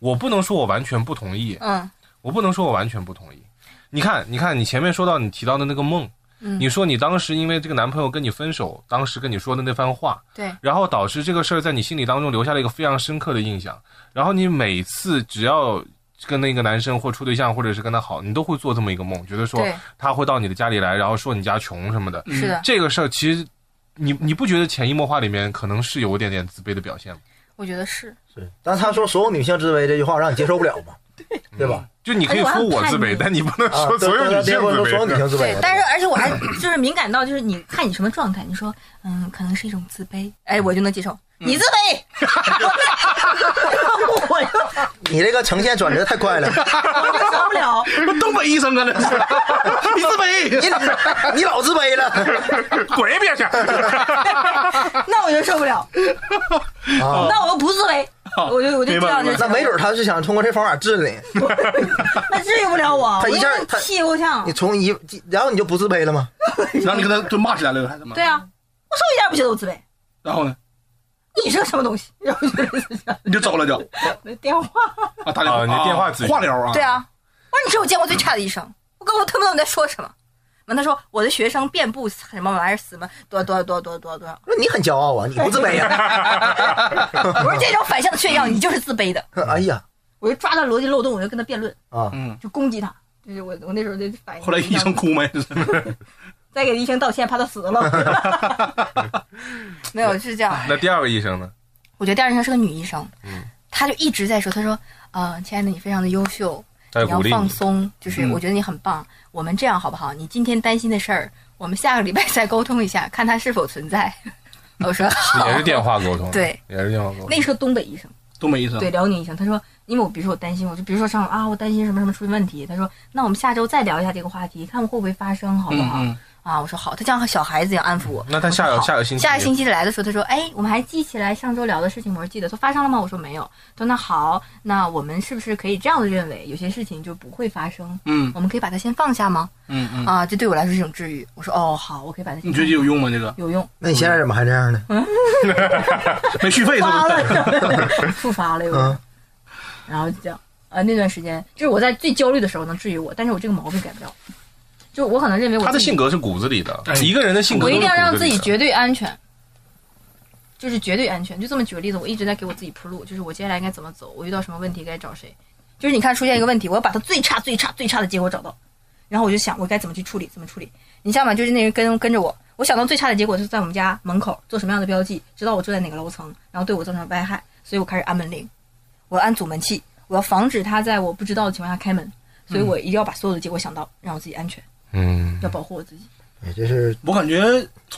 E: 我不能说我完全不同意，
B: 嗯，
E: 我不能说我完全不同意。你看，你看，你前面说到你提到的那个梦，
B: 嗯
E: 你说你当时因为这个男朋友跟你分手，当时跟你说的那番话，
B: 对，
E: 然后导致这个事儿在你心里当中留下了一个非常深刻的印象。然后你每次只要跟那个男生或处对象，或者是跟他好，你都会做这么一个梦，觉得说
B: 对嗯
E: 他会到你的家里来，然后说你家穷什
C: 嗯
E: 么的。
B: 是的，
E: 这个事儿其实你你不觉得潜移默化里面可能是有一点点自卑的表现吗？
B: 我觉得是。
D: 是，但他说所有女性自卑这句话让你接受不了
B: [laughs]
D: 嘛，对吧？
E: 就你可以说我自
B: 哎
E: 卑
B: 我很叛逆，
E: 但你不能
D: 啊，
E: 说
D: 对
E: 嗯所有
D: 对
E: 女性
D: 对
E: 自
D: 对所有女
E: 卑。
D: 性自
B: 对
D: 卑，，
B: 但是而且我还就是敏感到，就是你看你什么状态，你说嗯，可能是一种自卑，哎，我就能接受。
C: 嗯
B: 你
C: [laughs]
B: 自卑，我就
D: 你这个呈现转折太快了，
B: 我就受不了。
C: 东北医生啊，这
D: [laughs]
C: 是你自卑，
D: 你你老自卑
E: [laughs]
D: 了
E: 滚一边去！
B: 那我就受不了，
D: 啊！
B: 那我又不自卑，我就我
C: 哦
B: 就
C: 明白
B: 这样就
C: 明
D: 那没准他是想通过这方法治你，
B: 那治愈不了我，
D: 他
B: 我
D: 一
B: 就
D: 下
B: 是
D: 他
B: 气够呛
D: 你。从一，然后你就不自卑了吗？
C: 然后你跟他就骂起来了，还怎么？
B: 对。啊，我受一点不觉得我自卑，
C: 然后呢，
B: 你是个什么东西？然后就
C: 你就走了就
B: 没电话。
C: 啊，打电话，
E: 啊你电话咨询
C: 化疗啊？
B: 对，啊，我说你是我见过最差的医生，我根本听不懂你在说什么。完，他说我的学生遍布什么玩意儿，什么多多多多多多少。
D: 那你很骄傲啊，你不自卑呀？
B: 我说这种反向的炫耀，你就是自卑的。
D: 哎呀
B: 我就抓到逻辑漏洞，我就跟他辩论，
D: 啊！
C: 嗯。
B: 就攻击他。就是我，我那时候的反应。
C: 后来医生哭没？
B: 再给医生道歉，怕他死了。 [laughs] 没有，是这样。
E: 那第二位医生呢？
B: 我觉得第二医生是个女医生，
E: 嗯
B: 她就一直在说，她说，呃，亲爱的，你非常的优秀，
E: 在
B: 你要
E: 鼓励
B: 放
E: 你。嗯
B: 松，就是我觉得你很棒。我们这样好不好？你今天担心的事儿，我们下个礼拜再沟通一下，看它是否存在。 [laughs] 我说好，
E: [laughs] 也是电话沟通，
B: 对，
E: 也是电话沟通。
B: [laughs] 那是个东北医生。
C: 多没意思啊。
E: 嗯
B: 对辽宁医生，他说，因为我比如说我担心，我就比如说上午啊，我担心什么什么出问题，他说，那我们下周再聊一下这个话题，看会不会发生， [laughs] 好不
C: 嗯
B: 好？
C: 嗯，
B: 啊，我说好，他像小孩子一样安抚我。
E: 那他下
B: 我
E: 个
B: 说好
E: 下个星期，
B: 下个星期来的时候，他说，哎，我们还记起来上周聊的事情，我说记得，说发生了吗？我说没有。他说那好，那我们是不是可以这样的认为，有些事情就不会发生？
C: 嗯
B: 我们可以把它先放下吗？
C: 嗯嗯，
B: 啊，这对我来说是一种治愈。我说哦，好，我可以把它先
C: 你觉得
B: 放下
C: 有用吗？这个
B: 有用，
D: 那你现在怎么还这样呢？
E: 嗯
C: 没续费是
B: 发
C: 不是？
B: 了，复发了又。
D: 嗯，
B: 然后就这样。呃，那段时间就是我在最焦虑的时候能治愈我，但是我这个毛病改不了。就我可能认为我
E: 他的
B: 自己
E: 性，格是骨子里的
C: 哎，
E: 一个人的性格
B: 我
E: 都
B: 一
E: 是
B: 定要让
E: 骨
B: 自
E: 子里
B: 己
E: 的
B: 绝对安全，就是绝对安全。就这么举个例子，我一直在给我自己铺路，就是我接下来应该怎么走，我遇到什么问题该找谁。就是你看出现一个问题，我要把它最差、最差、最差的结果找到，然后我就想我该怎么去处理，怎么处理。你像吧，就是那人跟跟着我，我想到最差的结果就是在我们家门口做什么样的标记，知道我住在哪个楼层，然后对我造成危害，所以我开始按门铃，我按阻门器，我要防止他在我不知道的情况下开门，所以我一定要把所有的结果想到，让我自己安全，
E: 嗯，
B: 要保护我自己。
D: 也哎就是
C: [laughs] 我感觉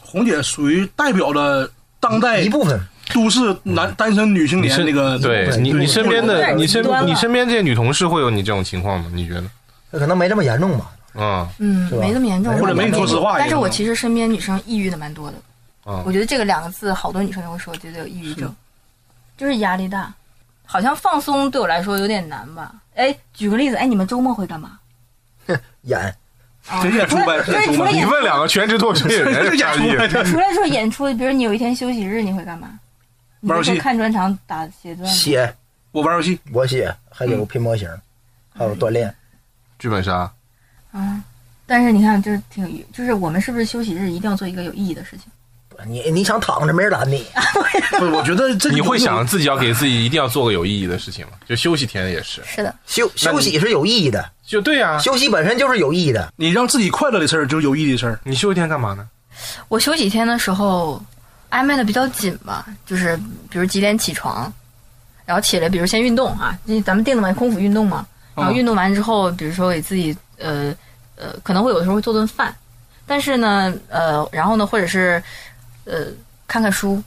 C: 红姐属于代表了当代
E: 哎
D: 一部分。
C: 都市男单身女青
E: 你
C: 年
E: 是
C: 那个
E: 对
D: 对
E: 你
D: 对
E: 你身边
B: 有
E: 的
B: 点
E: 你身
B: 极端了啊
E: 你身边这些女同事会有你这种情况吗？你觉得？
D: 那可能没这么严重吧。
E: 嗯
B: 嗯，
D: 是吧
B: 没那么严重，
D: 或者没你
C: 说实话也啊
B: 但是
C: 有
B: 我其实身边女生抑郁的蛮多的，
E: 嗯
B: 我，觉得这个两个字，好多女生都会说，觉得有抑郁症，就是压力大，好像放松对我来说有点难吧。哎，举个例子，哎，你们周末会干嘛？
D: 演
B: 啊，
C: 就演出呗
B: 除了
C: 演出呗
B: 除了
E: 你
B: 演
E: 问两个全职脱口秀演
C: [laughs]
E: 员
C: 就演
E: 啥
C: 出
E: 意思？
C: 呗，
E: [laughs]
B: 除了说演出，比如你有一天休息日，你会干嘛？你
C: 玩游戏
B: 会看专场、打写段子。
D: 写，
C: 我玩游戏，
D: 我写，还
E: 嗯
D: 有拼模型，还有锻炼。
E: 剧本杀，
B: 嗯，但是你看，就是挺有意，就是我们是不是休息日一定要做一个有意义的事情？
D: 你你想躺着没人拦你，
C: 不是，我觉得这个
E: 你会想自己要给自己一定要做个有意义的事情吗？就休息天也是，
B: 是的，
D: 休休息是有意义的，
E: 就对啊呀、
B: 啊
D: 休息本身就是有意义的。
C: 你让自己快乐的事儿就是有意义的
E: [laughs]
C: 事儿，
E: 你休息天干嘛呢？
B: 我休几天的时候安排的比较紧吧，就是比如几点起床，然后起来，比如先运动啊，因为咱们定的嘛，空腹运动嘛，然后
C: 嗯
B: 运动完之后，比如说给自己呃呃，可能会有的时候会做顿饭，但是呢呃，然后呢，或者是呃看看书，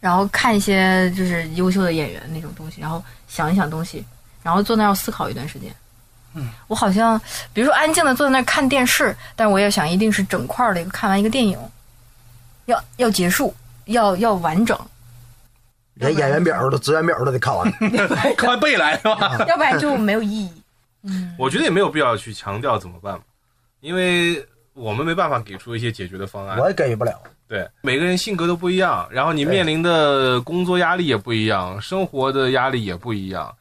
B: 然后看一些就是优秀的演员那种东西，然后想一想东西，然后坐那儿要思考一段时间。
C: 嗯，
B: 我好像比如说安静的坐在那儿看电视，但我也想一定是整块儿的一个看完一个电影，要要结束，要要完整，
D: 连演员表都、职员表都得看啊
B: [laughs]
D: 完。
C: 看背来是
E: 啊
C: 吧？
B: 要不然就没有意
E: [laughs]
B: 义。
E: 我觉得也没有必要去强调怎么办吧，因为我们没办法给出一些解决的方
B: 啊
E: 案。
D: 我也给予不了。
E: 对，每个人性格都不一样，然后你
D: 对
E: 面临的工作压力也不一样，生活的压力也不一样，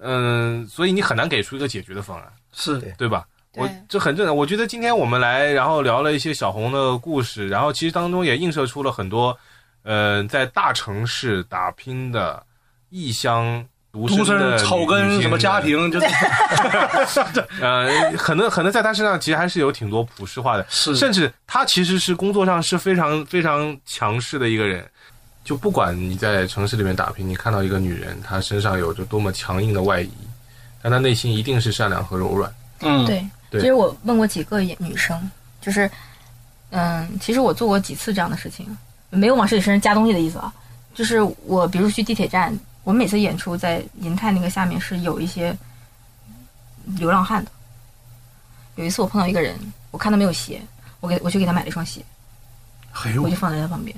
E: 嗯，所以你很难给出一个解决的方案，
C: 是
D: 对
E: 对吧？
B: 对
E: 我嗯这很正常。我觉得今天我们来，然后聊了一些小红的故事，然后其实当中也映射出了很多，呃，在大城市打拼的异乡 [laughs] 独
C: 独
E: 身的
C: 生草
E: 女
C: 根
E: 性
C: 什么家
E: 人，
C: 庭，就是
E: 呃，可能可能在她身上其实还是有挺多普世化的，
C: 是
E: 甚至她其实是工作上是非常非常强势的一个人。就不管你在城市里面打拼，你看到一个女人，她身上有着多么强硬的外衣，但她内心一定是善良和柔软。
C: 嗯，
B: 对，
E: 对
B: 其实我问过几个也女生，就是，嗯，其实我做过几次这样的事情，没有往自己身上加东西的意思啊。就是我，比如去地铁站，我每次演出在银泰那个下面是有一些流浪汉的。有一次我碰到一个人，我看他没有鞋，我给我去给他买了一双鞋，
C: 哎呦
B: 我就，放在他旁边。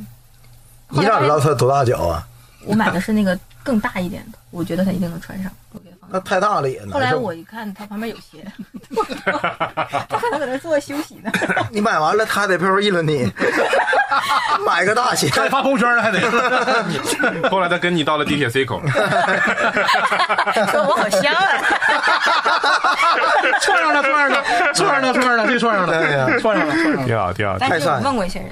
D: 你咋知道他多大脚啊？
B: 我买的是那个更大一点的，我觉得他一定能穿上，我给他放在
D: 那太大了也
B: 后
D: 难
B: 来
D: 受
B: 我。一看，他旁边有鞋，他可能搁那坐着休息呢。
D: [laughs]
B: [laughs]
D: 你买完了，他得背后议论你，买个大鞋。
C: 还发朋友圈呢还得，
E: [laughs] 后来她跟你到了地铁 C 口，
B: 说我好香啊！
C: 串上了，串上了，串上了，串上了，这串上
D: 对呀
C: 了，串上了，串上了。
E: 挺好，挺好。
B: 但
D: 太
B: 是我
D: 善
B: 问过一些人，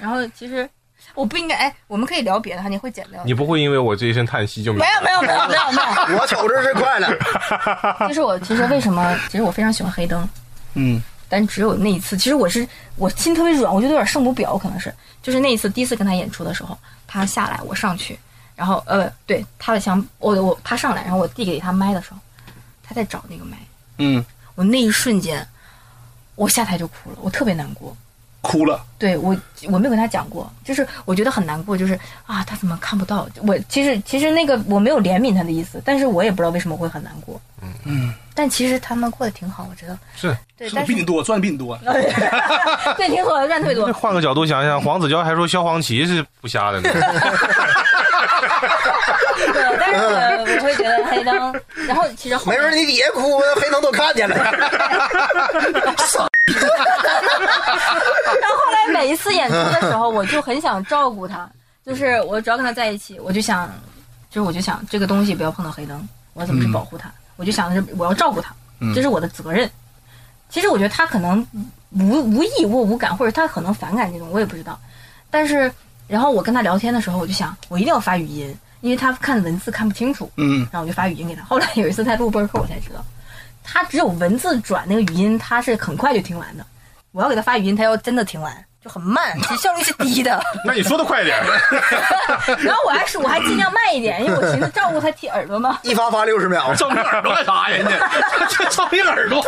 B: 然后其实我不应该，哎，我们可以聊别的哈，你会剪掉。
E: [laughs] 你不会因为我这一声叹息就明
B: 没
E: 白
B: 有没有没有没有没有，
D: 我瞅着是快乐，
B: 就是我其实为什么，其实我非常喜欢黑灯，
C: 嗯，
B: 但只有那一次，其实我是我心特别软，我觉得有点圣母婊，可能是就是那一次第一次跟他演出的时候，他下来我上去，然后呃对他的枪，我我他上来，然后我递给他麦的时候，他在找那个麦，
C: 嗯，
B: 我那一瞬间我下台就哭了，我特别难过。
C: 哭了，
B: 对我，我没有跟他讲过，就是我觉得很难过，就是啊，他怎么看不到我？其实其实那个我没有怜悯他的意思，但是我也不知道为什么会很难过。嗯嗯。但其实他们过得挺好，我觉得
E: 是
B: 对，
C: 是不
B: 但
C: 是比你
B: 是
C: 多，赚的比你
B: [laughs]
C: 多，
B: 对挺好的，赚特别多
E: 那。换个角度想想，黄子佼还说萧煌奇是不瞎的呢。 [laughs]
B: 对，但是我我会觉得黑灯，然后其实后
D: 没
B: 面
D: 准你底下哭，黑能都看见了。
B: [laughs] 然后后来每一次演出的时候，我就很想照顾他，就是我只要跟他在一起，我就想，就是我就想这个东西不要碰到黑灯，我怎么去保护他？我就想的是我要照顾他，这是我的责任。其实我觉得他可能无无意或无感，或者他可能反感这种，我也不知道。但是然后我跟他聊天的时候，我就想我一定要发语音，因为他看文字看不清楚，
C: 嗯，
B: 然后我就发语音给他。后来有一次他录播客，我才知道，他只有文字转那个语音，他是很快就听完的。我要给他发语音，他要真的听完就很慢，其实效率是低的。
E: 那你说的快点，
B: [laughs] 然后我还是我还尽量慢一点，因为我寻思照顾他听耳朵
D: [laughs]
B: 嘛。
D: 一发发六十秒，
C: 照你耳朵干啥呀？人家这 [laughs] 照你耳朵，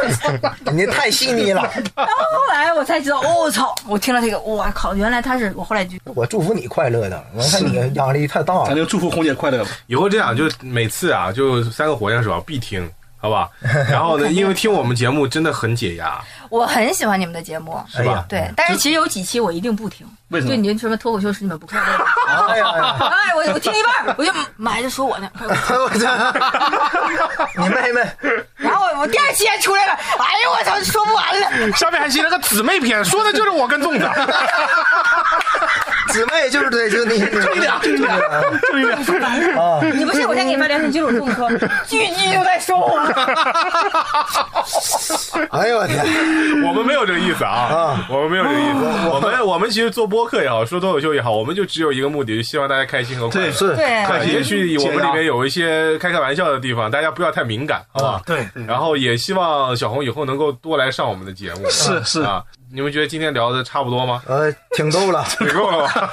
D: 你太细腻了。
B: 然后后来我才知道，我、操！我听了这个，我靠，原来他是我后来就
D: 我祝福你快乐的，我看你压力太大
C: 咱
D: 了。
C: 就祝福红姐快乐吧。
E: 以后这样，就是每次啊，就三个火箭手啊必听，好吧？然后呢，因为听我们节目真的很解压，
B: 我很喜欢你们的节目，
D: 哎呀，
B: 对，但是其实有几期我一定不听，
C: 为什么
B: 就你们什么脱口秀是你们不看的。
D: 哎呀，哎呀
B: [laughs] 哎，
D: [laughs]
B: 我我听一半儿，我就埋着说我呢。
D: 我 [laughs] 操！你妹妹，
B: 然后我第二期还出来了，哎呦我操，说不完了。
E: 上面还写了个姊妹篇，说的就是我跟粽子。
D: 姊妹就是对，就你，就你俩，就你啊！
B: 你不信，我先给你发聊天记录，跟你说，句句都在说我。
D: 哎呦我天，
E: [laughs] 我们没有这个意思啊哦
D: 啊，
E: 我们没有这个意思。我们我们其实做播客也好，说脱口秀也好，我们就只有一个目的，就希望大家开心和快
D: [laughs]
E: 乐。
D: 是
B: 对，
E: 对
C: 心
E: 也许我
C: 解
E: 们
C: 压
E: 里面有一些开开玩笑的地方，大家不要太敏感，好吧？
D: 对，
E: 然后也希望小红以后能够多来上我们的节目。
C: 是是
E: 啊，你们觉得今天聊的差不多 [laughs] 吗？
D: 呃，挺逗了。
E: 也够了吧？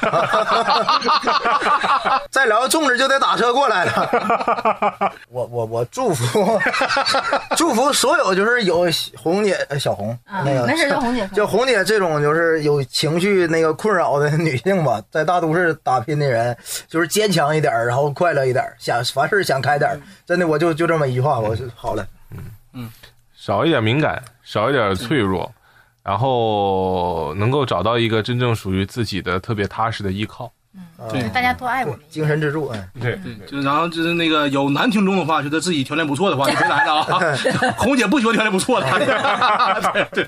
D: [laughs] 再聊粽子就得打车过来了。 [laughs] 我我我祝 [laughs] 福祝福所有就是有红姐呃小红、
B: 啊
D: 那个
B: 没事叫红姐
D: 像红姐这种就是有情绪那个困扰的女性吧，在大都市打拼的人，就是坚强一点儿，然后快乐一点儿，想凡事想开点
B: 嗯
D: 儿。真的，我就就这么一句话，我是好了。
E: 少一点敏感，少一点脆弱，然后能够找到一个真正属于自己的特别踏实的依靠。
D: 啊
C: 对
B: 大家多爱我们。
D: 精神支柱，哎，
E: 对对
C: 就是然后就是那个有男听众的话，觉得自己条件不错的话，你别来了 [laughs] 啊。红姐不喜欢条件不错 [laughs] 的，对对，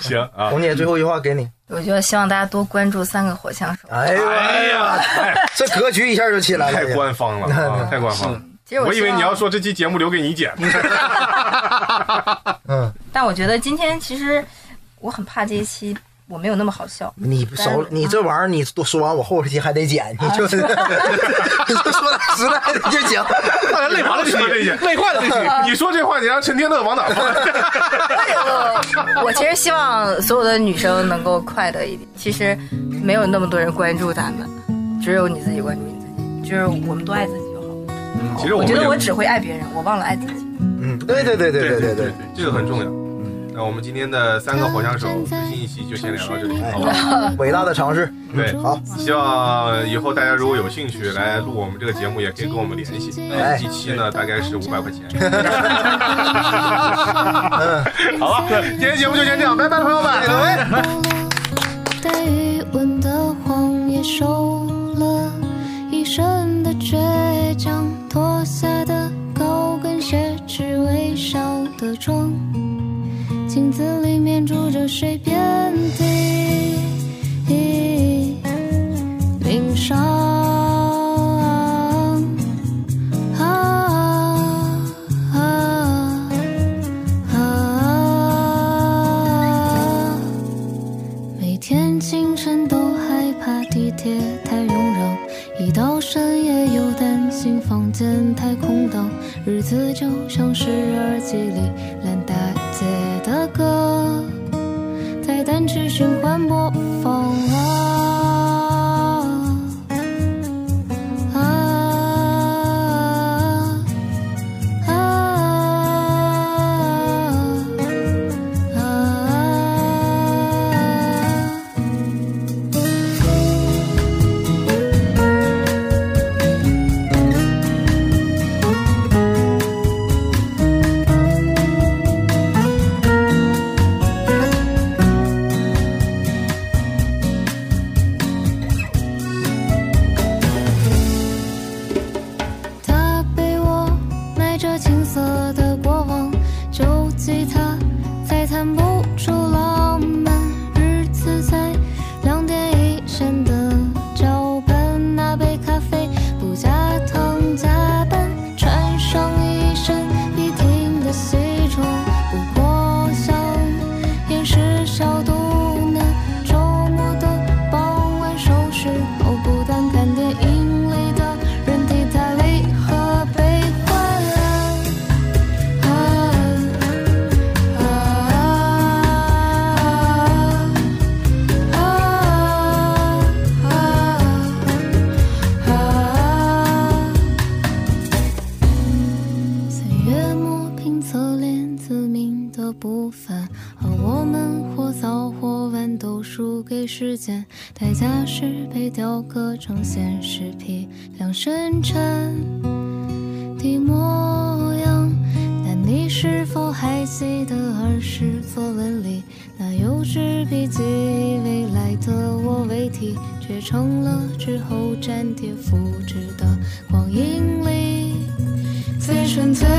E: 行啊，
D: 红姐最后一句话给你。
B: 我觉得希望大家多关注三个火枪手。
D: 哎呦，
E: 哎呀，太
D: 这格局一下就起来了。
E: 太官方了啊，太官方了。
B: 其实
E: 我以
B: 希望
E: 为你要，说这期节目留给你剪，
D: 嗯，
B: 但我觉得今天其实我很怕这一期我没有那么好笑。
D: 你少你这玩意儿，你多说完，我后期还得剪，你就是你就说点实在的就行。
E: 累完了说这些。
C: 累坏了这期。
E: 你说这话，你让陈天乐往哪放？
B: 我其实希望所有的女生能够快乐一点。其实没有那么多人关注她们，只有你自己关注你自己。就是我们多爱自己就好。
E: 其实
B: 我
E: 我
B: 觉
E: 们
B: 得
E: 也
B: 我只会爱别人，我忘了爱自己。
D: 嗯，对对对对对
E: 对对
D: 对
E: 对
D: 对，，
E: 这个很重要。那我们今天的三个火枪手最新一期就先聊到这里，好吧？
D: 伟大的尝试，嗯
E: 对，
D: 好，
E: [laughs] 希望以后大家如果有兴趣来录我们这个节目，也可以跟我们联系。
D: 哎
E: 一期呢大概是五百块钱。好
F: 好
E: 了
F: 了，，
E: 今天节目就先这样，拜拜，朋友们。
D: 各位。
F: 对余温的谎也受了一身的倔强，脱下的高跟鞋，只微笑的妆，镜子里面住着水边的凝伤。啊啊啊每天清晨都害怕地铁太拥挤，一到深夜又担心房间太空荡，日子就像是耳机里烂大街的歌。单曲循环播放啊啊啊啊啊！他陪我迈着青涩的过往，就吉他再弹不出浪漫，日子在两点一线的脚本，那杯咖啡不加糖加半，穿上一身笔挺的西装，不过想掩饰小肚腩，周末的傍晚收拾后不断看电影里的人替他离合悲欢啊啊啊啊啊啊！在月末拼侧脸自命的步伐，而我们或早或晚都输给时间，代价是被雕刻成现实批量生产的模样。但你是否还记得儿时作文里那幼稚笔记？未来的我为题，却成了之后粘贴复制的光阴里。最纯粹